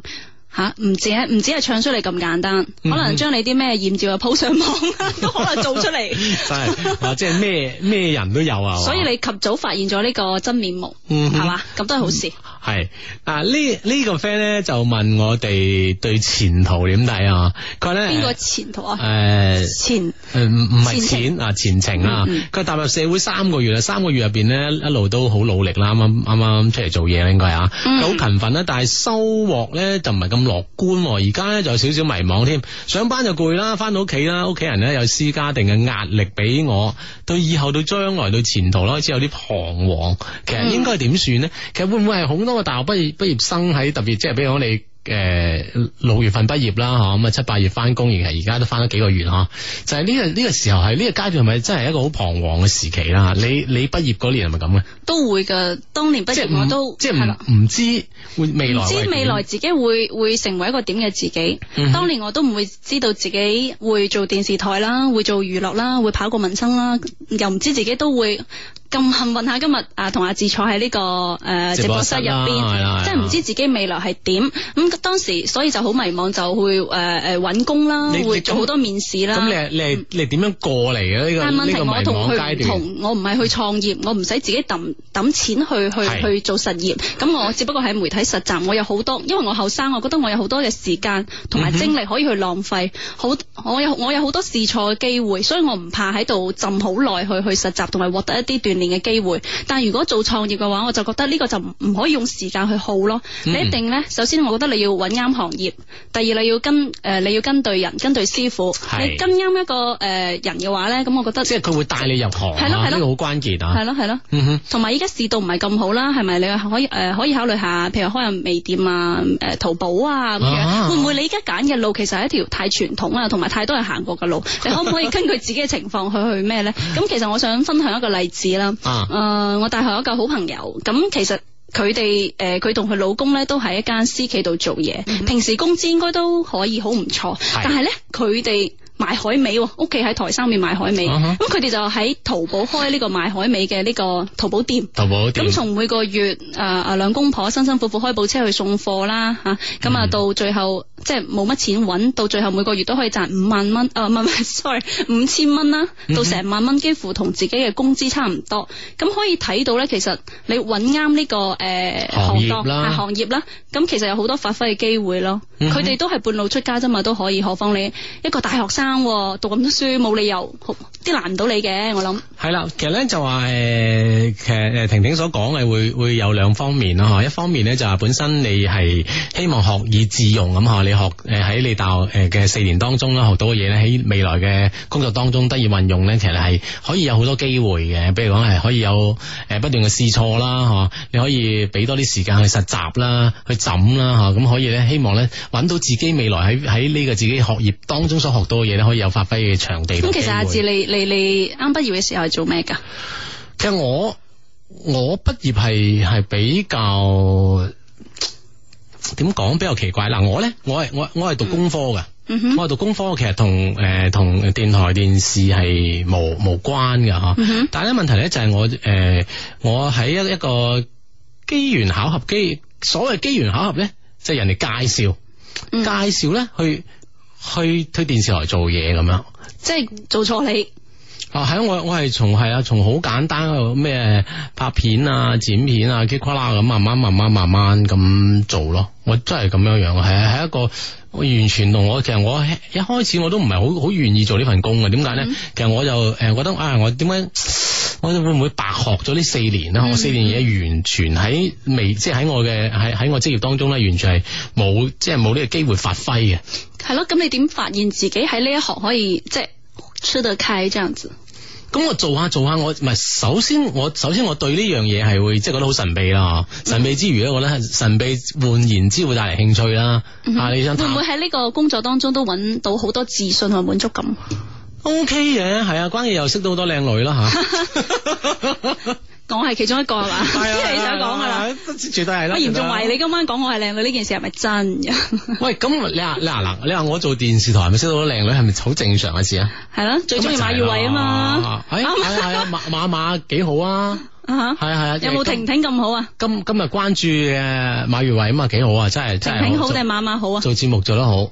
[SPEAKER 2] 吓唔止唔止係唱出嚟咁簡單，
[SPEAKER 1] 嗯
[SPEAKER 2] 可能將你啲咩豔照啊 po 上網啊， [laughs] 都可能做出
[SPEAKER 1] [laughs]
[SPEAKER 2] 嚟。
[SPEAKER 1] 真係啊！即係咩咩人都有啊，
[SPEAKER 2] 所以你及早發現咗呢個真面目，
[SPEAKER 1] 嗯哼
[SPEAKER 2] 係嘛？咁都係好事。
[SPEAKER 1] 係啊呢呢個 friend 咧就問我哋對前途點睇啊？佢話咧
[SPEAKER 2] 邊個前途啊？
[SPEAKER 1] 誒
[SPEAKER 2] 前
[SPEAKER 1] 誒呃唔唔係
[SPEAKER 2] 前程
[SPEAKER 1] 錢啊前程啊
[SPEAKER 2] 嗯嗯，
[SPEAKER 1] 佢踏入社會三個月啦，三個月入邊咧一路都好努力啦，啱啱啱啱出嚟做嘢啦，應該啊，
[SPEAKER 2] 嗯
[SPEAKER 1] 佢好勤奮啦，但係收穫咧就唔係咁樂觀喎，而家咧就有少少迷茫添，上班就攰啦，翻到屋企啦，屋企人咧有施加定嘅壓力俾我，對以後對將來對前途啦，開始有啲彷徨，其實應該點算呢？其實會唔會係好多個大學畢業畢業生喺特別即係比如講你。誒六、月份畢業啦，嚇咁啊七八月翻工，而係而家都翻咗幾個月嚇，就係、呢、個呢、個時候係呢、個階段係咪真係一個好彷徨嘅時期啦？你你畢業嗰年係咪咁嘅？
[SPEAKER 2] 都會嘅，當年畢
[SPEAKER 1] 即係
[SPEAKER 2] 業我
[SPEAKER 1] 唔
[SPEAKER 2] 都
[SPEAKER 1] 即
[SPEAKER 2] 係啦
[SPEAKER 1] 係唔唔知會未來
[SPEAKER 2] 唔
[SPEAKER 1] 會
[SPEAKER 2] 知
[SPEAKER 1] 點
[SPEAKER 2] 未來自己會會成為一個點嘅自己。
[SPEAKER 1] 嗯哼
[SPEAKER 2] 當年我都唔會知道自己會做電視台啦，會做娛樂啦，會跑過民生啦，又唔知自己都會咁幸運下今日啊同阿志坐喺呢、個誒、呃
[SPEAKER 1] 直
[SPEAKER 2] 直
[SPEAKER 1] 播
[SPEAKER 2] 播
[SPEAKER 1] 室
[SPEAKER 2] 室
[SPEAKER 1] 啦
[SPEAKER 2] 入
[SPEAKER 1] 係啦係啦
[SPEAKER 2] 邊，即係唔知自己未來係點。咁、當時所以就好迷茫，就會誒誒揾工啦，
[SPEAKER 1] 你
[SPEAKER 2] 會
[SPEAKER 1] 你咁
[SPEAKER 2] 做好多面試啦。
[SPEAKER 1] 咁你係你係你係點樣過嚟嘅呢個
[SPEAKER 2] 但係問
[SPEAKER 1] 呢個
[SPEAKER 2] 題我
[SPEAKER 1] 迷
[SPEAKER 2] 同
[SPEAKER 1] 茫
[SPEAKER 2] 佢
[SPEAKER 1] 階
[SPEAKER 2] 唔
[SPEAKER 1] 段？
[SPEAKER 2] 同，我唔係去創業，我唔使自己抌抌錢去
[SPEAKER 1] 係
[SPEAKER 2] 去去做實業。咁我只不過喺媒體實習，我有好多，因為我後生，我覺得我有好多嘅時間
[SPEAKER 1] 嗯
[SPEAKER 2] 同埋精力可以去浪費。好，我有我有好多試錯嘅機會，所以我唔怕喺度浸好耐去去實習同埋獲得一啲鍛鍊嘅機會。但係如果做創業嘅話，我就覺得呢個就唔唔可以用時間去耗咯。
[SPEAKER 1] 嗯
[SPEAKER 2] 你一定咧，首先我覺得你要揾啱行業，第二你要跟誒、呃你要跟對人，跟對師傅。
[SPEAKER 1] 係
[SPEAKER 2] 你跟啱一個誒、呃人嘅話咧，咁我覺得
[SPEAKER 1] 即係佢會帶你入行
[SPEAKER 2] 係咯
[SPEAKER 1] 啊，
[SPEAKER 2] 係咯
[SPEAKER 1] 呢個好關鍵啊。
[SPEAKER 2] 係咯係咯。
[SPEAKER 1] 嗯哼，
[SPEAKER 2] 同埋依家市道唔係咁好啦，係咪你可以誒、呃可以考慮下，譬如開下微店啊、誒、淘寶啊咁樣，
[SPEAKER 1] 啊
[SPEAKER 2] 會唔會你依家揀嘅路其實係一條太傳統啊，同埋太多人行過
[SPEAKER 1] [laughs]
[SPEAKER 2] 嘅路？你可唔可以根據自己嘅情況去去咩咧？咁其實我想分享一個例子啦。
[SPEAKER 1] 啊
[SPEAKER 2] 誒、我大學有一個好朋友，咁其實。佢哋誒，佢同佢老公咧都喺一間私企度做嘢，平時工資應該都可以好唔錯，但係咧佢哋賣海味喎，屋企喺台山面賣海味，
[SPEAKER 1] 啊哈
[SPEAKER 2] 咁佢哋就喺淘寶開呢個賣海味嘅呢個淘寶店。
[SPEAKER 1] 淘寶店
[SPEAKER 2] 咁從每個月誒誒兩公婆辛辛苦苦開部車去送貨啦嚇，咁啊
[SPEAKER 1] 嗯
[SPEAKER 2] 到最後即係冇乜錢揾，到最後每個月都可以賺五萬蚊，啊誒唔係唔 [laughs] 係 sorry 五千蚊啦，
[SPEAKER 1] 嗯
[SPEAKER 2] 到成萬蚊幾乎同自己嘅工資差唔多，咁可以睇到咧，其實你揾啱呢個誒、呃
[SPEAKER 1] 行業
[SPEAKER 2] 當
[SPEAKER 1] 啦
[SPEAKER 2] 係行業啦，咁其實有好多發揮嘅機會咯，
[SPEAKER 1] 嗯哼
[SPEAKER 2] 佢哋、都係半路出家啫嘛，都可以，何況你一個大學生喎讀咁多書，冇理由好啲難唔到你嘅，我諗。
[SPEAKER 1] 係啦，其實咧就話诶、呃其實诶婷婷所講嘅會會有兩方面啦，吓，一方面咧就係本身你係希望學以致用咁吓，你學诶喺、你大學诶嘅四年當中啦，學到嘅嘢咧喺未來嘅工作當中得以運用咧，其實係可以有好多機會嘅，比如講係可以有诶、呃不斷嘅試錯啦，吓、你可以俾多啲時間去實習啦，去枕啦，吓、咁可以咧希望咧揾到自己未來喺喺呢個自己學業當中所學到嘅嘢咧，可以有發揮嘅場地同
[SPEAKER 2] 咁
[SPEAKER 1] 機會。
[SPEAKER 2] 其實阿志，你你你啱畢業嘅時候係做咩㗎？
[SPEAKER 1] 其實我我畢業係係比較點講比較奇怪嗱，我咧我係我我係讀工科嘅。
[SPEAKER 2] 嗯哼，
[SPEAKER 1] 我係讀工科，其實同誒同電台電視係無無關嘅嚇。
[SPEAKER 2] 嗯哼
[SPEAKER 1] 但係咧問題咧就係我誒、呃我喺一一個機緣巧合機，所謂機緣巧合咧，就係人哋介紹、
[SPEAKER 2] 嗯
[SPEAKER 1] 介紹咧去去去電視台做嘢咁樣。
[SPEAKER 2] 即係做錯你，
[SPEAKER 1] 啊，係啊，我我係從係啊，從好簡單嘅咩拍片啊、剪片啊、k 啦咁，慢慢慢慢慢慢咁做咯。我真係咁樣樣，係啊係一個我完全同我其實我一開始我都唔係好好願意做呢份工嘅。點解咧？其實我就誒、呃、覺得啊，我點解？我會唔會白學咗呢四年咧？我四年嘢完全喺未，即係喺我嘅喺喺我職業當中咧，完全係冇即係冇呢個機會發揮嘅。
[SPEAKER 2] 係咯？咁你點發現自己喺呢一行可以即係出得開這樣子？
[SPEAKER 1] 咁我做下做下，我唔係首先我首先我對呢樣嘢係會即係覺得好神秘啦，
[SPEAKER 2] 嗯
[SPEAKER 1] 神秘之餘咧，我覺得係神秘換言之會帶嚟興趣啦。啊，你想
[SPEAKER 2] 會
[SPEAKER 1] 探
[SPEAKER 2] 唔嗯會喺呢個工作當中都揾到好多自信同滿足感？
[SPEAKER 1] O K 嘅，係啊，關鍵又識到好多靚女啦
[SPEAKER 2] [laughs]
[SPEAKER 1] 吓，
[SPEAKER 2] 我係其中一個係嘛？ [laughs]
[SPEAKER 1] 係
[SPEAKER 2] 知
[SPEAKER 1] 啊
[SPEAKER 2] 你想講㗎啦。，
[SPEAKER 1] 絕對係啊啦。
[SPEAKER 2] 我嚴重
[SPEAKER 1] 絕對
[SPEAKER 2] 懷疑
[SPEAKER 1] 係
[SPEAKER 2] 你今晚講我係靚女呢件事係咪真嘅？
[SPEAKER 1] 喂，咁你話你話嗱，你話我做電視台係咪識到好多靚女係咪好正常嘅事啊？
[SPEAKER 2] 係咯，最中意馬耀偉啊嘛。
[SPEAKER 1] 咁咪就係啦係係啊，馬馬馬幾好啊，
[SPEAKER 2] 啊
[SPEAKER 1] 係啊係啊，
[SPEAKER 2] 有冇婷婷咁好啊？
[SPEAKER 1] 今今日關注嘅馬月偉啊嘛，幾好啊，真係真
[SPEAKER 2] 婷
[SPEAKER 1] 係
[SPEAKER 2] 婷好定係馬馬好啊？
[SPEAKER 1] 做節目做得好。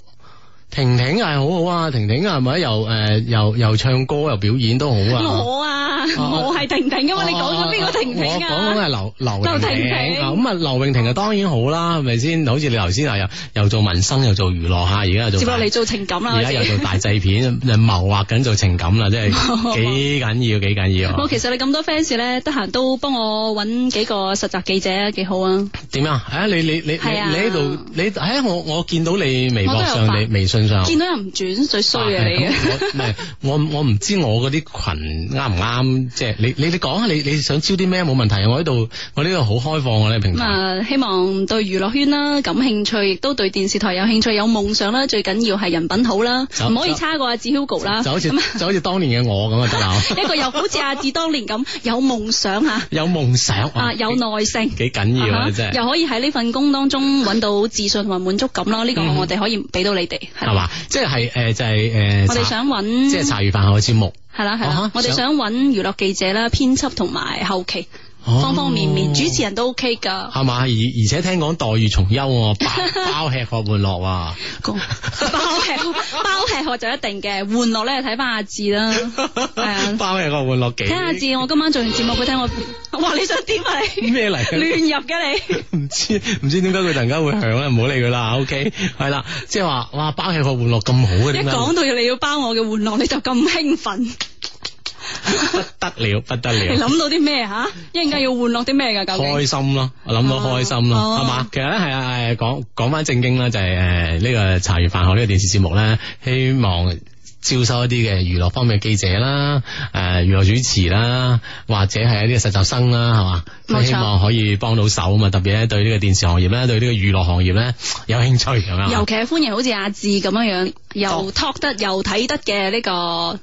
[SPEAKER 1] 婷婷係好好啊，婷婷係咪又誒又又唱歌又表演都好啊？
[SPEAKER 2] 我哦啊，
[SPEAKER 1] 哦
[SPEAKER 2] 我係婷婷噶嘛？你講咗邊個婷
[SPEAKER 1] 我
[SPEAKER 2] 婷
[SPEAKER 1] 哦講緊
[SPEAKER 2] 啊？
[SPEAKER 1] 係劉劉
[SPEAKER 2] 劉
[SPEAKER 1] 婷
[SPEAKER 2] 婷
[SPEAKER 1] 婷
[SPEAKER 2] 婷
[SPEAKER 1] 啊咁啊劉永婷啊當然好啦，係咪先？好似你頭先話啊又又做民生又做娛樂嚇，而家又做
[SPEAKER 2] 接落
[SPEAKER 1] 大
[SPEAKER 2] 嚟做情感啦，
[SPEAKER 1] 而
[SPEAKER 2] 好
[SPEAKER 1] 家又
[SPEAKER 2] 似。 [laughs]
[SPEAKER 1] 做大製片， [laughs] 就謀劃緊做情感啦，真係幾緊要幾緊要
[SPEAKER 2] 我
[SPEAKER 1] 啊。
[SPEAKER 2] 啊其實你咁多 fans 咧，得閒都幫我揾幾個實習記者，幾好啊！
[SPEAKER 1] 點啊？啊你你你你你
[SPEAKER 2] 係啊
[SPEAKER 1] 喺度你喺我我見到你微博
[SPEAKER 2] 我都有
[SPEAKER 1] 上
[SPEAKER 2] 發
[SPEAKER 1] 你微信上。
[SPEAKER 2] 見到人唔轉，最衰啊你
[SPEAKER 1] 啊
[SPEAKER 2] 嘅。
[SPEAKER 1] 咁我唔係我我唔知我嗰啲群啱唔啱，即係你你你講下啊你你想招啲咩冇問題，啊我呢度我呢度好開放我呢個平
[SPEAKER 2] [laughs] 咁
[SPEAKER 1] 台。
[SPEAKER 2] 啊，希望對娛樂圈啦感興趣，亦都對電視台有興趣，有夢想啦，最緊要係人品好啦
[SPEAKER 1] 走，
[SPEAKER 2] 唔可以差過阿志 Hugo 啦。
[SPEAKER 1] 就好似
[SPEAKER 2] 啊
[SPEAKER 1] 就好似當年嘅我咁啊得啦，[laughs]
[SPEAKER 2] [laughs] 一個又好似阿志當年咁有夢想吓，
[SPEAKER 1] 有夢想
[SPEAKER 2] 啊有耐性。
[SPEAKER 1] 幾緊要啊
[SPEAKER 2] 啊
[SPEAKER 1] 真係
[SPEAKER 2] 又可以喺呢份工當中揾到自信同埋滿足感咯，呢個
[SPEAKER 1] 嗯
[SPEAKER 2] 我哋可以俾到你哋，
[SPEAKER 1] 係
[SPEAKER 2] 係
[SPEAKER 1] 嘛？即係誒就係誒
[SPEAKER 2] 我
[SPEAKER 1] 茶
[SPEAKER 2] 哋想揾
[SPEAKER 1] 即係茶餘飯後嘅節目，
[SPEAKER 2] 係啦
[SPEAKER 1] 啊
[SPEAKER 2] 係啦
[SPEAKER 1] 哈，
[SPEAKER 2] 我哋
[SPEAKER 1] 想
[SPEAKER 2] 想揾娛樂記者啦、編輯同埋後期，
[SPEAKER 1] 哦
[SPEAKER 2] 嗯方方面面，主持人都 OK
[SPEAKER 1] [laughs]
[SPEAKER 2] 㗎。
[SPEAKER 1] 系嘛？而而且聽講待遇從優喎，
[SPEAKER 2] [laughs]
[SPEAKER 1] 包包吃喝玩樂啊！
[SPEAKER 2] 包吃包吃喝就一定嘅，玩樂咧睇翻阿
[SPEAKER 1] [laughs]
[SPEAKER 2] 志啦，係啊，
[SPEAKER 1] 包吃喝玩樂幾？
[SPEAKER 2] 睇下阿志，我今晚做完節目佢聽我，哇你想點啊
[SPEAKER 1] [laughs]
[SPEAKER 2] 你？
[SPEAKER 1] 咩嚟㗎？
[SPEAKER 2] 亂入嘅
[SPEAKER 1] [laughs]
[SPEAKER 2] 你，
[SPEAKER 1] 唔知唔知點解佢突然間會響咧，唔好理佢啦。OK，係
[SPEAKER 2] [laughs]
[SPEAKER 1] 啦，即係話哇，包吃喝玩樂咁好嘅，
[SPEAKER 2] 一
[SPEAKER 1] 點解
[SPEAKER 2] 講到你要包我嘅玩樂，你就咁興
[SPEAKER 1] [laughs]
[SPEAKER 2] 奮，
[SPEAKER 1] 不得了，不得
[SPEAKER 2] 你 [laughs]
[SPEAKER 1] 了。
[SPEAKER 2] 諗到啲咩吓？一陣間要玩樂啲咩㗎？究竟
[SPEAKER 1] 開？心咯，我諗到開心咯，
[SPEAKER 2] 哦
[SPEAKER 1] 係嘛？其實咧係啊，係講講翻正經啦，就係誒呢個茶餘飯後呢個電視節目咧，希望招收一啲嘅娛樂方面嘅記者啦，誒娛樂主持啦，或者係一啲嘅實習生啦，係嘛？
[SPEAKER 2] 冇錯
[SPEAKER 1] 希望可以幫到手啊嘛，特別咧對呢個電視行業咧，對呢個娛樂行業咧有興趣啊咁樣。
[SPEAKER 2] 尤其係歡迎好似阿志咁樣樣，又 talk 得又睇得嘅呢個
[SPEAKER 1] 哦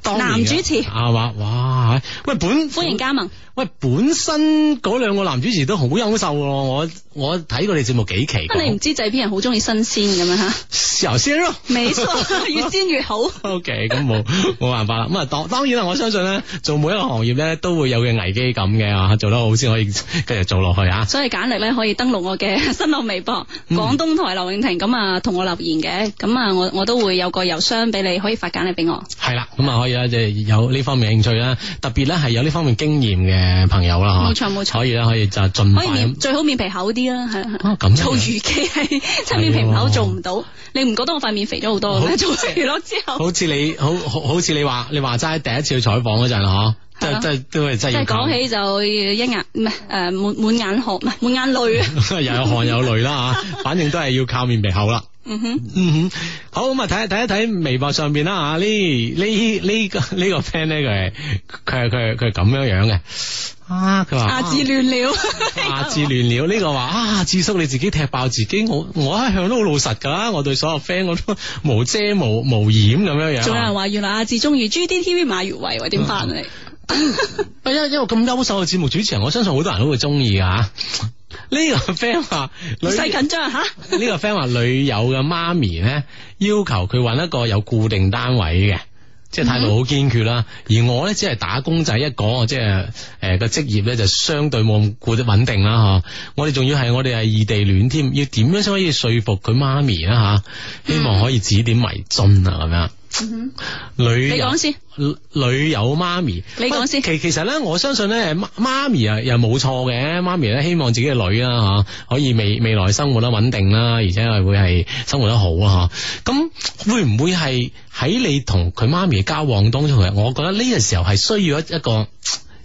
[SPEAKER 1] 當年嘅啊
[SPEAKER 2] 男主持，
[SPEAKER 1] 係嘛？哇！喂，本
[SPEAKER 2] 歡迎加盟。
[SPEAKER 1] 喂，本身嗰兩個男主持都好優秀喎，我我睇過你節目幾期
[SPEAKER 2] 啊，你唔
[SPEAKER 1] 㗎。
[SPEAKER 2] 知製片人好中意新鮮咁樣
[SPEAKER 1] [laughs] 小
[SPEAKER 2] 吓？
[SPEAKER 1] 鮮 [laughs] 肉。
[SPEAKER 2] 冇錯，越鮮越好。
[SPEAKER 1] O K，咁
[SPEAKER 2] [laughs]
[SPEAKER 1] 冇冇辦法啦。咁啊，當當然啦，我相信咧，做每一個行業咧都會有嘅危機感嘅啊，做得好先可以 [laughs] 繼續做落去啊。
[SPEAKER 2] 所以簡歷咧可以登錄我嘅新浪微博
[SPEAKER 1] 嗯
[SPEAKER 2] 廣東台劉永婷咁啊，同我留言嘅，咁啊我我都會有個郵箱俾你，可以發簡歷俾我。
[SPEAKER 1] 係啦，咁啊可以啦，即係有呢方面嘅興趣啦，特別咧係有呢方面經驗嘅朋友啦，
[SPEAKER 2] 冇
[SPEAKER 1] 嚇
[SPEAKER 2] 錯冇錯，
[SPEAKER 1] 可以啦，可以就盡
[SPEAKER 2] 可
[SPEAKER 1] 快
[SPEAKER 2] 以面
[SPEAKER 1] 咁
[SPEAKER 2] 最好面皮厚啲啦，係係
[SPEAKER 1] 啊咁
[SPEAKER 2] 做
[SPEAKER 1] 樣
[SPEAKER 2] 預期係真面皮唔厚
[SPEAKER 1] 係喎
[SPEAKER 2] 做唔到，你唔覺得我塊面肥咗好多
[SPEAKER 1] 哎好
[SPEAKER 2] 咩？做完娛樂之後。
[SPEAKER 1] 好似你好好好似你話你話齋第一次去採訪嗰陣啦，嗬，都
[SPEAKER 2] 係咯
[SPEAKER 1] 都都係真
[SPEAKER 2] 即
[SPEAKER 1] 係要
[SPEAKER 2] 係講起就一眼唔係誒滿滿眼汗唔係滿眼淚啊！
[SPEAKER 1] 講 [laughs] 又有汗有淚
[SPEAKER 2] [laughs]
[SPEAKER 1] 啦嚇，反正都係要靠面皮厚啦。
[SPEAKER 2] 嗯哼，
[SPEAKER 1] 嗯哼，好咁啊，睇一睇一睇微博上邊啦啊吓，呢呢呢個呢個 friend 咧，佢係佢係佢係佢係咁樣樣嘅啊，佢話
[SPEAKER 2] 阿志亂了，
[SPEAKER 1] [laughs] 阿志亂了呢個話啊，智叔你自己踢爆自己，我我一向都好老實噶啦，我對所有 friend 我都無遮無無掩咁樣樣。
[SPEAKER 2] 仲有人話原來阿志中意 G D T V 馬月維喎，點辦啊嚟？
[SPEAKER 1] 嗯因哎因為咁優秀嘅節目主持人，我相信好多人都會中意噶 [laughs] 吓。呢個 friend 話
[SPEAKER 2] 唔 [laughs]
[SPEAKER 1] 女
[SPEAKER 2] 使緊張啊吓，
[SPEAKER 1] 呢個 friend 話女友嘅媽咪咧要求佢揾一個有固定單位嘅，即係態度好堅決啦。而我咧只係打工仔一個，即係呃誒個職業咧就相對冇咁固定穩定啦嚇。我哋仲要係我哋係異地戀添，要點樣先可以說服佢媽咪啦嚇？希望可以指點迷津啊
[SPEAKER 2] 嗯哼
[SPEAKER 1] 咁樣。女啊
[SPEAKER 2] 你
[SPEAKER 1] 友
[SPEAKER 2] 講先，
[SPEAKER 1] 女友媽咪，
[SPEAKER 2] 你講先
[SPEAKER 1] 其其實咧，我相信咧，媽媽咪啊又冇錯嘅，媽咪咧希望自己嘅女啦吓，可以未未來生活得穩定啦，而且係會係生活得好啊吓。咁會唔會係喺你同佢媽咪嘅交往當中，其實我覺得呢個時候係需要一一個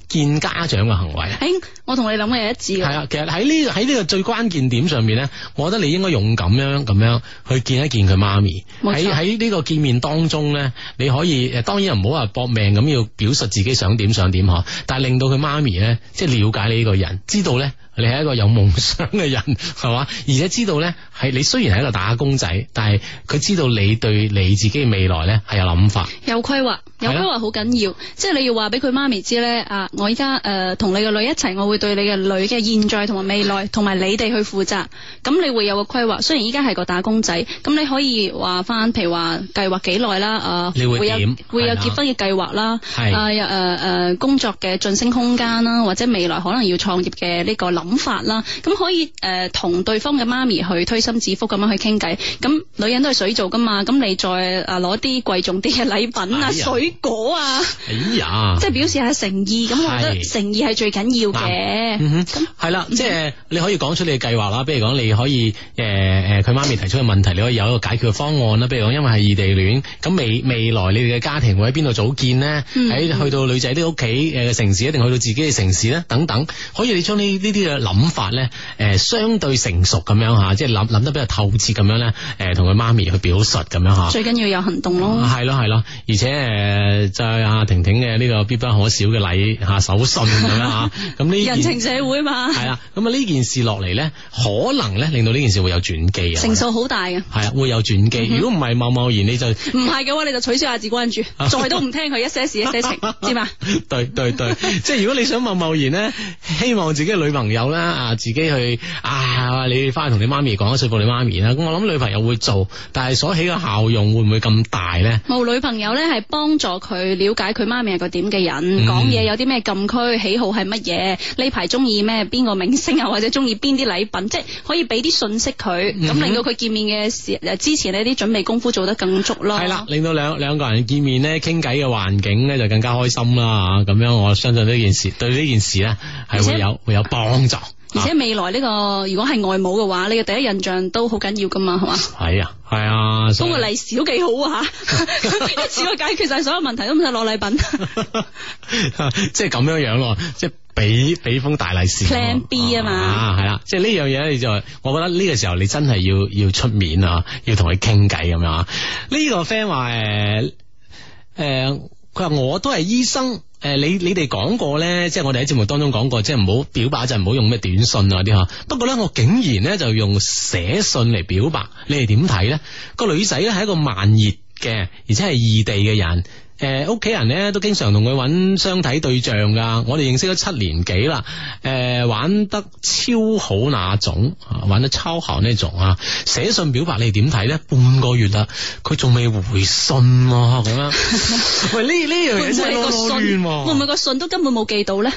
[SPEAKER 1] 見家長嘅行為。啊
[SPEAKER 2] 誒，我同你諗嘅一致
[SPEAKER 1] 係
[SPEAKER 2] 㗎，
[SPEAKER 1] 啊，其實喺呢喺呢個最關鍵點上面咧，我覺得你應該勇敢咁樣咁樣去見一見佢媽咪。
[SPEAKER 2] 冇
[SPEAKER 1] 喺
[SPEAKER 2] 錯
[SPEAKER 1] 喺呢個見面當中咧，你可以誒當然唔好話搏命咁要表述自己想點想點嗬，但係令到佢媽咪咧即係了解你呢個人，知道咧你係一個有夢想嘅人，係嘛？ [laughs] 而且知道咧係你雖然係一個打工仔，但係佢知道你對你自己嘅未來咧係有諗法。
[SPEAKER 2] 有規劃，有
[SPEAKER 1] 係
[SPEAKER 2] 規
[SPEAKER 1] 啊
[SPEAKER 2] 劃好緊要，即係你要話俾佢媽咪知咧啊！我依家誒同你個女一齊，我會對你嘅女嘅現在同埋未來，同埋你哋去負責，咁你會有個規劃。雖然依家係個打工仔，咁你可以話翻，譬如話計劃幾耐啦，啊、
[SPEAKER 1] 你會
[SPEAKER 2] 有
[SPEAKER 1] 點
[SPEAKER 2] 會有
[SPEAKER 1] 係啦啊
[SPEAKER 2] 結婚嘅計劃啦。
[SPEAKER 1] 係
[SPEAKER 2] 啊，有誒誒工作嘅晉升空間啦，或者未來可能要創業嘅呢個諗法啦，咁可以誒同、對方嘅媽咪去推心置腹咁樣去傾偈。咁女人都係水做噶嘛，咁你再誒攞啲貴重啲嘅禮品啊、
[SPEAKER 1] 哎呀
[SPEAKER 2] 水果啊，
[SPEAKER 1] 哎呀，
[SPEAKER 2] 即係表示下誠意。咁我覺得
[SPEAKER 1] 係
[SPEAKER 2] 誠意係最緊要嘅。
[SPEAKER 1] 嗯哼，系啦，即系你可以講出你嘅計劃啦，比如講你可以诶诶，佢媽咪提出嘅問題，你可以有一個解決嘅方案啦。比如講，因為係異地戀，咁未未來你哋嘅家庭會喺邊度組建呢？
[SPEAKER 2] 嗯
[SPEAKER 1] 喺、去到女仔啲屋企诶嘅城市，一定去到自己嘅城市咧，等等，可以你將呢呢啲嘅諗法咧，诶、相對成熟咁樣吓，即係諗諗得比較透徹咁樣咧，诶、同佢媽咪去表述咁樣吓。
[SPEAKER 2] 最緊要有行動咯。
[SPEAKER 1] 系咯系咯，而且诶，就係阿婷婷嘅呢個必不可少嘅禮吓手信咁樣吓，咁呢
[SPEAKER 2] 人情社會嘛，
[SPEAKER 1] 系啦，咁啊呢件事落嚟咧，可能咧令到呢件事會有轉機啊，
[SPEAKER 2] 成數嗯好大嘅。
[SPEAKER 1] 係啊，會有轉機。如果唔係貿貿然，你就
[SPEAKER 2] 唔係嘅話，你就取消下自關注，
[SPEAKER 1] 啊
[SPEAKER 2] 再都唔聽佢一
[SPEAKER 1] [laughs]
[SPEAKER 2] 些事一些情，知嘛？
[SPEAKER 1] 對對對，即係如果你想貿貿然咧，希望自己嘅女朋友友啦，啊自己去啊，你翻去同你媽咪講，說服你媽咪啦。咁我諗女朋友會做，但係所起嘅效用會唔會咁大咧？
[SPEAKER 2] 冇女朋友咧，係幫助佢了解佢媽咪係個點嘅
[SPEAKER 1] 嗯
[SPEAKER 2] 人，講嘢、有啲咩禁區，喜好係乜嘢，呢排中意咩邊個明星啊，或者中意邊啲禮品，即係可以俾啲信息佢，咁、
[SPEAKER 1] 嗯哼
[SPEAKER 2] 令到佢見面嘅時誒之前呢啲準備功夫做得更足咯。
[SPEAKER 1] 係啦，令到兩兩個人見面咧，傾偈嘅環境咧就更加開心啦。咁樣我相信呢件事對呢件事咧係會
[SPEAKER 2] 而且
[SPEAKER 1] 有會有幫助。
[SPEAKER 2] 而且未來呢、個如果係外母嘅話，你嘅第一印象都好緊要噶嘛，係嘛？
[SPEAKER 1] 係啊，係啊，所
[SPEAKER 2] 封
[SPEAKER 1] 以
[SPEAKER 2] 個利是都幾
[SPEAKER 1] [laughs]
[SPEAKER 2] 好啊嚇，一次過解決晒所有問題，都唔使攞禮品。
[SPEAKER 1] [laughs] 即係咁樣樣咯，即係俾俾封大利是
[SPEAKER 2] Plan B 啊嘛
[SPEAKER 1] 啊係啦，即係呢樣嘢你就，我覺得呢個時候你真係要要出面啊，要同佢傾偈咁樣啊。呢、個 friend 話誒誒，佢、話我都係醫生。誒、你你哋講過咧，即係我哋喺節目當中講過，即係唔好表白就唔好用咩短信啊啲嚇。不過咧，我竟然咧就用寫信嚟表白，你哋點睇咧？個女仔咧係一個慢熱嘅，而且係異地嘅人。誒屋企人咧都經常同佢揾相睇對象噶，我哋認識咗七年幾啦，誒、玩得超好那種，啊玩得超好呢種啊，寫信表白你點睇咧？半個月啦，佢仲未回信喎、咁樣。 [laughs] 喂，呢呢樣嘢真係
[SPEAKER 2] 個
[SPEAKER 1] 囉囉
[SPEAKER 2] 信
[SPEAKER 1] 攣
[SPEAKER 2] 會唔會
[SPEAKER 1] 喎。
[SPEAKER 2] 個信都根本冇寄到咧？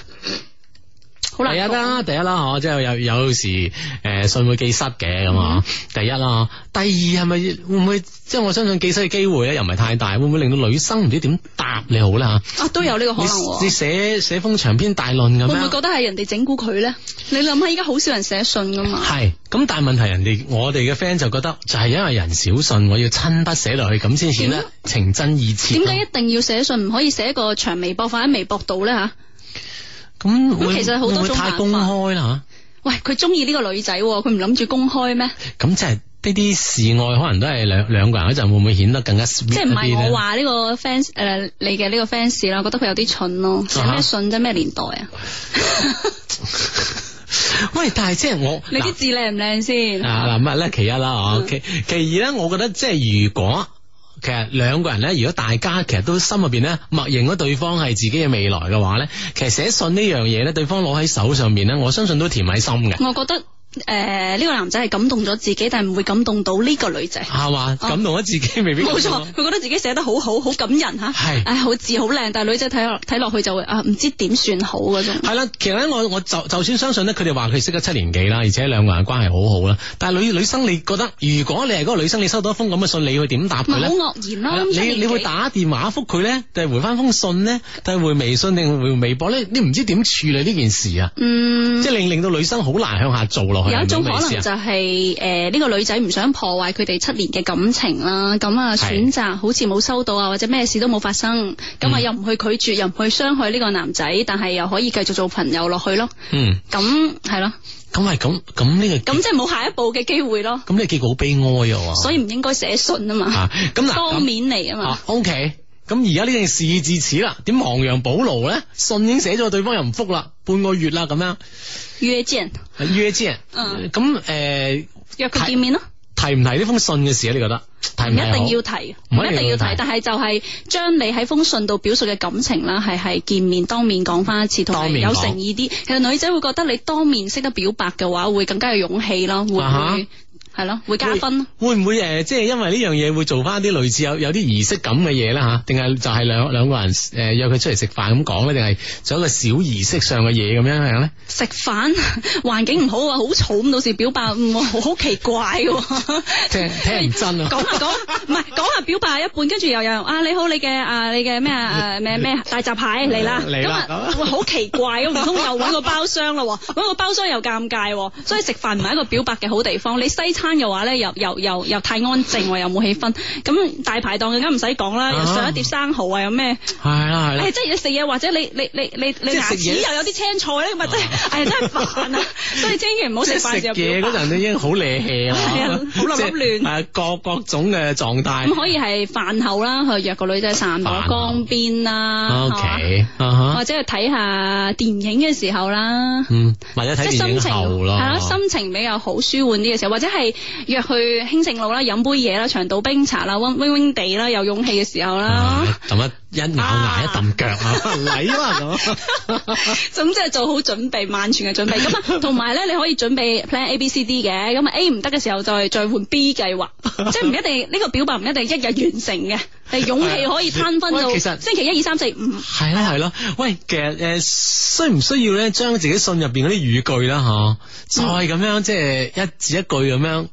[SPEAKER 2] 好難
[SPEAKER 1] 第一
[SPEAKER 2] 講
[SPEAKER 1] 啦，第一啦，嗬，即係有有時誒、信會寄失嘅咁啊，第一啦，第二係咪會唔會即係我相信寄失嘅機會咧又唔係太大，會唔會令到女生唔知點答你好啦
[SPEAKER 2] 啊，都有呢個可能
[SPEAKER 1] 你你
[SPEAKER 2] 喎。
[SPEAKER 1] 寫寫封長篇大論咁
[SPEAKER 2] 會唔會
[SPEAKER 1] 樣，
[SPEAKER 2] 覺得係人哋整蠱佢咧？你諗下，依家好少人寫信噶嘛？
[SPEAKER 1] 係咁，但係問題人哋我哋嘅 friend 就覺得就係因為人少信，我要親筆寫落去咁先顯得情真意切
[SPEAKER 2] 啊點
[SPEAKER 1] 咯。
[SPEAKER 2] 解一定要寫信，唔可以寫個長微博放喺微博度咧吓？
[SPEAKER 1] 咁會
[SPEAKER 2] 咁其實好多
[SPEAKER 1] 會唔會
[SPEAKER 2] 種
[SPEAKER 1] 太
[SPEAKER 2] 辦法
[SPEAKER 1] 公開啦
[SPEAKER 2] 喂，佢中意呢個女仔喎，佢唔諗住公開咩？
[SPEAKER 1] 嚇咁即係呢啲示愛可能都係兩兩個人嗰陣會唔會顯得更加 sweet
[SPEAKER 2] 即係唔
[SPEAKER 1] 一啲
[SPEAKER 2] 係
[SPEAKER 1] 咧
[SPEAKER 2] 我話呢個 fans 誒你嘅呢個 fans 啦，我覺得佢有啲蠢咯，寫
[SPEAKER 1] 啊哈
[SPEAKER 2] 咩信啫？咩年代啊？
[SPEAKER 1] [laughs] 喂，但係即係我
[SPEAKER 2] 你
[SPEAKER 1] 嗱
[SPEAKER 2] 啲字靚唔靚先？
[SPEAKER 1] 啊嗱，咁啊咧，其一啦，哦，
[SPEAKER 2] 嗯
[SPEAKER 1] 其其二咧，我覺得即係如果其實兩個人咧，如果大家其實都心入邊咧默認咗對方係自己嘅未來嘅話咧，其實寫信呢樣嘢咧，對方攞喺手上面咧，我相信都甜喺心嘅，
[SPEAKER 2] 我覺得呃誒呢個男仔係感動咗自己，但係唔會感動到呢個女仔。
[SPEAKER 1] 係嘛？
[SPEAKER 2] 哦
[SPEAKER 1] 感動咗自己未必
[SPEAKER 2] 冇
[SPEAKER 1] 感動啊
[SPEAKER 2] 錯，佢覺得自己寫得好好，好感人吓，
[SPEAKER 1] 係
[SPEAKER 2] 唉，好字好靚，但係女仔睇落睇落去就會啊，唔知點算好嗰種。
[SPEAKER 1] 係啦，其實咧，我我就就算相信咧，佢哋話佢識咗七年幾啦，而且兩個人關係好好啦。但係女女生，你覺得如果你係嗰個女生，你收到一封咁嘅信，你會點答佢
[SPEAKER 2] 咪
[SPEAKER 1] 咧
[SPEAKER 2] 好？愕然
[SPEAKER 1] 係啦
[SPEAKER 2] 咯，啊咁
[SPEAKER 1] 啊你你會
[SPEAKER 2] 會
[SPEAKER 1] 打電話覆佢咧，定係回翻封信咧，定係回微信定係回微博咧？你唔知點處理呢件事啊！
[SPEAKER 2] 嗯
[SPEAKER 1] 即。係令令到女生好難向下做落去，
[SPEAKER 2] 有一
[SPEAKER 1] 係
[SPEAKER 2] 種可
[SPEAKER 1] 咪咁嘅
[SPEAKER 2] 能
[SPEAKER 1] 意思啊
[SPEAKER 2] 就係誒呢個女仔唔想破壞佢哋七年嘅感情啦，咁啊選擇好似冇收到啊，或者咩事都冇發生，咁啊
[SPEAKER 1] 嗯
[SPEAKER 2] 又唔去拒絕，又唔去傷害呢個男仔，但係又可以繼續做朋友落去咯。
[SPEAKER 1] 嗯，
[SPEAKER 2] 咁係咯，
[SPEAKER 1] 咁係咁咁呢個
[SPEAKER 2] 咁即係冇下一步嘅機會咯，
[SPEAKER 1] 咁呢個結果好悲哀啊！
[SPEAKER 2] 所以唔應該寫信啊嘛，
[SPEAKER 1] 啊，咁嗱咁
[SPEAKER 2] 當面嚟啊嘛
[SPEAKER 1] 啊。，OK。咁而家呢件事已至此啦，點亡羊補牢咧？信已經寫咗，對方又唔覆啦，半個月啦咁樣。啊
[SPEAKER 2] 約見，
[SPEAKER 1] 約之人，
[SPEAKER 2] 嗯
[SPEAKER 1] 咁誒
[SPEAKER 2] 約佢見面咯，
[SPEAKER 1] 提唔提呢封信嘅事啊？你覺得提
[SPEAKER 2] 唔
[SPEAKER 1] 唔
[SPEAKER 2] 一
[SPEAKER 1] 提好
[SPEAKER 2] 定要提，
[SPEAKER 1] 唔
[SPEAKER 2] 唔
[SPEAKER 1] 一定要提
[SPEAKER 2] 一定要提，但係就係將你喺封信度表述嘅感情啦，係係見面當面講翻一次，同
[SPEAKER 1] 當
[SPEAKER 2] 埋
[SPEAKER 1] 面
[SPEAKER 2] 有
[SPEAKER 1] 講
[SPEAKER 2] 誠意啲。其實女仔會覺得你當面識得表白嘅話，會更加有勇氣咯，會
[SPEAKER 1] 啊哈
[SPEAKER 2] 會係咯，會加分咯。
[SPEAKER 1] 會唔會誒、呃即係因為呢樣嘢會做翻啲類似有有啲儀式感嘅嘢啦吓？定係就係兩兩個人誒、呃、約佢出嚟食飯咁講咧？定係做一個小儀式上嘅嘢咁樣樣咧？
[SPEAKER 2] 食飯 [laughs] 環境唔好啊，好嘈咁，到時表白嗯好好奇怪嘅喎。
[SPEAKER 1] 聽聽唔真
[SPEAKER 2] [laughs]
[SPEAKER 1] 啊！
[SPEAKER 2] 講下講下，唔係講下表白一半，跟住又有人啊你好，你嘅啊你嘅咩啊咩咩大閘蟹嚟啦，
[SPEAKER 1] [laughs] 嚟啦
[SPEAKER 2] 咁啊哇好奇怪咁，唔通又揾個包廂啦
[SPEAKER 1] [laughs]
[SPEAKER 2] 喎，揾個包廂又尷尬喎，所以食飯唔係一個表白嘅好地方。你西餐嘅話咧，又又又又太安靜喎，又冇氣氛。咁大排檔更加唔使講啦，又上一碟生蠔啊，有咩？
[SPEAKER 1] 係啦係啦
[SPEAKER 2] 誒，，即係你食嘢或者你你你你你
[SPEAKER 1] 即係
[SPEAKER 2] 牙
[SPEAKER 1] 食嘢
[SPEAKER 2] 齒又有啲青菜咧，咁啊真係誒真係煩啊！所以千祈唔好
[SPEAKER 1] 即
[SPEAKER 2] 食
[SPEAKER 1] 係
[SPEAKER 2] 飯
[SPEAKER 1] 食
[SPEAKER 2] 就
[SPEAKER 1] 嘢
[SPEAKER 2] 表
[SPEAKER 1] 嗰
[SPEAKER 2] 白。
[SPEAKER 1] 陣已經好瀨氣啦，
[SPEAKER 2] [laughs] 係啊好立立亂
[SPEAKER 1] 誒呃各各種嘅狀態
[SPEAKER 2] 咁。 [laughs] 可以係飯後啦，去約個女仔散步
[SPEAKER 1] 飯後
[SPEAKER 2] 江邊啦
[SPEAKER 1] O
[SPEAKER 2] 係嘛
[SPEAKER 1] K 啊哈
[SPEAKER 2] 或，者去睇下電影嘅時候啦，
[SPEAKER 1] 嗯，或者
[SPEAKER 2] 即
[SPEAKER 1] 睇
[SPEAKER 2] 係
[SPEAKER 1] 電
[SPEAKER 2] 心
[SPEAKER 1] 影
[SPEAKER 2] 情
[SPEAKER 1] 後咯，
[SPEAKER 2] 啦，心情比較好舒緩啲嘅時候，或者係約去 [laughs] 興盛路啦，飲杯嘢啦，長島冰茶啦，溫 wing wing 地啦，有勇氣嘅時候啦
[SPEAKER 1] 啊，咁一一咬牙一揼腳
[SPEAKER 2] [laughs]
[SPEAKER 1] 啊， [laughs] 嚟啦咁。
[SPEAKER 2] 總之係做好準備，萬全嘅準
[SPEAKER 1] [laughs]
[SPEAKER 2] 備。咁啊，同埋咧，你可以準備 plan A、B、C、D 嘅。咁啊，A 唔得嘅時候再再換 B 計
[SPEAKER 1] [laughs]
[SPEAKER 2] 劃，即係唔一定呢個表白唔一定一日完成嘅，係勇氣可以攤分到
[SPEAKER 1] 喂其實
[SPEAKER 2] 星期一、二、三、四、五。
[SPEAKER 1] 係啦係啦，喂，其實诶、呃需唔需要咧將自己信入边嗰啲語句啦吓、
[SPEAKER 2] 嗯
[SPEAKER 1] 再咁樣即係一字一句咁樣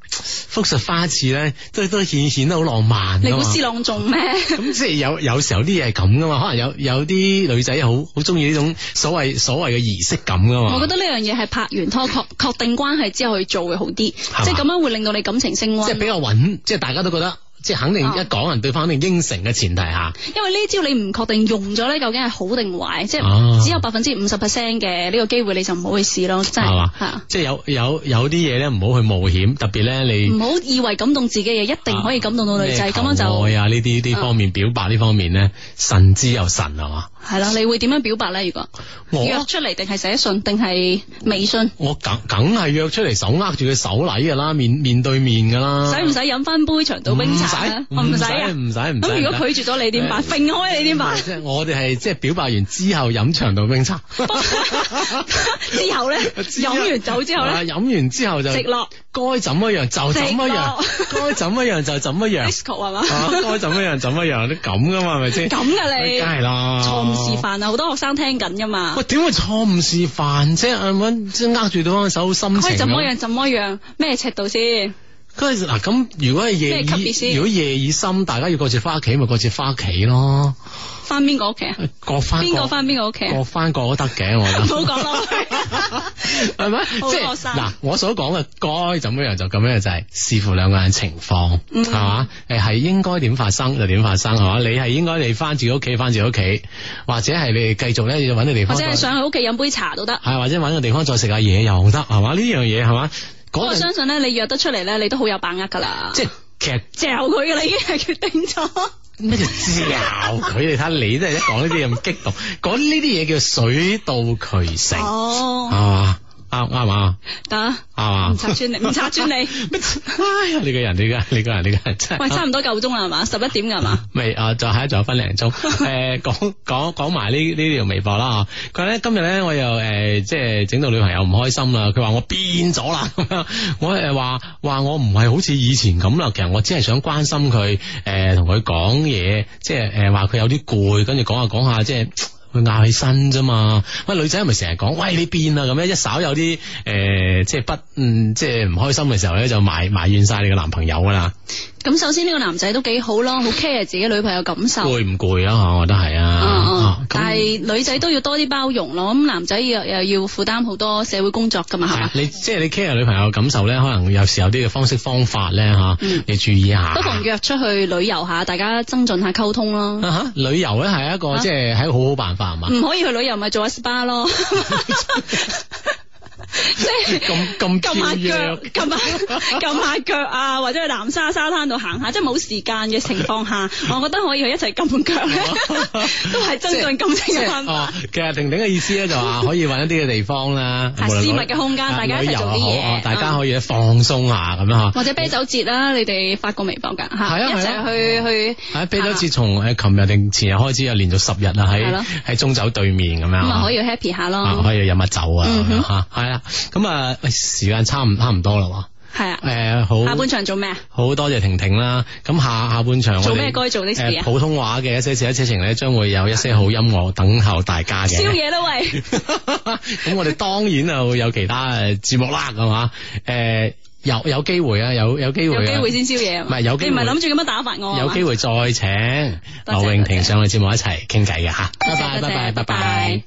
[SPEAKER 1] 複述翻一次咧，都都顯顯得好浪漫
[SPEAKER 2] 你
[SPEAKER 1] 㗎
[SPEAKER 2] 估
[SPEAKER 1] 嘛
[SPEAKER 2] 斯朗仲咩？
[SPEAKER 1] 咁即係有有時候啲嘢係咁噶嘛，可能有有啲女仔好好中意呢種所謂所謂嘅儀式感噶嘛。
[SPEAKER 2] 我覺得呢樣嘢係拍完拖確確定關係之後去做會好啲，即
[SPEAKER 1] 嘛
[SPEAKER 2] 係咁樣會令到你感情升温
[SPEAKER 1] 即係。比較穩，即係大家都覺得即係肯定
[SPEAKER 2] 啊
[SPEAKER 1] 一講人對方肯定應承嘅前提下，
[SPEAKER 2] 因為呢招你唔確定用咗咧，究竟係好定壞，即
[SPEAKER 1] 啊
[SPEAKER 2] 係只有百分之五十 percent 嘅呢個機會，你就唔好去試咯，真係
[SPEAKER 1] 係嘛
[SPEAKER 2] 係啊！
[SPEAKER 1] 即係有有有啲嘢咧唔好去冒險，特別咧你
[SPEAKER 2] 唔。好以為感動自己嘅一定可以感動到女
[SPEAKER 1] 啊
[SPEAKER 2] 仔，
[SPEAKER 1] 咩
[SPEAKER 2] 咁樣就
[SPEAKER 1] 求愛啊呢啲呢方面表白呢方面咧，神之又神啊係嘛？
[SPEAKER 2] 係啦。你會點樣表白咧？如果約
[SPEAKER 1] 我啊
[SPEAKER 2] 出嚟，定係啊寫信，定係微信？
[SPEAKER 1] 我梗梗係約出嚟手握住佢手禮噶啦，面面對面噶啦，
[SPEAKER 2] 使唔使飲翻杯長島冰茶咧？我唔
[SPEAKER 1] 啊唔
[SPEAKER 2] 使
[SPEAKER 1] 使唔
[SPEAKER 2] 啊。
[SPEAKER 1] 使唔使。
[SPEAKER 2] 咁如
[SPEAKER 1] 唔使
[SPEAKER 2] 果拒絕咗你點辦？
[SPEAKER 1] 誒
[SPEAKER 2] 揈開你點辦？
[SPEAKER 1] 即係我哋係即係表白完之後飲長島冰茶，
[SPEAKER 2] 之後咧，飲完酒之後
[SPEAKER 1] 啊
[SPEAKER 2] 咧，
[SPEAKER 1] 飲完之後就啊
[SPEAKER 2] 直落
[SPEAKER 1] 該怎麼樣就怎麼樣，該怎麼樣就怎麼樣，
[SPEAKER 2] disco 係嘛？
[SPEAKER 1] 啊該怎麼樣怎麼樣，你咁噶嘛係咪先？
[SPEAKER 2] 咁噶
[SPEAKER 1] 梗
[SPEAKER 2] 你，
[SPEAKER 1] 係啦，
[SPEAKER 2] 錯誤示。範啊！好多學生聽緊噶嘛
[SPEAKER 1] 啊喂，。點會錯誤示範啫？啊搵即係握住對方手好深情
[SPEAKER 2] 該
[SPEAKER 1] 咁。
[SPEAKER 2] 怎麼樣？怎麼樣？咩尺度先？
[SPEAKER 1] 嗰陣嗱咁，如果係夜
[SPEAKER 2] 咩級別
[SPEAKER 1] 已
[SPEAKER 2] 先
[SPEAKER 1] 如果夜已深，大家要各自翻屋企，咪各自翻屋企咯。
[SPEAKER 2] 翻邊個屋企啊？
[SPEAKER 1] 各翻
[SPEAKER 2] 邊個翻邊個屋企啊
[SPEAKER 1] 各？翻各都得嘅，我覺
[SPEAKER 2] [laughs] 唔
[SPEAKER 1] 得。
[SPEAKER 2] 好講
[SPEAKER 1] [laughs]
[SPEAKER 2] 落去。
[SPEAKER 1] 系咪？
[SPEAKER 2] 好
[SPEAKER 1] 即
[SPEAKER 2] 學
[SPEAKER 1] 系
[SPEAKER 2] 生
[SPEAKER 1] 嗱，我所講嘅該怎樣就咁樣，就係視乎兩個人情況，
[SPEAKER 2] 嗯
[SPEAKER 1] 係嘛？诶，系应该点發生就點發生，係嘛？你係應該你翻自己屋企翻自己屋企，或者係你哋繼續咧要搵個地
[SPEAKER 2] 或
[SPEAKER 1] 方
[SPEAKER 2] 者
[SPEAKER 1] 再，
[SPEAKER 2] 係上去屋企飲杯茶都得。
[SPEAKER 1] 係或者搵個地方再食下嘢又得，係嘛？呢樣嘢係嘛？
[SPEAKER 2] 不過
[SPEAKER 1] 嗰陣
[SPEAKER 2] 相信咧，你約得出嚟咧，你都好有把握㗎啦。
[SPEAKER 1] 即係其實
[SPEAKER 2] 嚼佢㗎啦，已經係決定咗。
[SPEAKER 1] 咩叫教佢？你睇下你真係一講呢啲嘢咁激動，講呢啲嘢叫水到渠成，係
[SPEAKER 2] 哦，
[SPEAKER 1] 嘛？啱啱啊？
[SPEAKER 2] 得，
[SPEAKER 1] 啱嘛
[SPEAKER 2] 唔？拆穿你，唔拆穿你。
[SPEAKER 1] 咩哎呀，你個人，你個人，你個人，你個人真係
[SPEAKER 2] 喂，差唔多夠鐘啦，係嘛？十一點㗎係嘛？
[SPEAKER 1] 未啊，就係仲有分零鐘。誒講講講埋呢呢條微博啦嚇佢咧今日咧我又誒、即係整到女朋友唔開心啦。佢話我變咗啦 [laughs] 咁樣，我誒話話我唔係好似以前咁啦。其實我只係想關心佢誒，同佢講嘢，即係誒話佢有啲攰，跟住講下講下即係。佢拗起身啫嘛，喂女仔係咪成日講，喂你變啦咁樣，一稍有啲誒、即係不嗯即係唔開心嘅時候咧，就埋埋怨晒你嘅男朋友噶啦，
[SPEAKER 2] 咁首先呢個男仔都幾好咯，好 care 自己女朋友感受。
[SPEAKER 1] 攰唔攰啊？我覺得係啊
[SPEAKER 2] 嗯，
[SPEAKER 1] 啊
[SPEAKER 2] 嗯，
[SPEAKER 1] 咁
[SPEAKER 2] 但係女仔都要多啲包容咯，咁男仔又又要負擔好多社會工作噶嘛，係
[SPEAKER 1] 係
[SPEAKER 2] 嘛
[SPEAKER 1] 啊？你即係你 care 女朋友嘅感受咧，可能有時有啲嘅方式方法咧吓，
[SPEAKER 2] 嗯
[SPEAKER 1] 你注意下。
[SPEAKER 2] 不妨約出去旅遊下，大家增進下溝通咯。
[SPEAKER 1] 啊哈旅遊咧係一個
[SPEAKER 2] 啊
[SPEAKER 1] 即係係一個好好辦法係
[SPEAKER 2] [laughs]
[SPEAKER 1] 嘛？
[SPEAKER 2] 唔可以去旅遊咪做下
[SPEAKER 1] [laughs]
[SPEAKER 2] SPA 咯，即係
[SPEAKER 1] 咁咁
[SPEAKER 2] 撳下
[SPEAKER 1] 跳
[SPEAKER 2] 腳，
[SPEAKER 1] 躍
[SPEAKER 2] 撳下撳下腳啊，或者去南沙沙灘度行下，即係冇時間嘅情
[SPEAKER 1] [laughs]
[SPEAKER 2] 況下，我覺得可以去一齊撳腳咧， [laughs] 都係增進感情
[SPEAKER 1] 哦即
[SPEAKER 2] 嘅
[SPEAKER 1] 係
[SPEAKER 2] 方
[SPEAKER 1] 哦
[SPEAKER 2] 法。，
[SPEAKER 1] 其實婷婷嘅意思咧就話可以揾一啲嘅地方啦，
[SPEAKER 2] 係
[SPEAKER 1] 無論
[SPEAKER 2] 私密
[SPEAKER 1] 旅
[SPEAKER 2] 嘅空間
[SPEAKER 1] 啊
[SPEAKER 2] 大家一齊
[SPEAKER 1] 旅遊
[SPEAKER 2] 做啲
[SPEAKER 1] 又好
[SPEAKER 2] 嘢
[SPEAKER 1] 哦大家
[SPEAKER 2] 嗯
[SPEAKER 1] 可以放鬆下咁樣
[SPEAKER 2] 或者啤酒節啦，你哋發過微博㗎
[SPEAKER 1] 係
[SPEAKER 2] 嚇，
[SPEAKER 1] 啊
[SPEAKER 2] 一
[SPEAKER 1] 係啊
[SPEAKER 2] 齊去去
[SPEAKER 1] 吓。係啤酒節從誒琴日定前日開始，又連續十日啦，
[SPEAKER 2] 係
[SPEAKER 1] 喺
[SPEAKER 2] 咯
[SPEAKER 1] 喺中酒對面咁樣。
[SPEAKER 2] 咁啊可
[SPEAKER 1] 以
[SPEAKER 2] 以 happy 下
[SPEAKER 1] 啊，
[SPEAKER 2] 咯，
[SPEAKER 1] 可以飲下酒啊
[SPEAKER 2] 嗯
[SPEAKER 1] 咁
[SPEAKER 2] 哼
[SPEAKER 1] 樣嚇，係啦。咁啊，喂時間差唔差唔多啦喎。
[SPEAKER 2] 係啊。
[SPEAKER 1] 誒好。
[SPEAKER 2] 下半場做咩啊？
[SPEAKER 1] 好多謝婷婷啦，咁下下半場我哋
[SPEAKER 2] 做咩該做的事
[SPEAKER 1] 誒
[SPEAKER 2] 啊？
[SPEAKER 1] 普通話嘅一些事一些情咧，將會有一些好音樂等候大家嘅。
[SPEAKER 2] 宵夜啦
[SPEAKER 1] 啊
[SPEAKER 2] 喂，
[SPEAKER 1] [laughs] 咁我哋當然啊會有其他誒節目啦，係嘛？誒有有機會啊，有有機會啊，
[SPEAKER 2] 有機會先宵夜啊嘛！
[SPEAKER 1] 唔係有機會
[SPEAKER 2] 你唔係諗住咁樣打發我啊嘛
[SPEAKER 1] 有機會再請
[SPEAKER 2] 多謝
[SPEAKER 1] 劉穎婷上嚟節目一齊傾偈嘅吓。
[SPEAKER 2] 多
[SPEAKER 1] 拜拜
[SPEAKER 2] 謝多
[SPEAKER 1] 拜
[SPEAKER 2] 謝
[SPEAKER 1] 拜拜拜
[SPEAKER 2] 拜拜。